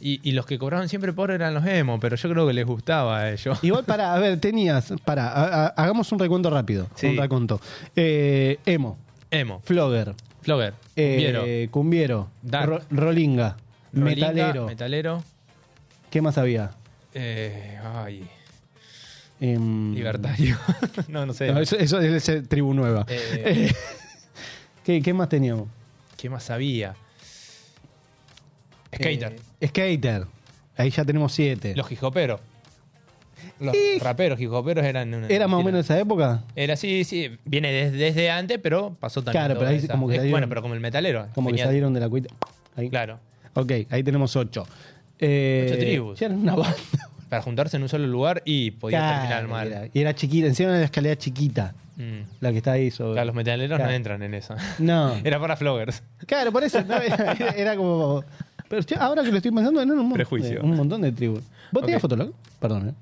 Speaker 3: Y, y los que cobraban siempre por eran los emo, pero yo creo que les gustaba a ellos.
Speaker 4: Igual para, a ver, tenías, para, hagamos un recuento rápido.
Speaker 3: Sí.
Speaker 4: Un recuento. Eh, emo,
Speaker 3: Emo,
Speaker 4: Flogger,
Speaker 3: Flogger, cumbiero,
Speaker 4: eh, Cumbiero,
Speaker 3: Dark.
Speaker 4: Ro- Rolinga,
Speaker 3: Rolinga,
Speaker 4: Metalero.
Speaker 3: metalero
Speaker 4: ¿Qué más había?
Speaker 3: eh, ay,
Speaker 4: Em,
Speaker 3: libertario. no, no sé.
Speaker 4: No, eso, eso es ese tribu nueva.
Speaker 3: Eh,
Speaker 4: ¿Qué, qué más teníamos?
Speaker 3: ¿Qué más había?
Speaker 4: Eh,
Speaker 3: Skater.
Speaker 4: Skater. Ahí ya tenemos siete.
Speaker 3: Los hijoperos. Los raperos hijoperos eran. una-
Speaker 4: ¿Era más o menos esa época?
Speaker 3: Era sí, sí. Viene des- desde, antes, pero pasó también.
Speaker 4: Claro,
Speaker 3: todo
Speaker 4: pero ahí
Speaker 3: esa-
Speaker 4: como que
Speaker 3: es-
Speaker 4: salieron-
Speaker 3: Bueno, pero como el metalero.
Speaker 4: Como
Speaker 3: venía-
Speaker 4: que salieron de la cuita. Ahí.
Speaker 3: Claro.
Speaker 4: Ok, ahí tenemos ocho. Eh,
Speaker 3: Ocho tribus.
Speaker 4: ya era una banda.
Speaker 3: Para juntarse en un solo lugar y podía terminar
Speaker 4: Claro,
Speaker 3: mal.
Speaker 4: era- Y era chiquita, encima era la escalera chiquita.
Speaker 3: Mm.
Speaker 4: La que está ahí sobre.
Speaker 3: Claro, los metaleros
Speaker 4: Claro.
Speaker 3: no entran en esa.
Speaker 4: No.
Speaker 3: Era para floggers.
Speaker 4: Claro, por eso. ¿no? Era, era como. Pero che, ahora que lo estoy pensando, eran un montón, de,
Speaker 3: Prejuicio.
Speaker 4: un montón de tribus. ¿Vos tenías
Speaker 3: Ok.
Speaker 4: Fotolog? Perdón, ¿eh?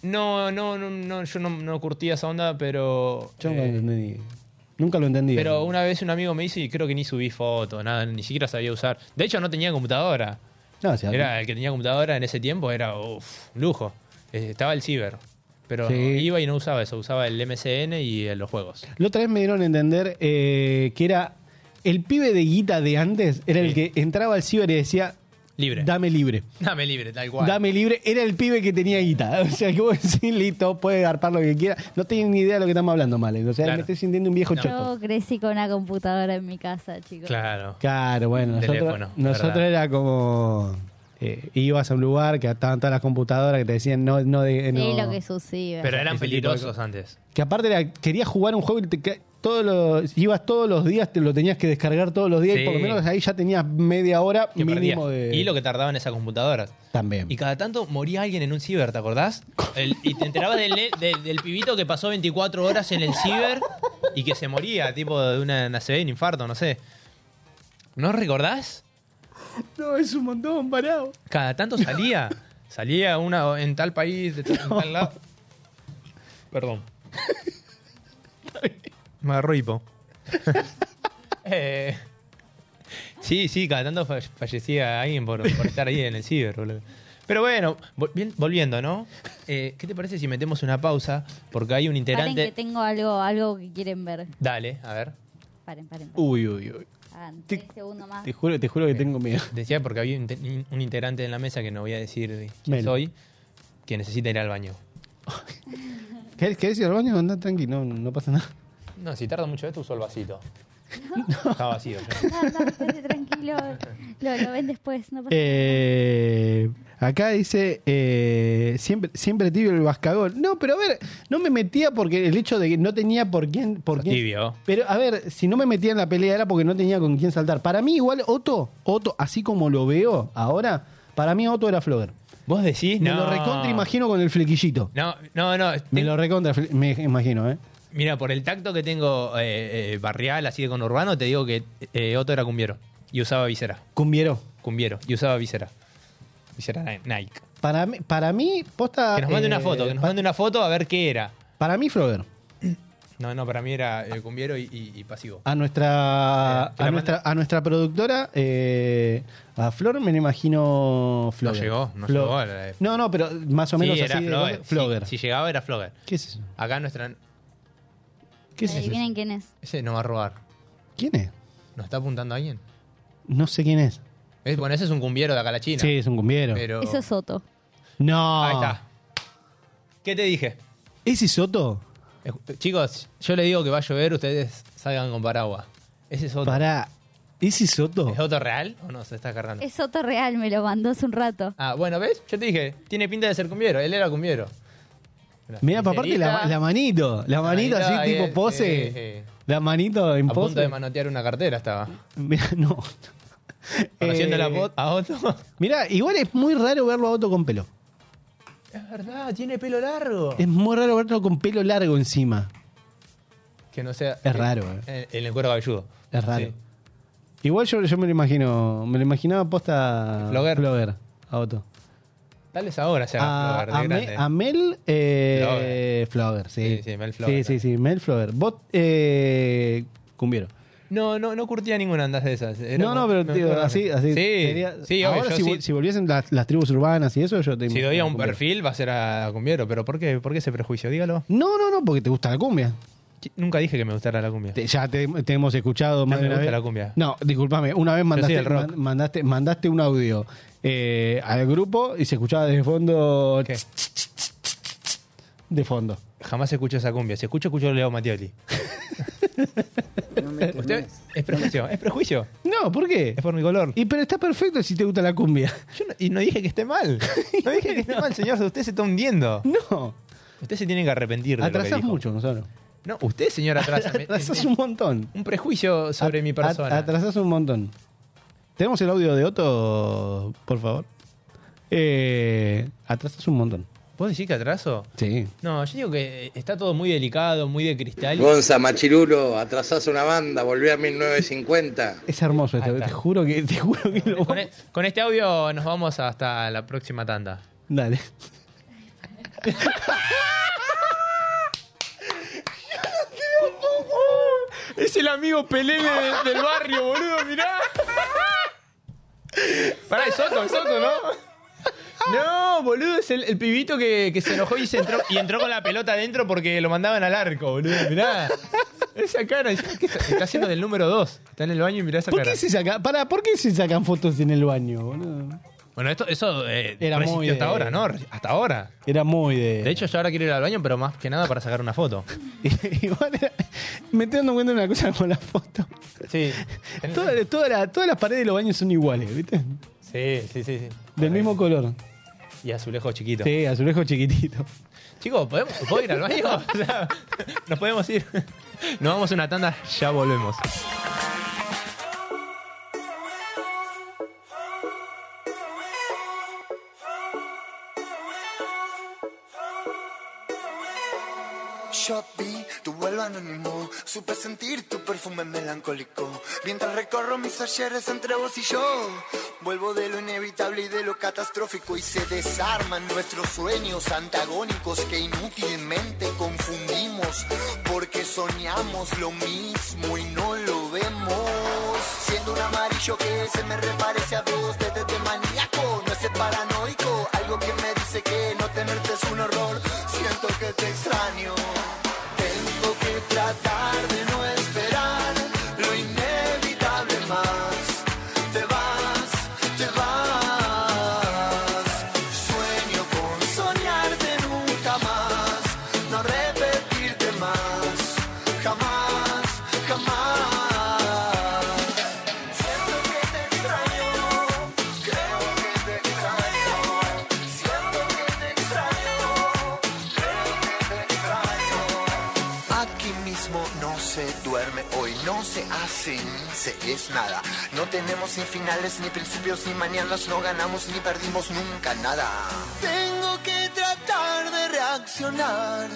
Speaker 3: No, no, no, no, yo no, no curtía esa onda, pero.
Speaker 4: Yo
Speaker 3: eh,
Speaker 4: nunca lo entendí. Nunca lo entendí.
Speaker 3: pero una vez un amigo me hizo y creo que ni subí fotos, nada, ni siquiera sabía usar. De hecho, no tenía computadora.
Speaker 4: No, o sea,
Speaker 3: Era el que tenía computadora en ese tiempo, era uf, un lujo. Eh, Estaba el ciber. Pero
Speaker 4: Sí.
Speaker 3: iba y no usaba eso, usaba el MCN y eh, los juegos.
Speaker 4: La otra vez me dieron a entender eh, que era el pibe de guita de antes, era el que entraba al ciber y decía,
Speaker 3: Libre.
Speaker 4: dame libre.
Speaker 3: Dame libre, tal cual.
Speaker 4: Dame libre, era el pibe que tenía guita. O sea, que vos decís, listo, puede garpar lo que quiera. No tenía ni idea de lo que estamos hablando, Malen. O sea,
Speaker 3: Claro.
Speaker 4: me estoy sintiendo un viejo choto.
Speaker 5: Yo crecí con una computadora en mi casa, chicos.
Speaker 3: Claro.
Speaker 4: Claro, bueno, nosotros,
Speaker 3: Teléfono,
Speaker 4: nosotros
Speaker 3: verdad.
Speaker 4: era como... eh, ibas a un lugar que estaban todas las computadoras que te decían no no de
Speaker 5: Sí,
Speaker 4: no".
Speaker 5: lo que sucede.
Speaker 3: Pero
Speaker 4: Ese
Speaker 3: eran
Speaker 4: tipo de
Speaker 3: peligrosos
Speaker 4: cosas.
Speaker 3: antes.
Speaker 4: Que aparte era- querías jugar un juego y te, ca- todos los, ibas todos los días, te lo tenías que descargar todos los días
Speaker 3: Sí.
Speaker 4: y por lo menos ahí ya tenías media hora
Speaker 3: que
Speaker 4: mínimo
Speaker 3: perdías.
Speaker 4: de...
Speaker 3: Y lo que tardaban esas computadoras.
Speaker 4: También.
Speaker 3: Y cada tanto moría alguien en un ciber, ¿te acordás? El- y te enterabas del, del- del pibito que pasó 24 horas en el ciber y que se moría, tipo de una, una ACV, un infarto, no sé. ¿No recordás?
Speaker 4: No, es un montón, parado.
Speaker 3: Cada tanto salía. salía una en tal país, de tal- en tal lado. Perdón. Me agarró hipo. Eh, sí, sí, cada tanto fa- fallecía alguien por, por estar ahí en el ciber, boludo. Pero bueno, vol- bien- volviendo, ¿no? Eh, ¿Qué te parece si metemos una pausa? Porque hay un
Speaker 5: Paren que
Speaker 3: integrante.
Speaker 5: tengo algo, algo que quieren ver.
Speaker 3: Dale, a ver.
Speaker 5: Paren, paren.
Speaker 4: Uy, uy, uy.
Speaker 5: Hagan tres segundos más.
Speaker 4: Uh, Te juro, te juro que tengo miedo.
Speaker 3: Decía porque había un, te- un integrante en la mesa que no voy a decir quién
Speaker 4: Mel.
Speaker 3: soy, que necesita ir al baño.
Speaker 4: ¿Querés, querés ir al baño? Andá tranqui, no, no pasa nada.
Speaker 3: No, si tarda mucho esto, uso el vasito. Está vacío. ya.
Speaker 5: No, no, quédate tranquilo. Lo, lo ven después, no pasa
Speaker 4: Eh, Acá dice, eh, siempre, siempre tibio el vascagol. No, pero a ver, no me metía porque el hecho de que no tenía por quién... Por quién
Speaker 3: Tibio.
Speaker 4: pero a ver, si no me metía en la pelea era porque no tenía con quién saltar. Para mí igual Otto, Otto, así como lo veo ahora, para mí Otto era Flover.
Speaker 3: ¿Vos decís?
Speaker 4: Me
Speaker 3: No.
Speaker 4: lo recontra imagino con el flequillito.
Speaker 3: No, no, no.
Speaker 4: Me lo recontra fle- me imagino, ¿eh?
Speaker 3: Mira, por el tacto que tengo eh, eh, barrial, así de conurbano, te digo que eh, Otto era cumbiero. Y usaba visera.
Speaker 4: Cumbiero.
Speaker 3: Cumbiero. Y usaba visera. Visera Ni- Nike.
Speaker 4: Para mí, para mí posta...
Speaker 3: Que nos mande
Speaker 4: eh,
Speaker 3: una foto, que nos mande una foto a ver qué era.
Speaker 4: Para mí Flover.
Speaker 3: No, no, para mí era eh, cumbiero y, y- y pasivo.
Speaker 4: A nuestra,
Speaker 3: que Eh, la
Speaker 4: a nuestra, a nuestra productora, eh, a Flor, me la imagino Flogger.
Speaker 3: llegó, no
Speaker 4: Flo-
Speaker 3: llegó a la de-
Speaker 4: No, no, pero más o menos
Speaker 3: sí, era
Speaker 4: así. de-
Speaker 3: Flogger. Sí,
Speaker 4: Flogger.
Speaker 3: Si, llegaba era Flogger.
Speaker 4: ¿Qué es eso?
Speaker 3: Acá nuestra...
Speaker 4: ¿Qué es eso?
Speaker 5: Adivinen quién es.
Speaker 3: Ese no va a robar.
Speaker 4: ¿Quién es?
Speaker 3: ¿Nos está apuntando alguien?
Speaker 4: No sé quién es.
Speaker 3: Es- Bueno, ese es un cumbiero de acá a la China.
Speaker 4: Sí, es un cumbiero. Ah.
Speaker 3: Pero...
Speaker 5: Eso es Soto.
Speaker 4: No.
Speaker 3: Ahí está. ¿Qué te dije?
Speaker 4: ¿Ese es Soto?
Speaker 3: Eh, Chicos, yo le digo que va a llover, ustedes salgan con paraguas. Ese es Otto.
Speaker 4: Pará. ¿Ese es Soto?
Speaker 3: ¿Es Otto real o no? Se está cargando.
Speaker 5: Es Soto real, me lo mandó hace un rato.
Speaker 3: Ah, bueno, ¿ves? Yo te dije, tiene pinta de ser cumbiero. Él era cumbiero.
Speaker 4: Mira, aparte la,
Speaker 3: Sincerita.
Speaker 4: la manito. La manito así,
Speaker 3: ahí, eh,
Speaker 4: tipo pose.
Speaker 3: eh, eh.
Speaker 4: La manito en
Speaker 3: A punto
Speaker 4: pose.
Speaker 3: de manotear una cartera estaba.
Speaker 4: Mirá, no.
Speaker 3: Conociendo
Speaker 4: Eh,
Speaker 3: la bot a Otto.
Speaker 4: Mirá, igual es muy raro verlo a Otto con pelo.
Speaker 3: es verdad, tiene pelo largo.
Speaker 4: Es muy raro verlo con pelo largo encima.
Speaker 3: Que no sea.
Speaker 4: Es raro, eh.
Speaker 3: El, el encuero cabelludo.
Speaker 4: Es raro.
Speaker 3: Sí.
Speaker 4: Igual yo, yo me lo imagino, me lo imaginaba posta
Speaker 3: Flogger.
Speaker 4: a Otto.
Speaker 3: Tal vez ahora sea
Speaker 4: Ah, A,
Speaker 3: Flogger, de
Speaker 4: a Me-
Speaker 3: grande.
Speaker 4: a Mel eh, Flogger, sí.
Speaker 3: Sí, sí, Mel Flogger.
Speaker 4: Sí, sí, sí, Mel Flogger. Vos, eh, Cumbiero.
Speaker 3: No, no, no curtía ninguna andas de esas. Era
Speaker 4: no,
Speaker 3: como-
Speaker 4: no, pero
Speaker 3: me
Speaker 4: tío,
Speaker 3: acuerdo.
Speaker 4: así, así.
Speaker 3: Sí,
Speaker 4: sería-
Speaker 3: sí, obvio,
Speaker 4: ahora
Speaker 3: yo
Speaker 4: si,
Speaker 3: sí.
Speaker 4: vol- si volviesen las, las tribus urbanas y eso, yo te
Speaker 3: Si doy a un
Speaker 4: imagino
Speaker 3: perfil va a ser a cumbiero, pero ¿por qué, ¿por qué ese prejuicio? Dígalo.
Speaker 4: Cumbiero. No, no, no, porque te gusta la cumbia.
Speaker 3: Ch- Nunca dije que me gustara la cumbia.
Speaker 4: Te- ya te, te hemos escuchado más
Speaker 3: me
Speaker 4: de una
Speaker 3: gusta
Speaker 4: vez.
Speaker 3: la cumbia.
Speaker 4: No, discúlpame, una vez
Speaker 3: soy
Speaker 4: mandaste,
Speaker 3: del rock.
Speaker 4: man- mandaste, mandaste un audio eh, al grupo y se escuchaba de fondo. De fondo.
Speaker 3: Jamás escucho esa cumbia. Si escucho, escucho Leo Mattioli. ¿Usted? Es prejuicio, es prejuicio.
Speaker 4: No, ¿por qué?
Speaker 3: Es por mi color.
Speaker 4: Y pero está perfecto si te gusta la cumbia.
Speaker 3: Yo no- y no dije que esté mal. No dije que esté mal, señor. Usted se está hundiendo.
Speaker 4: No.
Speaker 3: Usted se tiene que arrepentir de lo que
Speaker 4: Atrasás
Speaker 3: dijo.
Speaker 4: mucho, Gonzalo.
Speaker 3: No, usted, señor, atrasa. Me-
Speaker 4: Atrasás un montón.
Speaker 3: Un prejuicio sobre mi persona.
Speaker 4: At- Atrasás un montón. ¿Tenemos el audio de Otto, por favor? Eh, atrasás un montón.
Speaker 3: ¿Vos decís que atraso?
Speaker 4: Sí.
Speaker 3: No, yo digo que eh, está todo muy delicado, muy de cristal.
Speaker 16: Gonza, Machirulo, atrasás una banda, volví a 1950.
Speaker 4: Es hermoso esto. Te juro que, te juro que lo
Speaker 3: Con, e- con este audio nos vamos hasta la próxima tanda.
Speaker 4: Dale.
Speaker 3: Es el amigo Pelé de- del barrio, boludo, mirá. Pará, es Soto, es Soto, ¿no? No, boludo, es el, el pibito que, que se enojó y, se entró, y entró con la pelota adentro porque lo mandaban al arco, boludo, mirá. Esa cara, es- ¿qué está, está haciendo del número 2. Está en el baño y mirá esa
Speaker 4: ¿Por
Speaker 3: cara.
Speaker 4: qué, se saca, para, ¿Por qué se sacan fotos en el baño, boludo?
Speaker 3: Bueno, esto, eso eh,
Speaker 4: Era
Speaker 3: resistió
Speaker 4: muy
Speaker 3: hasta
Speaker 4: de-
Speaker 3: ahora, ¿no? Hasta ahora.
Speaker 4: Era muy de.
Speaker 3: De hecho, yo ahora quiero ir al baño, pero más que nada para sacar una foto.
Speaker 4: Igual era- me estoy dando cuenta de una cosa con las fotos.
Speaker 3: Sí.
Speaker 4: Todas, todas las- todas las paredes de los baños son iguales, ¿viste?
Speaker 3: Sí, sí, sí. sí.
Speaker 4: Del mismo color.
Speaker 3: Y azulejo chiquito.
Speaker 4: Sí, azulejo chiquitito.
Speaker 3: Chicos, ¿podemos, ¿puedo ir al baño? O sea, nos podemos ir. Nos vamos a una tanda, ya volvemos.
Speaker 17: Yo vi tu vuelo anónimo, supe sentir tu perfume melancólico. Mientras recorro mis ayeres entre vos y yo, vuelvo de lo inevitable y de lo catastrófico. Y se desarman nuestros sueños antagónicos que inútilmente confundimos, porque soñamos lo mismo y no lo vemos. Siendo un amarillo que se me reparece a vos, desde este maníaco, no es paranoico. Algo que me dice que no tenerte es un horror, siento que te extraño. Tengo que tratar de no esperar lo inevitable más. Te vas, te vas. Sueño con soñarte nunca más, no repetirte más. Jamás, jamás. Siento que te extraño, creo que te extraño.
Speaker 18: duerme hoy no se hace ni se es nada. No tenemos ni finales, ni principios, ni mañanas, no ganamos ni perdimos nunca nada. Tengo que tratar de reaccionar.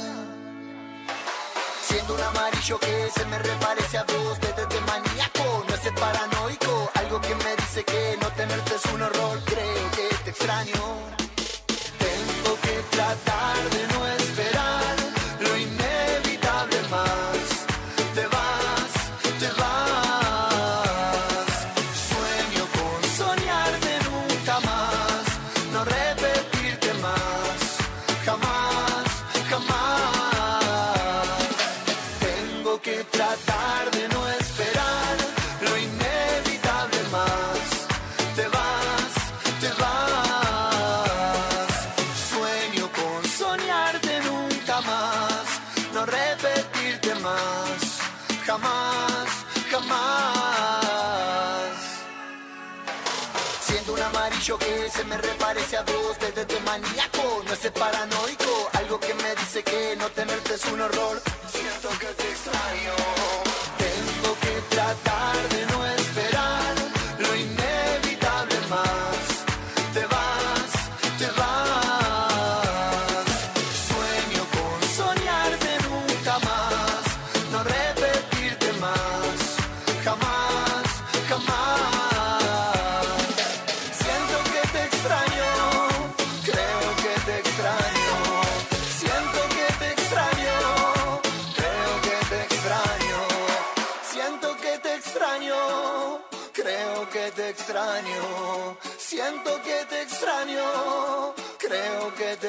Speaker 18: Siento un amarillo que se me reparece a dos dedos de maníaco. No es paranoico, algo que me dice que no tenerte es un horror. Creo que te extraño. Tengo que tratar de no esperar lo inevitable más. Te vas, te vas. Sueño con soñarte nunca más. No repetirte más. Jamás, jamás. Tengo que tratar de no esperar lo inevitable más. Te vas, te vas. Sueño con soñarte nunca más. No repetirte más. Jamás, jamás. Siento un amarillo que se me reparece a dos desde de maníaco. No es paranoico, algo que me dice que no tenerte es un horror. Siento que te extraño. Tengo que tratar de no esperar lo inevitable más. Te vas, te vas. Sueño con soñarte nunca más. No repetirte más. Jamás, jamás. Siento que te extraño, creo que te extraño. Siento que te extraño, creo que te extraño. Siento que te extraño, creo que te extraño. Siento que te extraño, creo que te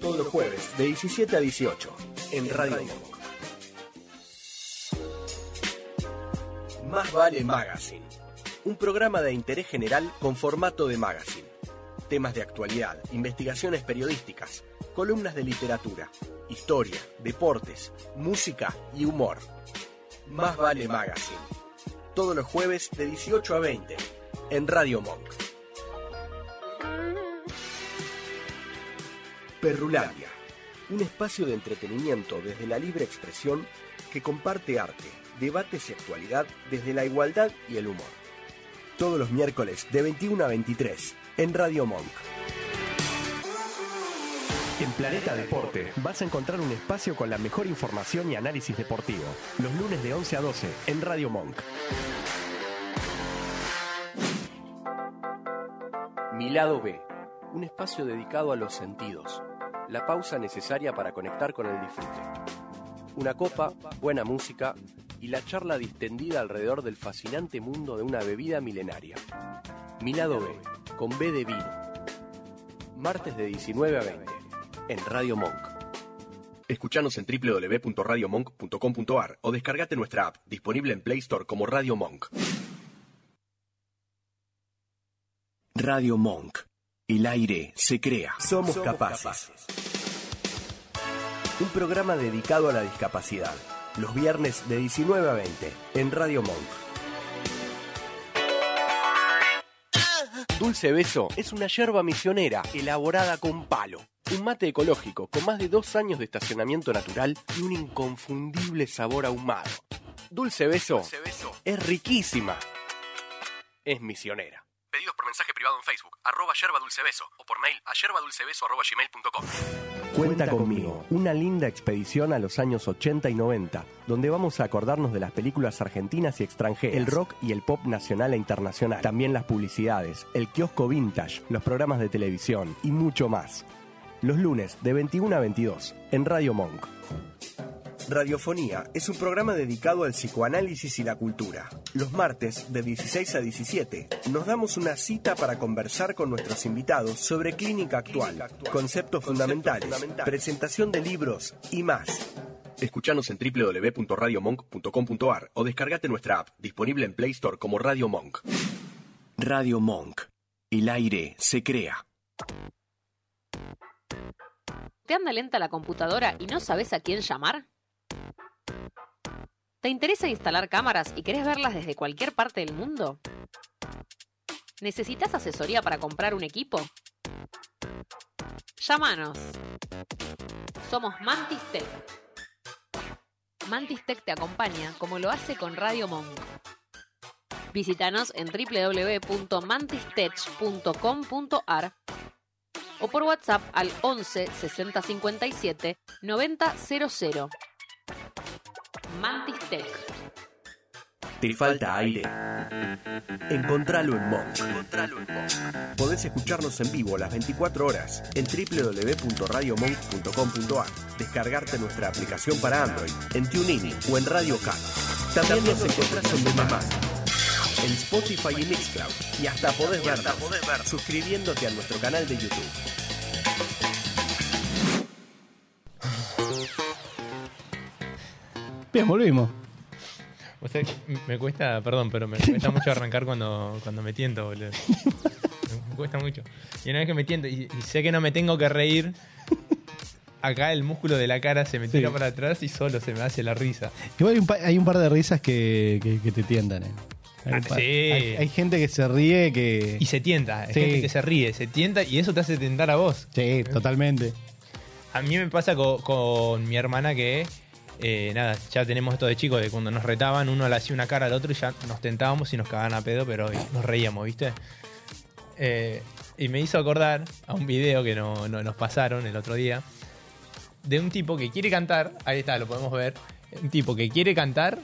Speaker 1: Todos los jueves de 17 a 18 en Radio Monk. Más vale Magazine un programa de interés general con formato de magazine. Temas de actualidad, investigaciones periodísticas, columnas de literatura, historia, deportes, música y humor. Más vale magazine. Todos los jueves de 18 a 20 en Radio Monk. Perrulandia, un espacio de entretenimiento desde la libre expresión que comparte arte, debates y actualidad desde la igualdad y el humor todos los miércoles de 21 a 23 en Radio Monk.
Speaker 19: En Planeta Deporte vas a encontrar un espacio con la mejor información y análisis deportivo. Los lunes de 11 a 12 en Radio Monk.
Speaker 1: Mi lado B, un espacio dedicado a los sentidos, la pausa necesaria para conectar con el disfrute. Una copa, buena música y la charla distendida alrededor del fascinante mundo de una bebida milenaria. Mi lado B, con B de vino. Martes de 19 a 20, en Radio Monk.
Speaker 16: Escuchanos en www.radiomonk.com.ar o descargate nuestra app, disponible en Play Store como Radio Monk.
Speaker 2: Radio Monk. El aire se crea.
Speaker 1: Somos capaces. Un programa dedicado a la discapacidad. Los viernes de 19 a 20 en Radio Monk. Dulce Beso es una yerba misionera elaborada con palo. Un mate ecológico con más de dos años de estacionamiento natural y un inconfundible sabor ahumado. Dulce Beso, es riquísima. Es misionera.
Speaker 16: Pedidos por mensaje privado en Facebook, arroba yerba dulce beso o por mail a yerbadulcebeso arroba gmail.com.
Speaker 1: Cuenta conmigo, una linda expedición a los años 80 y 90, donde vamos a acordarnos de las películas argentinas y extranjeras, el rock y el pop nacional e internacional, también las publicidades, el kiosco vintage, los programas de televisión y mucho más. Los lunes de 21 a 22 en Radio Monk. Radiofonía es un programa dedicado al psicoanálisis y la cultura. Los martes, de 16 a 17, nos damos una cita para conversar con nuestros invitados sobre clínica actual, conceptos fundamentales, presentación de libros y más.
Speaker 16: Escuchanos en www.radiomonk.com.ar o descargate nuestra app, disponible en Play Store como Radio Monk.
Speaker 2: Radio Monk. El aire se crea.
Speaker 20: ¿Te anda lenta la computadora y no sabes a quién llamar? ¿Te interesa instalar cámaras y querés verlas desde cualquier parte del mundo? ¿Necesitas asesoría para comprar un equipo? Llámanos. Somos Mantis Tech. Mantis Tech te acompaña como lo hace con Radio Monk. Visítanos en www.mantistech.com.ar o por WhatsApp al 11 60 57 90 00. Mantis Tech.
Speaker 2: Te falta aire. Encontralo en Monk. Podés escucharnos en vivo las 24 horas en www.radiomonk.com.ar. Descargarte nuestra aplicación para Android en TuneIn o en Radio Cat. También nos encontrás en Mamá. En Spotify y Mixcloud. Y hasta podés vernos suscribiéndote a nuestro canal de YouTube.
Speaker 21: Bien, volvimos.
Speaker 3: O sea, me cuesta, perdón, pero me cuesta mucho arrancar cuando, cuando me tiento, boludo. Me cuesta mucho. Y una vez que me tiento y, y sé que no me tengo que reír, acá el músculo de la cara se me tira para atrás y solo se me hace la risa.
Speaker 21: Igual hay un, pa- hay un par de risas que, que- que te tientan. eh. Hay,
Speaker 3: Ah,
Speaker 21: un par-
Speaker 3: sí.
Speaker 21: hay- hay gente que se ríe que...
Speaker 3: Y se tienta, hay
Speaker 21: Sí.
Speaker 3: gente que se ríe, se tienta y eso te hace tentar a vos.
Speaker 21: Sí, totalmente.
Speaker 3: A mí me pasa co- con, mi hermana que, eh, nada, ya tenemos esto de chicos, de cuando nos retaban, uno le hacía una cara al otro y ya nos tentábamos y nos cagaban a pedo, pero nos reíamos, ¿viste? Eh, y me hizo acordar a un video que no, no- nos pasaron el otro día, de un tipo que quiere cantar, ahí está, lo podemos ver, un tipo que quiere cantar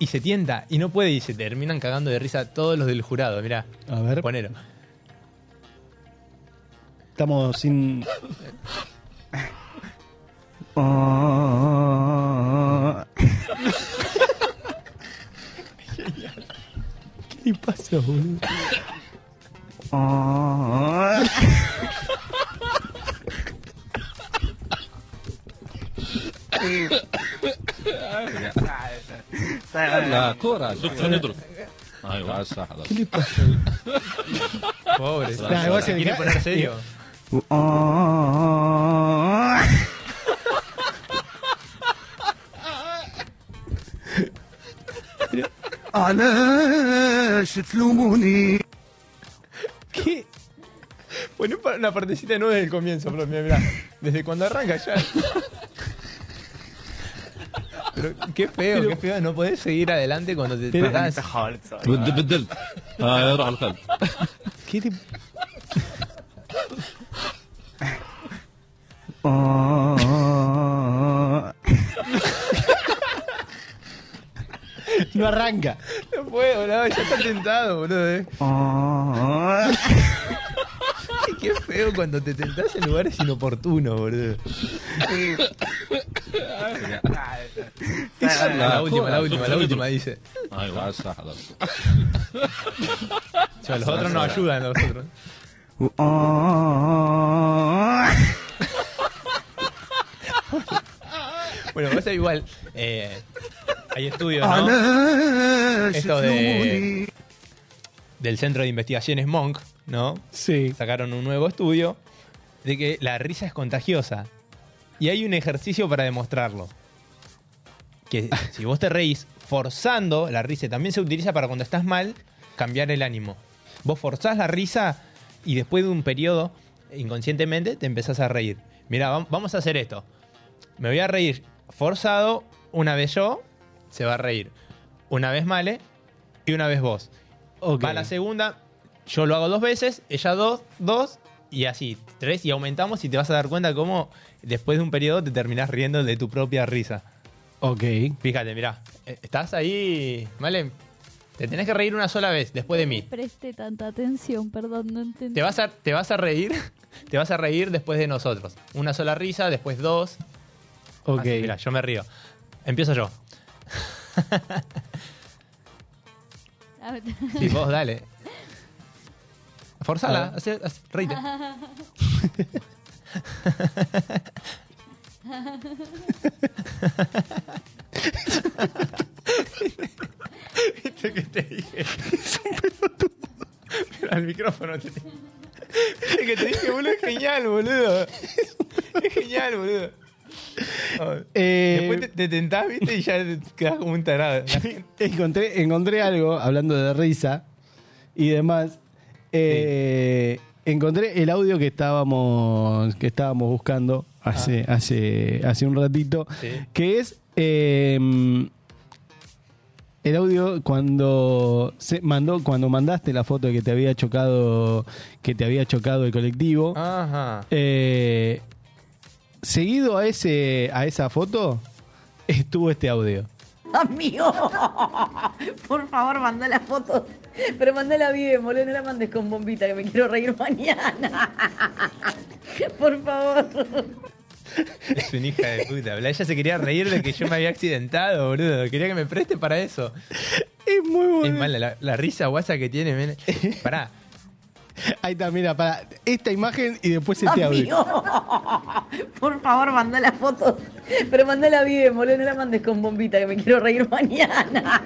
Speaker 3: y se tienta y no puede y se terminan cagando de risa todos los del jurado, mirá.
Speaker 21: A ver.
Speaker 3: Ponelo.
Speaker 21: Estamos sin... ¿Qué le pasa, boludo?
Speaker 22: لا كورة دكتور يضرب ايوه صح
Speaker 3: Pobre.
Speaker 21: Nah, igual se-
Speaker 3: quiere poner serio.
Speaker 21: Ah,
Speaker 22: علاش تلوموني
Speaker 3: ¿Qué? Bueno, un pa- una partecita no desde el comienzo, pero mira, mira. Desde cuando arranca ya. Pero qué feo, qué feo. No podés seguir adelante cuando te
Speaker 22: Pero-
Speaker 3: tratás.
Speaker 22: بد- بدلت آه روح على القلب
Speaker 21: ¿Qué te- No arranca.
Speaker 3: No puedo, no, ya está tentado, boludo. eh. Ay, Qué feo cuando te tentás en lugares inoportunos, boludo. La última, la última, la última, dice.
Speaker 22: ايوه صح خلاص
Speaker 3: O sea, los otros nos ayudan, los otros. Bueno, pasa igual. eh, hay estudios, ¿no? Esto de, del Centro de Investigaciones Monk, ¿no?
Speaker 21: Sí.
Speaker 3: Sacaron un nuevo estudio de que la risa es contagiosa. Y hay un ejercicio para demostrarlo. Que si vos te reís forzando la risa, también se utiliza para cuando estás mal, cambiar el ánimo. Vos forzás la risa y después de un periodo, inconscientemente, te empezás a reír. Mira, vamos a hacer esto. Me voy a reír forzado una vez yo, se va a reír. Una vez Male y una vez vos. Va la segunda, yo lo hago dos veces, ella dos, dos y así, tres y aumentamos y te vas a dar cuenta cómo después de un periodo te terminás riendo de tu propia risa.
Speaker 21: Ok.
Speaker 3: Fíjate, mirá, eh, estás ahí, Male, te tenés que reír una sola vez después de mí.
Speaker 5: Preste tanta atención, perdón, no entendí.
Speaker 3: Te vas a, te vas a reír, te vas a reír después de nosotros. Una sola risa, después dos.
Speaker 21: Ok.
Speaker 3: mira, yo me río. Empiezo yo. Y vos dale. Forzala, hace- hace- reíte. ¿Viste que te dije? Es un Pero al micrófono te Es que te dije, boludo, es genial, boludo. Es genial, boludo. Ah, Después te, te tentás, viste, y ya te quedás como un tarado.
Speaker 4: encontré, encontré algo, hablando de risa y demás. eh, Encontré el audio que estábamos, que estábamos buscando hace, hace, hace un ratito,
Speaker 22: Sí.
Speaker 4: que es eh, el audio cuando se mandó, cuando mandaste la foto de que te había chocado, que te había chocado el colectivo.
Speaker 3: Ajá.
Speaker 4: Eh, seguido a ese, a esa foto, estuvo este audio.
Speaker 23: Amigo, por favor, manda la foto. Pero mandala bien, boludo, no la mandes con bombita, que me quiero reír mañana. Por favor.
Speaker 3: Es una hija de puta, boludo. Ella se quería reír de que yo me había accidentado, boludo. Quería que me preste para eso.
Speaker 4: Es muy bueno.
Speaker 3: Es mala la, la risa guasa que tiene. men. Pará.
Speaker 4: Ahí está, mira, para esta imagen y después este audio.
Speaker 23: Por favor, manda la foto. Pero mandala bien, boludo, no la mandes con bombita, que me quiero reír mañana.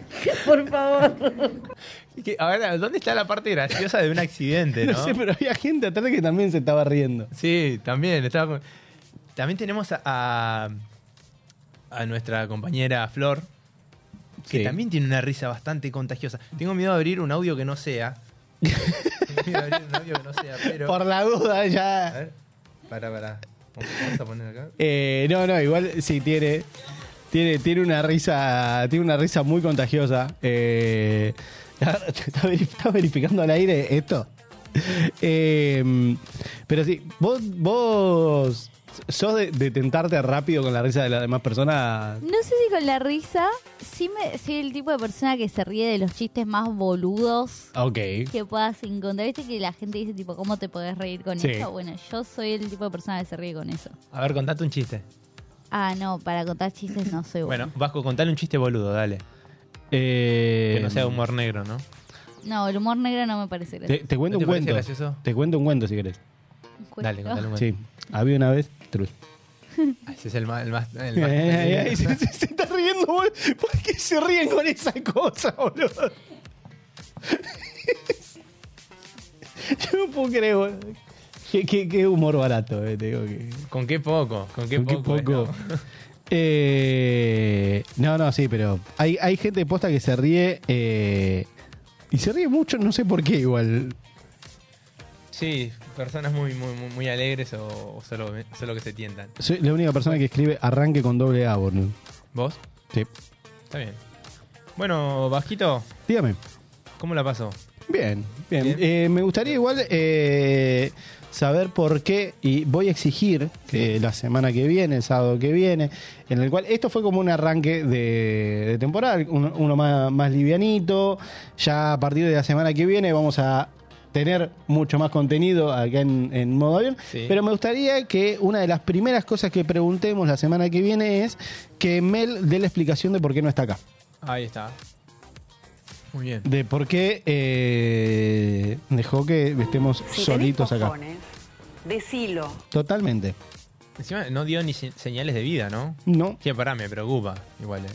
Speaker 23: Por favor.
Speaker 3: Es que, a ver, ¿dónde está la parte graciosa de un accidente, no?
Speaker 4: No sé, pero había gente atrás que también se estaba riendo.
Speaker 3: Sí, también. estaba con- También tenemos a, a, a nuestra compañera Flor, que
Speaker 4: Sí.
Speaker 3: también tiene una risa bastante contagiosa. Tengo miedo de abrir un audio que no sea. Tengo miedo de abrir un audio que no sea, pero...
Speaker 4: Por la duda, ya.
Speaker 3: A ver, pará, pará. Vamos a poner acá.
Speaker 4: Eh, no, no, igual sí tiene. Tiene, tiene una risa. Tiene una risa muy contagiosa. Eh, ¿Estás veri- estás verificando al aire esto? Eh, pero sí, vos, vos sos de, de tentarte rápido con la risa de las demás personas.
Speaker 5: No sé si con la risa, sí me, soy el tipo de persona que se ríe de los chistes más boludos
Speaker 4: Ok.
Speaker 5: que puedas encontrar. Viste que la gente dice, tipo, ¿cómo te podés reír con
Speaker 3: Sí.
Speaker 5: eso? Bueno, yo soy el tipo de persona que se ríe con eso.
Speaker 3: A ver, contate un chiste.
Speaker 5: Ah, no, para contar chistes no soy
Speaker 3: Bueno,
Speaker 5: bueno.
Speaker 3: Eh, Vasco, contale un chiste boludo, dale. que no sea humor negro, ¿no?
Speaker 5: No, el humor negro no me parece
Speaker 4: Te,
Speaker 5: gracioso.
Speaker 4: te cuento
Speaker 3: ¿No te
Speaker 4: un
Speaker 3: parece
Speaker 4: cuento.
Speaker 3: gracioso?
Speaker 4: Te cuento un cuento si querés.
Speaker 5: Un cuento.
Speaker 3: Dale, contale un
Speaker 4: Sí, había una vez. Trus.
Speaker 3: Ah, Ese es el más... El más, el más-
Speaker 4: Ay, ay,
Speaker 3: eh,
Speaker 4: ay, se, se- se está riendo, boludo. ¿Por qué se ríen con esa cosa, boludo? Yo no puedo creer, boludo. Qué, qué- qué humor barato, eh, te digo que.
Speaker 3: Con qué poco, con qué
Speaker 4: Con qué
Speaker 3: poco.
Speaker 4: poco. Eh, no, no, sí, pero hay, hay gente de posta que se ríe eh, y se ríe mucho, no sé por qué igual.
Speaker 3: Sí, personas muy, muy, muy, muy alegres o, o solo, solo que se tientan.
Speaker 4: Soy la única persona que escribe arranque con doble A, boludo.
Speaker 3: ¿Vos?
Speaker 4: Sí.
Speaker 3: Está bien. Bueno, Vasquito,
Speaker 4: Dígame.
Speaker 3: ¿cómo la pasó?
Speaker 4: Bien, bien. Eh, me gustaría igual eh, saber por qué, y voy a exigir que la semana que viene, el sábado que viene, en el cual esto fue como un arranque de, de temporada, uno, uno más, más livianito, ya a partir de la semana que viene vamos a tener mucho más contenido acá en, en modo avión,
Speaker 3: Sí.
Speaker 4: pero me gustaría que una de las primeras cosas que preguntemos la semana que viene es que Mel dé la explicación de por qué no está acá
Speaker 3: Ahí está. Muy bien.
Speaker 4: de por qué eh, dejó que estemos
Speaker 20: Si
Speaker 4: solitos
Speaker 20: tenés
Speaker 4: acá.
Speaker 20: cojones, Decilo.
Speaker 4: Totalmente.
Speaker 3: Encima no dio ni se- señales de vida, ¿no?
Speaker 4: No.
Speaker 3: Sí, pará, me preocupa. Igual, eh.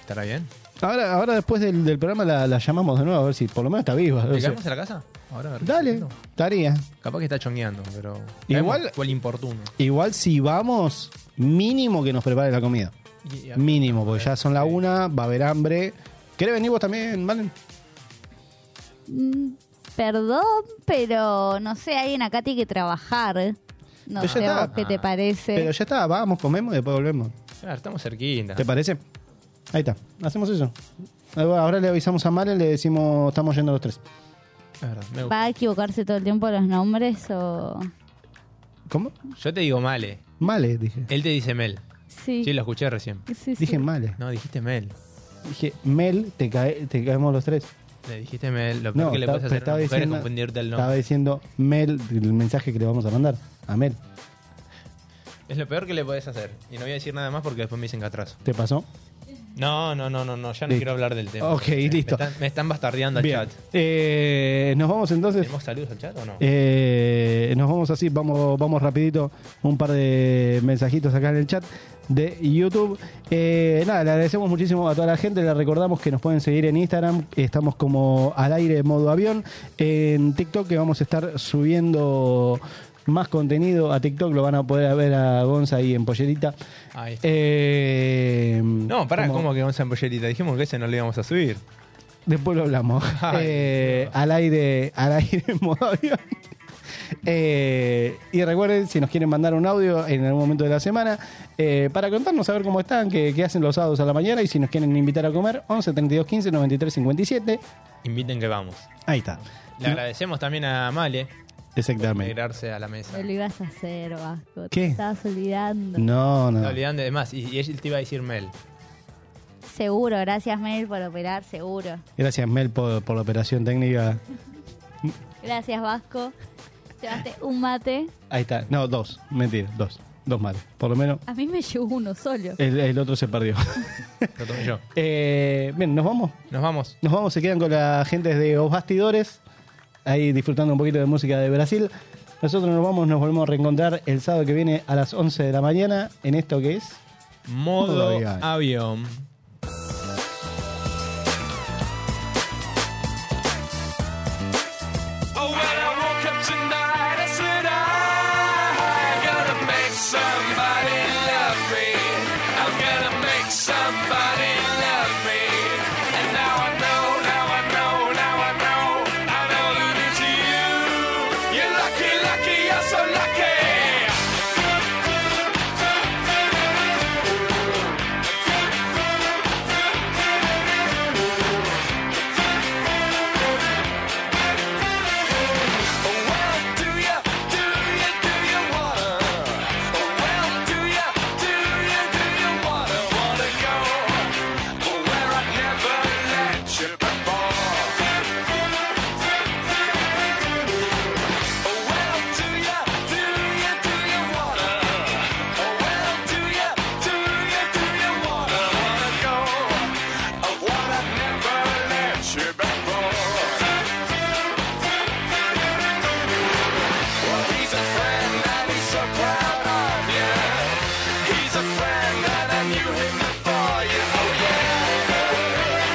Speaker 3: ¿estará bien?
Speaker 4: Ahora, ahora después del, del programa la, la llamamos de nuevo a ver si por lo menos está viva. O
Speaker 3: ¿Le
Speaker 4: sea,
Speaker 3: caemos a la casa? Ahora, a ver qué está
Speaker 4: Ah, dale,
Speaker 3: haciendo.
Speaker 4: estaría.
Speaker 3: Capaz que está chongueando, pero.
Speaker 4: Igual-
Speaker 3: Fue el importuno.
Speaker 4: Igual si vamos, mínimo que nos prepare la comida.
Speaker 3: Y- y-
Speaker 4: Mínimo, porque ya son la una, va a haber hambre. ¿Querés venir vos también, Valen?
Speaker 5: Mm, Perdón, pero no sé, alguien acá tiene que trabajar. No
Speaker 4: Pero ya
Speaker 5: sé
Speaker 4: está. Ah,
Speaker 5: vos qué te
Speaker 4: Pero
Speaker 5: parece.
Speaker 4: ya está, vamos, comemos y después volvemos.
Speaker 3: Claro, estamos cerquita.
Speaker 4: ¿Te parece? Ahí está, hacemos eso. Ahora le avisamos a Malen, le decimos, estamos yendo los tres.
Speaker 3: Es verdad, me gusta.
Speaker 5: ¿Va a equivocarse todo el tiempo los nombres o...?
Speaker 4: ¿Cómo?
Speaker 3: Yo te digo Male.
Speaker 4: Male, dije.
Speaker 3: Él te dice Mel.
Speaker 5: Sí.
Speaker 3: Sí, lo escuché recién.
Speaker 5: Sí, sí.
Speaker 4: Dije Male.
Speaker 3: No, dijiste Mel.
Speaker 4: Dije, Mel, te, cae- te caemos los tres.
Speaker 3: Le dijiste Este Mel. Lo peor que le
Speaker 4: ta-
Speaker 3: puedes hacer a
Speaker 4: estaba
Speaker 3: una mujer
Speaker 4: diciendo-
Speaker 3: es confundirte el
Speaker 4: Estaba
Speaker 3: nombre.
Speaker 4: diciendo Mel, el mensaje que le vamos a mandar a Mel.
Speaker 3: Es lo peor que le puedes hacer. Y no voy a decir nada más porque después me dicen catrazo.
Speaker 4: ¿Te pasó?
Speaker 3: No, no, no, no, no, ya no
Speaker 4: Listo.
Speaker 3: quiero hablar del tema.
Speaker 4: Ok,
Speaker 3: Me-
Speaker 4: listo.
Speaker 3: Me están, me están bastardeando al
Speaker 4: Bien.
Speaker 3: chat.
Speaker 4: Eh, nos vamos entonces.
Speaker 3: ¿Tenemos saludos al chat o no?
Speaker 4: Eh, nos vamos así, vamos, vamos rapidito, un par de mensajitos acá en el chat de YouTube. Eh, nada, le agradecemos muchísimo a toda la gente, le recordamos que nos pueden seguir en Instagram, estamos como al aire modo avión, en TikTok que vamos a estar subiendo más contenido a TikTok, lo van a poder ver a Gonza ahí en pollerita.
Speaker 3: Ahí está.
Speaker 4: Eh,
Speaker 3: no, pará,
Speaker 4: ¿cómo?
Speaker 3: ¿cómo que vamos a Pollerita? Dijimos que ese no lo íbamos a subir.
Speaker 4: Después lo hablamos.
Speaker 3: Ay,
Speaker 4: Eh, al aire, al aire en modo avión. Eh, y recuerden, si nos quieren mandar un audio en algún momento de la semana, eh, para contarnos a ver cómo están, qué, qué hacen los sábados a la mañana y si nos quieren invitar a comer, 11 32 15 93 57.
Speaker 3: Inviten que vamos.
Speaker 4: Ahí está.
Speaker 3: Le agradecemos también a Male por
Speaker 4: Exactamente.
Speaker 3: integrarse a la mesa.
Speaker 5: No lo ibas a hacer, Vasco.
Speaker 4: ¿Qué?
Speaker 5: Te estabas olvidando.
Speaker 4: No,
Speaker 3: No
Speaker 4: no.
Speaker 3: olvidando de más, y, y ella te iba a decir Mel.
Speaker 5: Seguro, gracias Mel por operar, seguro.
Speaker 4: Gracias, Mel, por, por la operación técnica.
Speaker 5: Gracias Vasco. Llevaste un mate.
Speaker 4: Ahí está. No, dos. Mentira, dos. Dos males. Por lo menos
Speaker 5: A mí me llegó uno solo.
Speaker 4: el, el otro se perdió.
Speaker 3: Lo tomé yo.
Speaker 4: Eh, bien, ¿nos vamos?
Speaker 3: Nos vamos.
Speaker 4: Nos vamos, se quedan con la gente de Os Bastidores, ahí disfrutando un poquito de música de Brasil. Nosotros nos vamos, nos volvemos a reencontrar el sábado que viene a las 11 de la mañana en esto que es...
Speaker 3: Modo
Speaker 4: Modo avión.
Speaker 3: avión.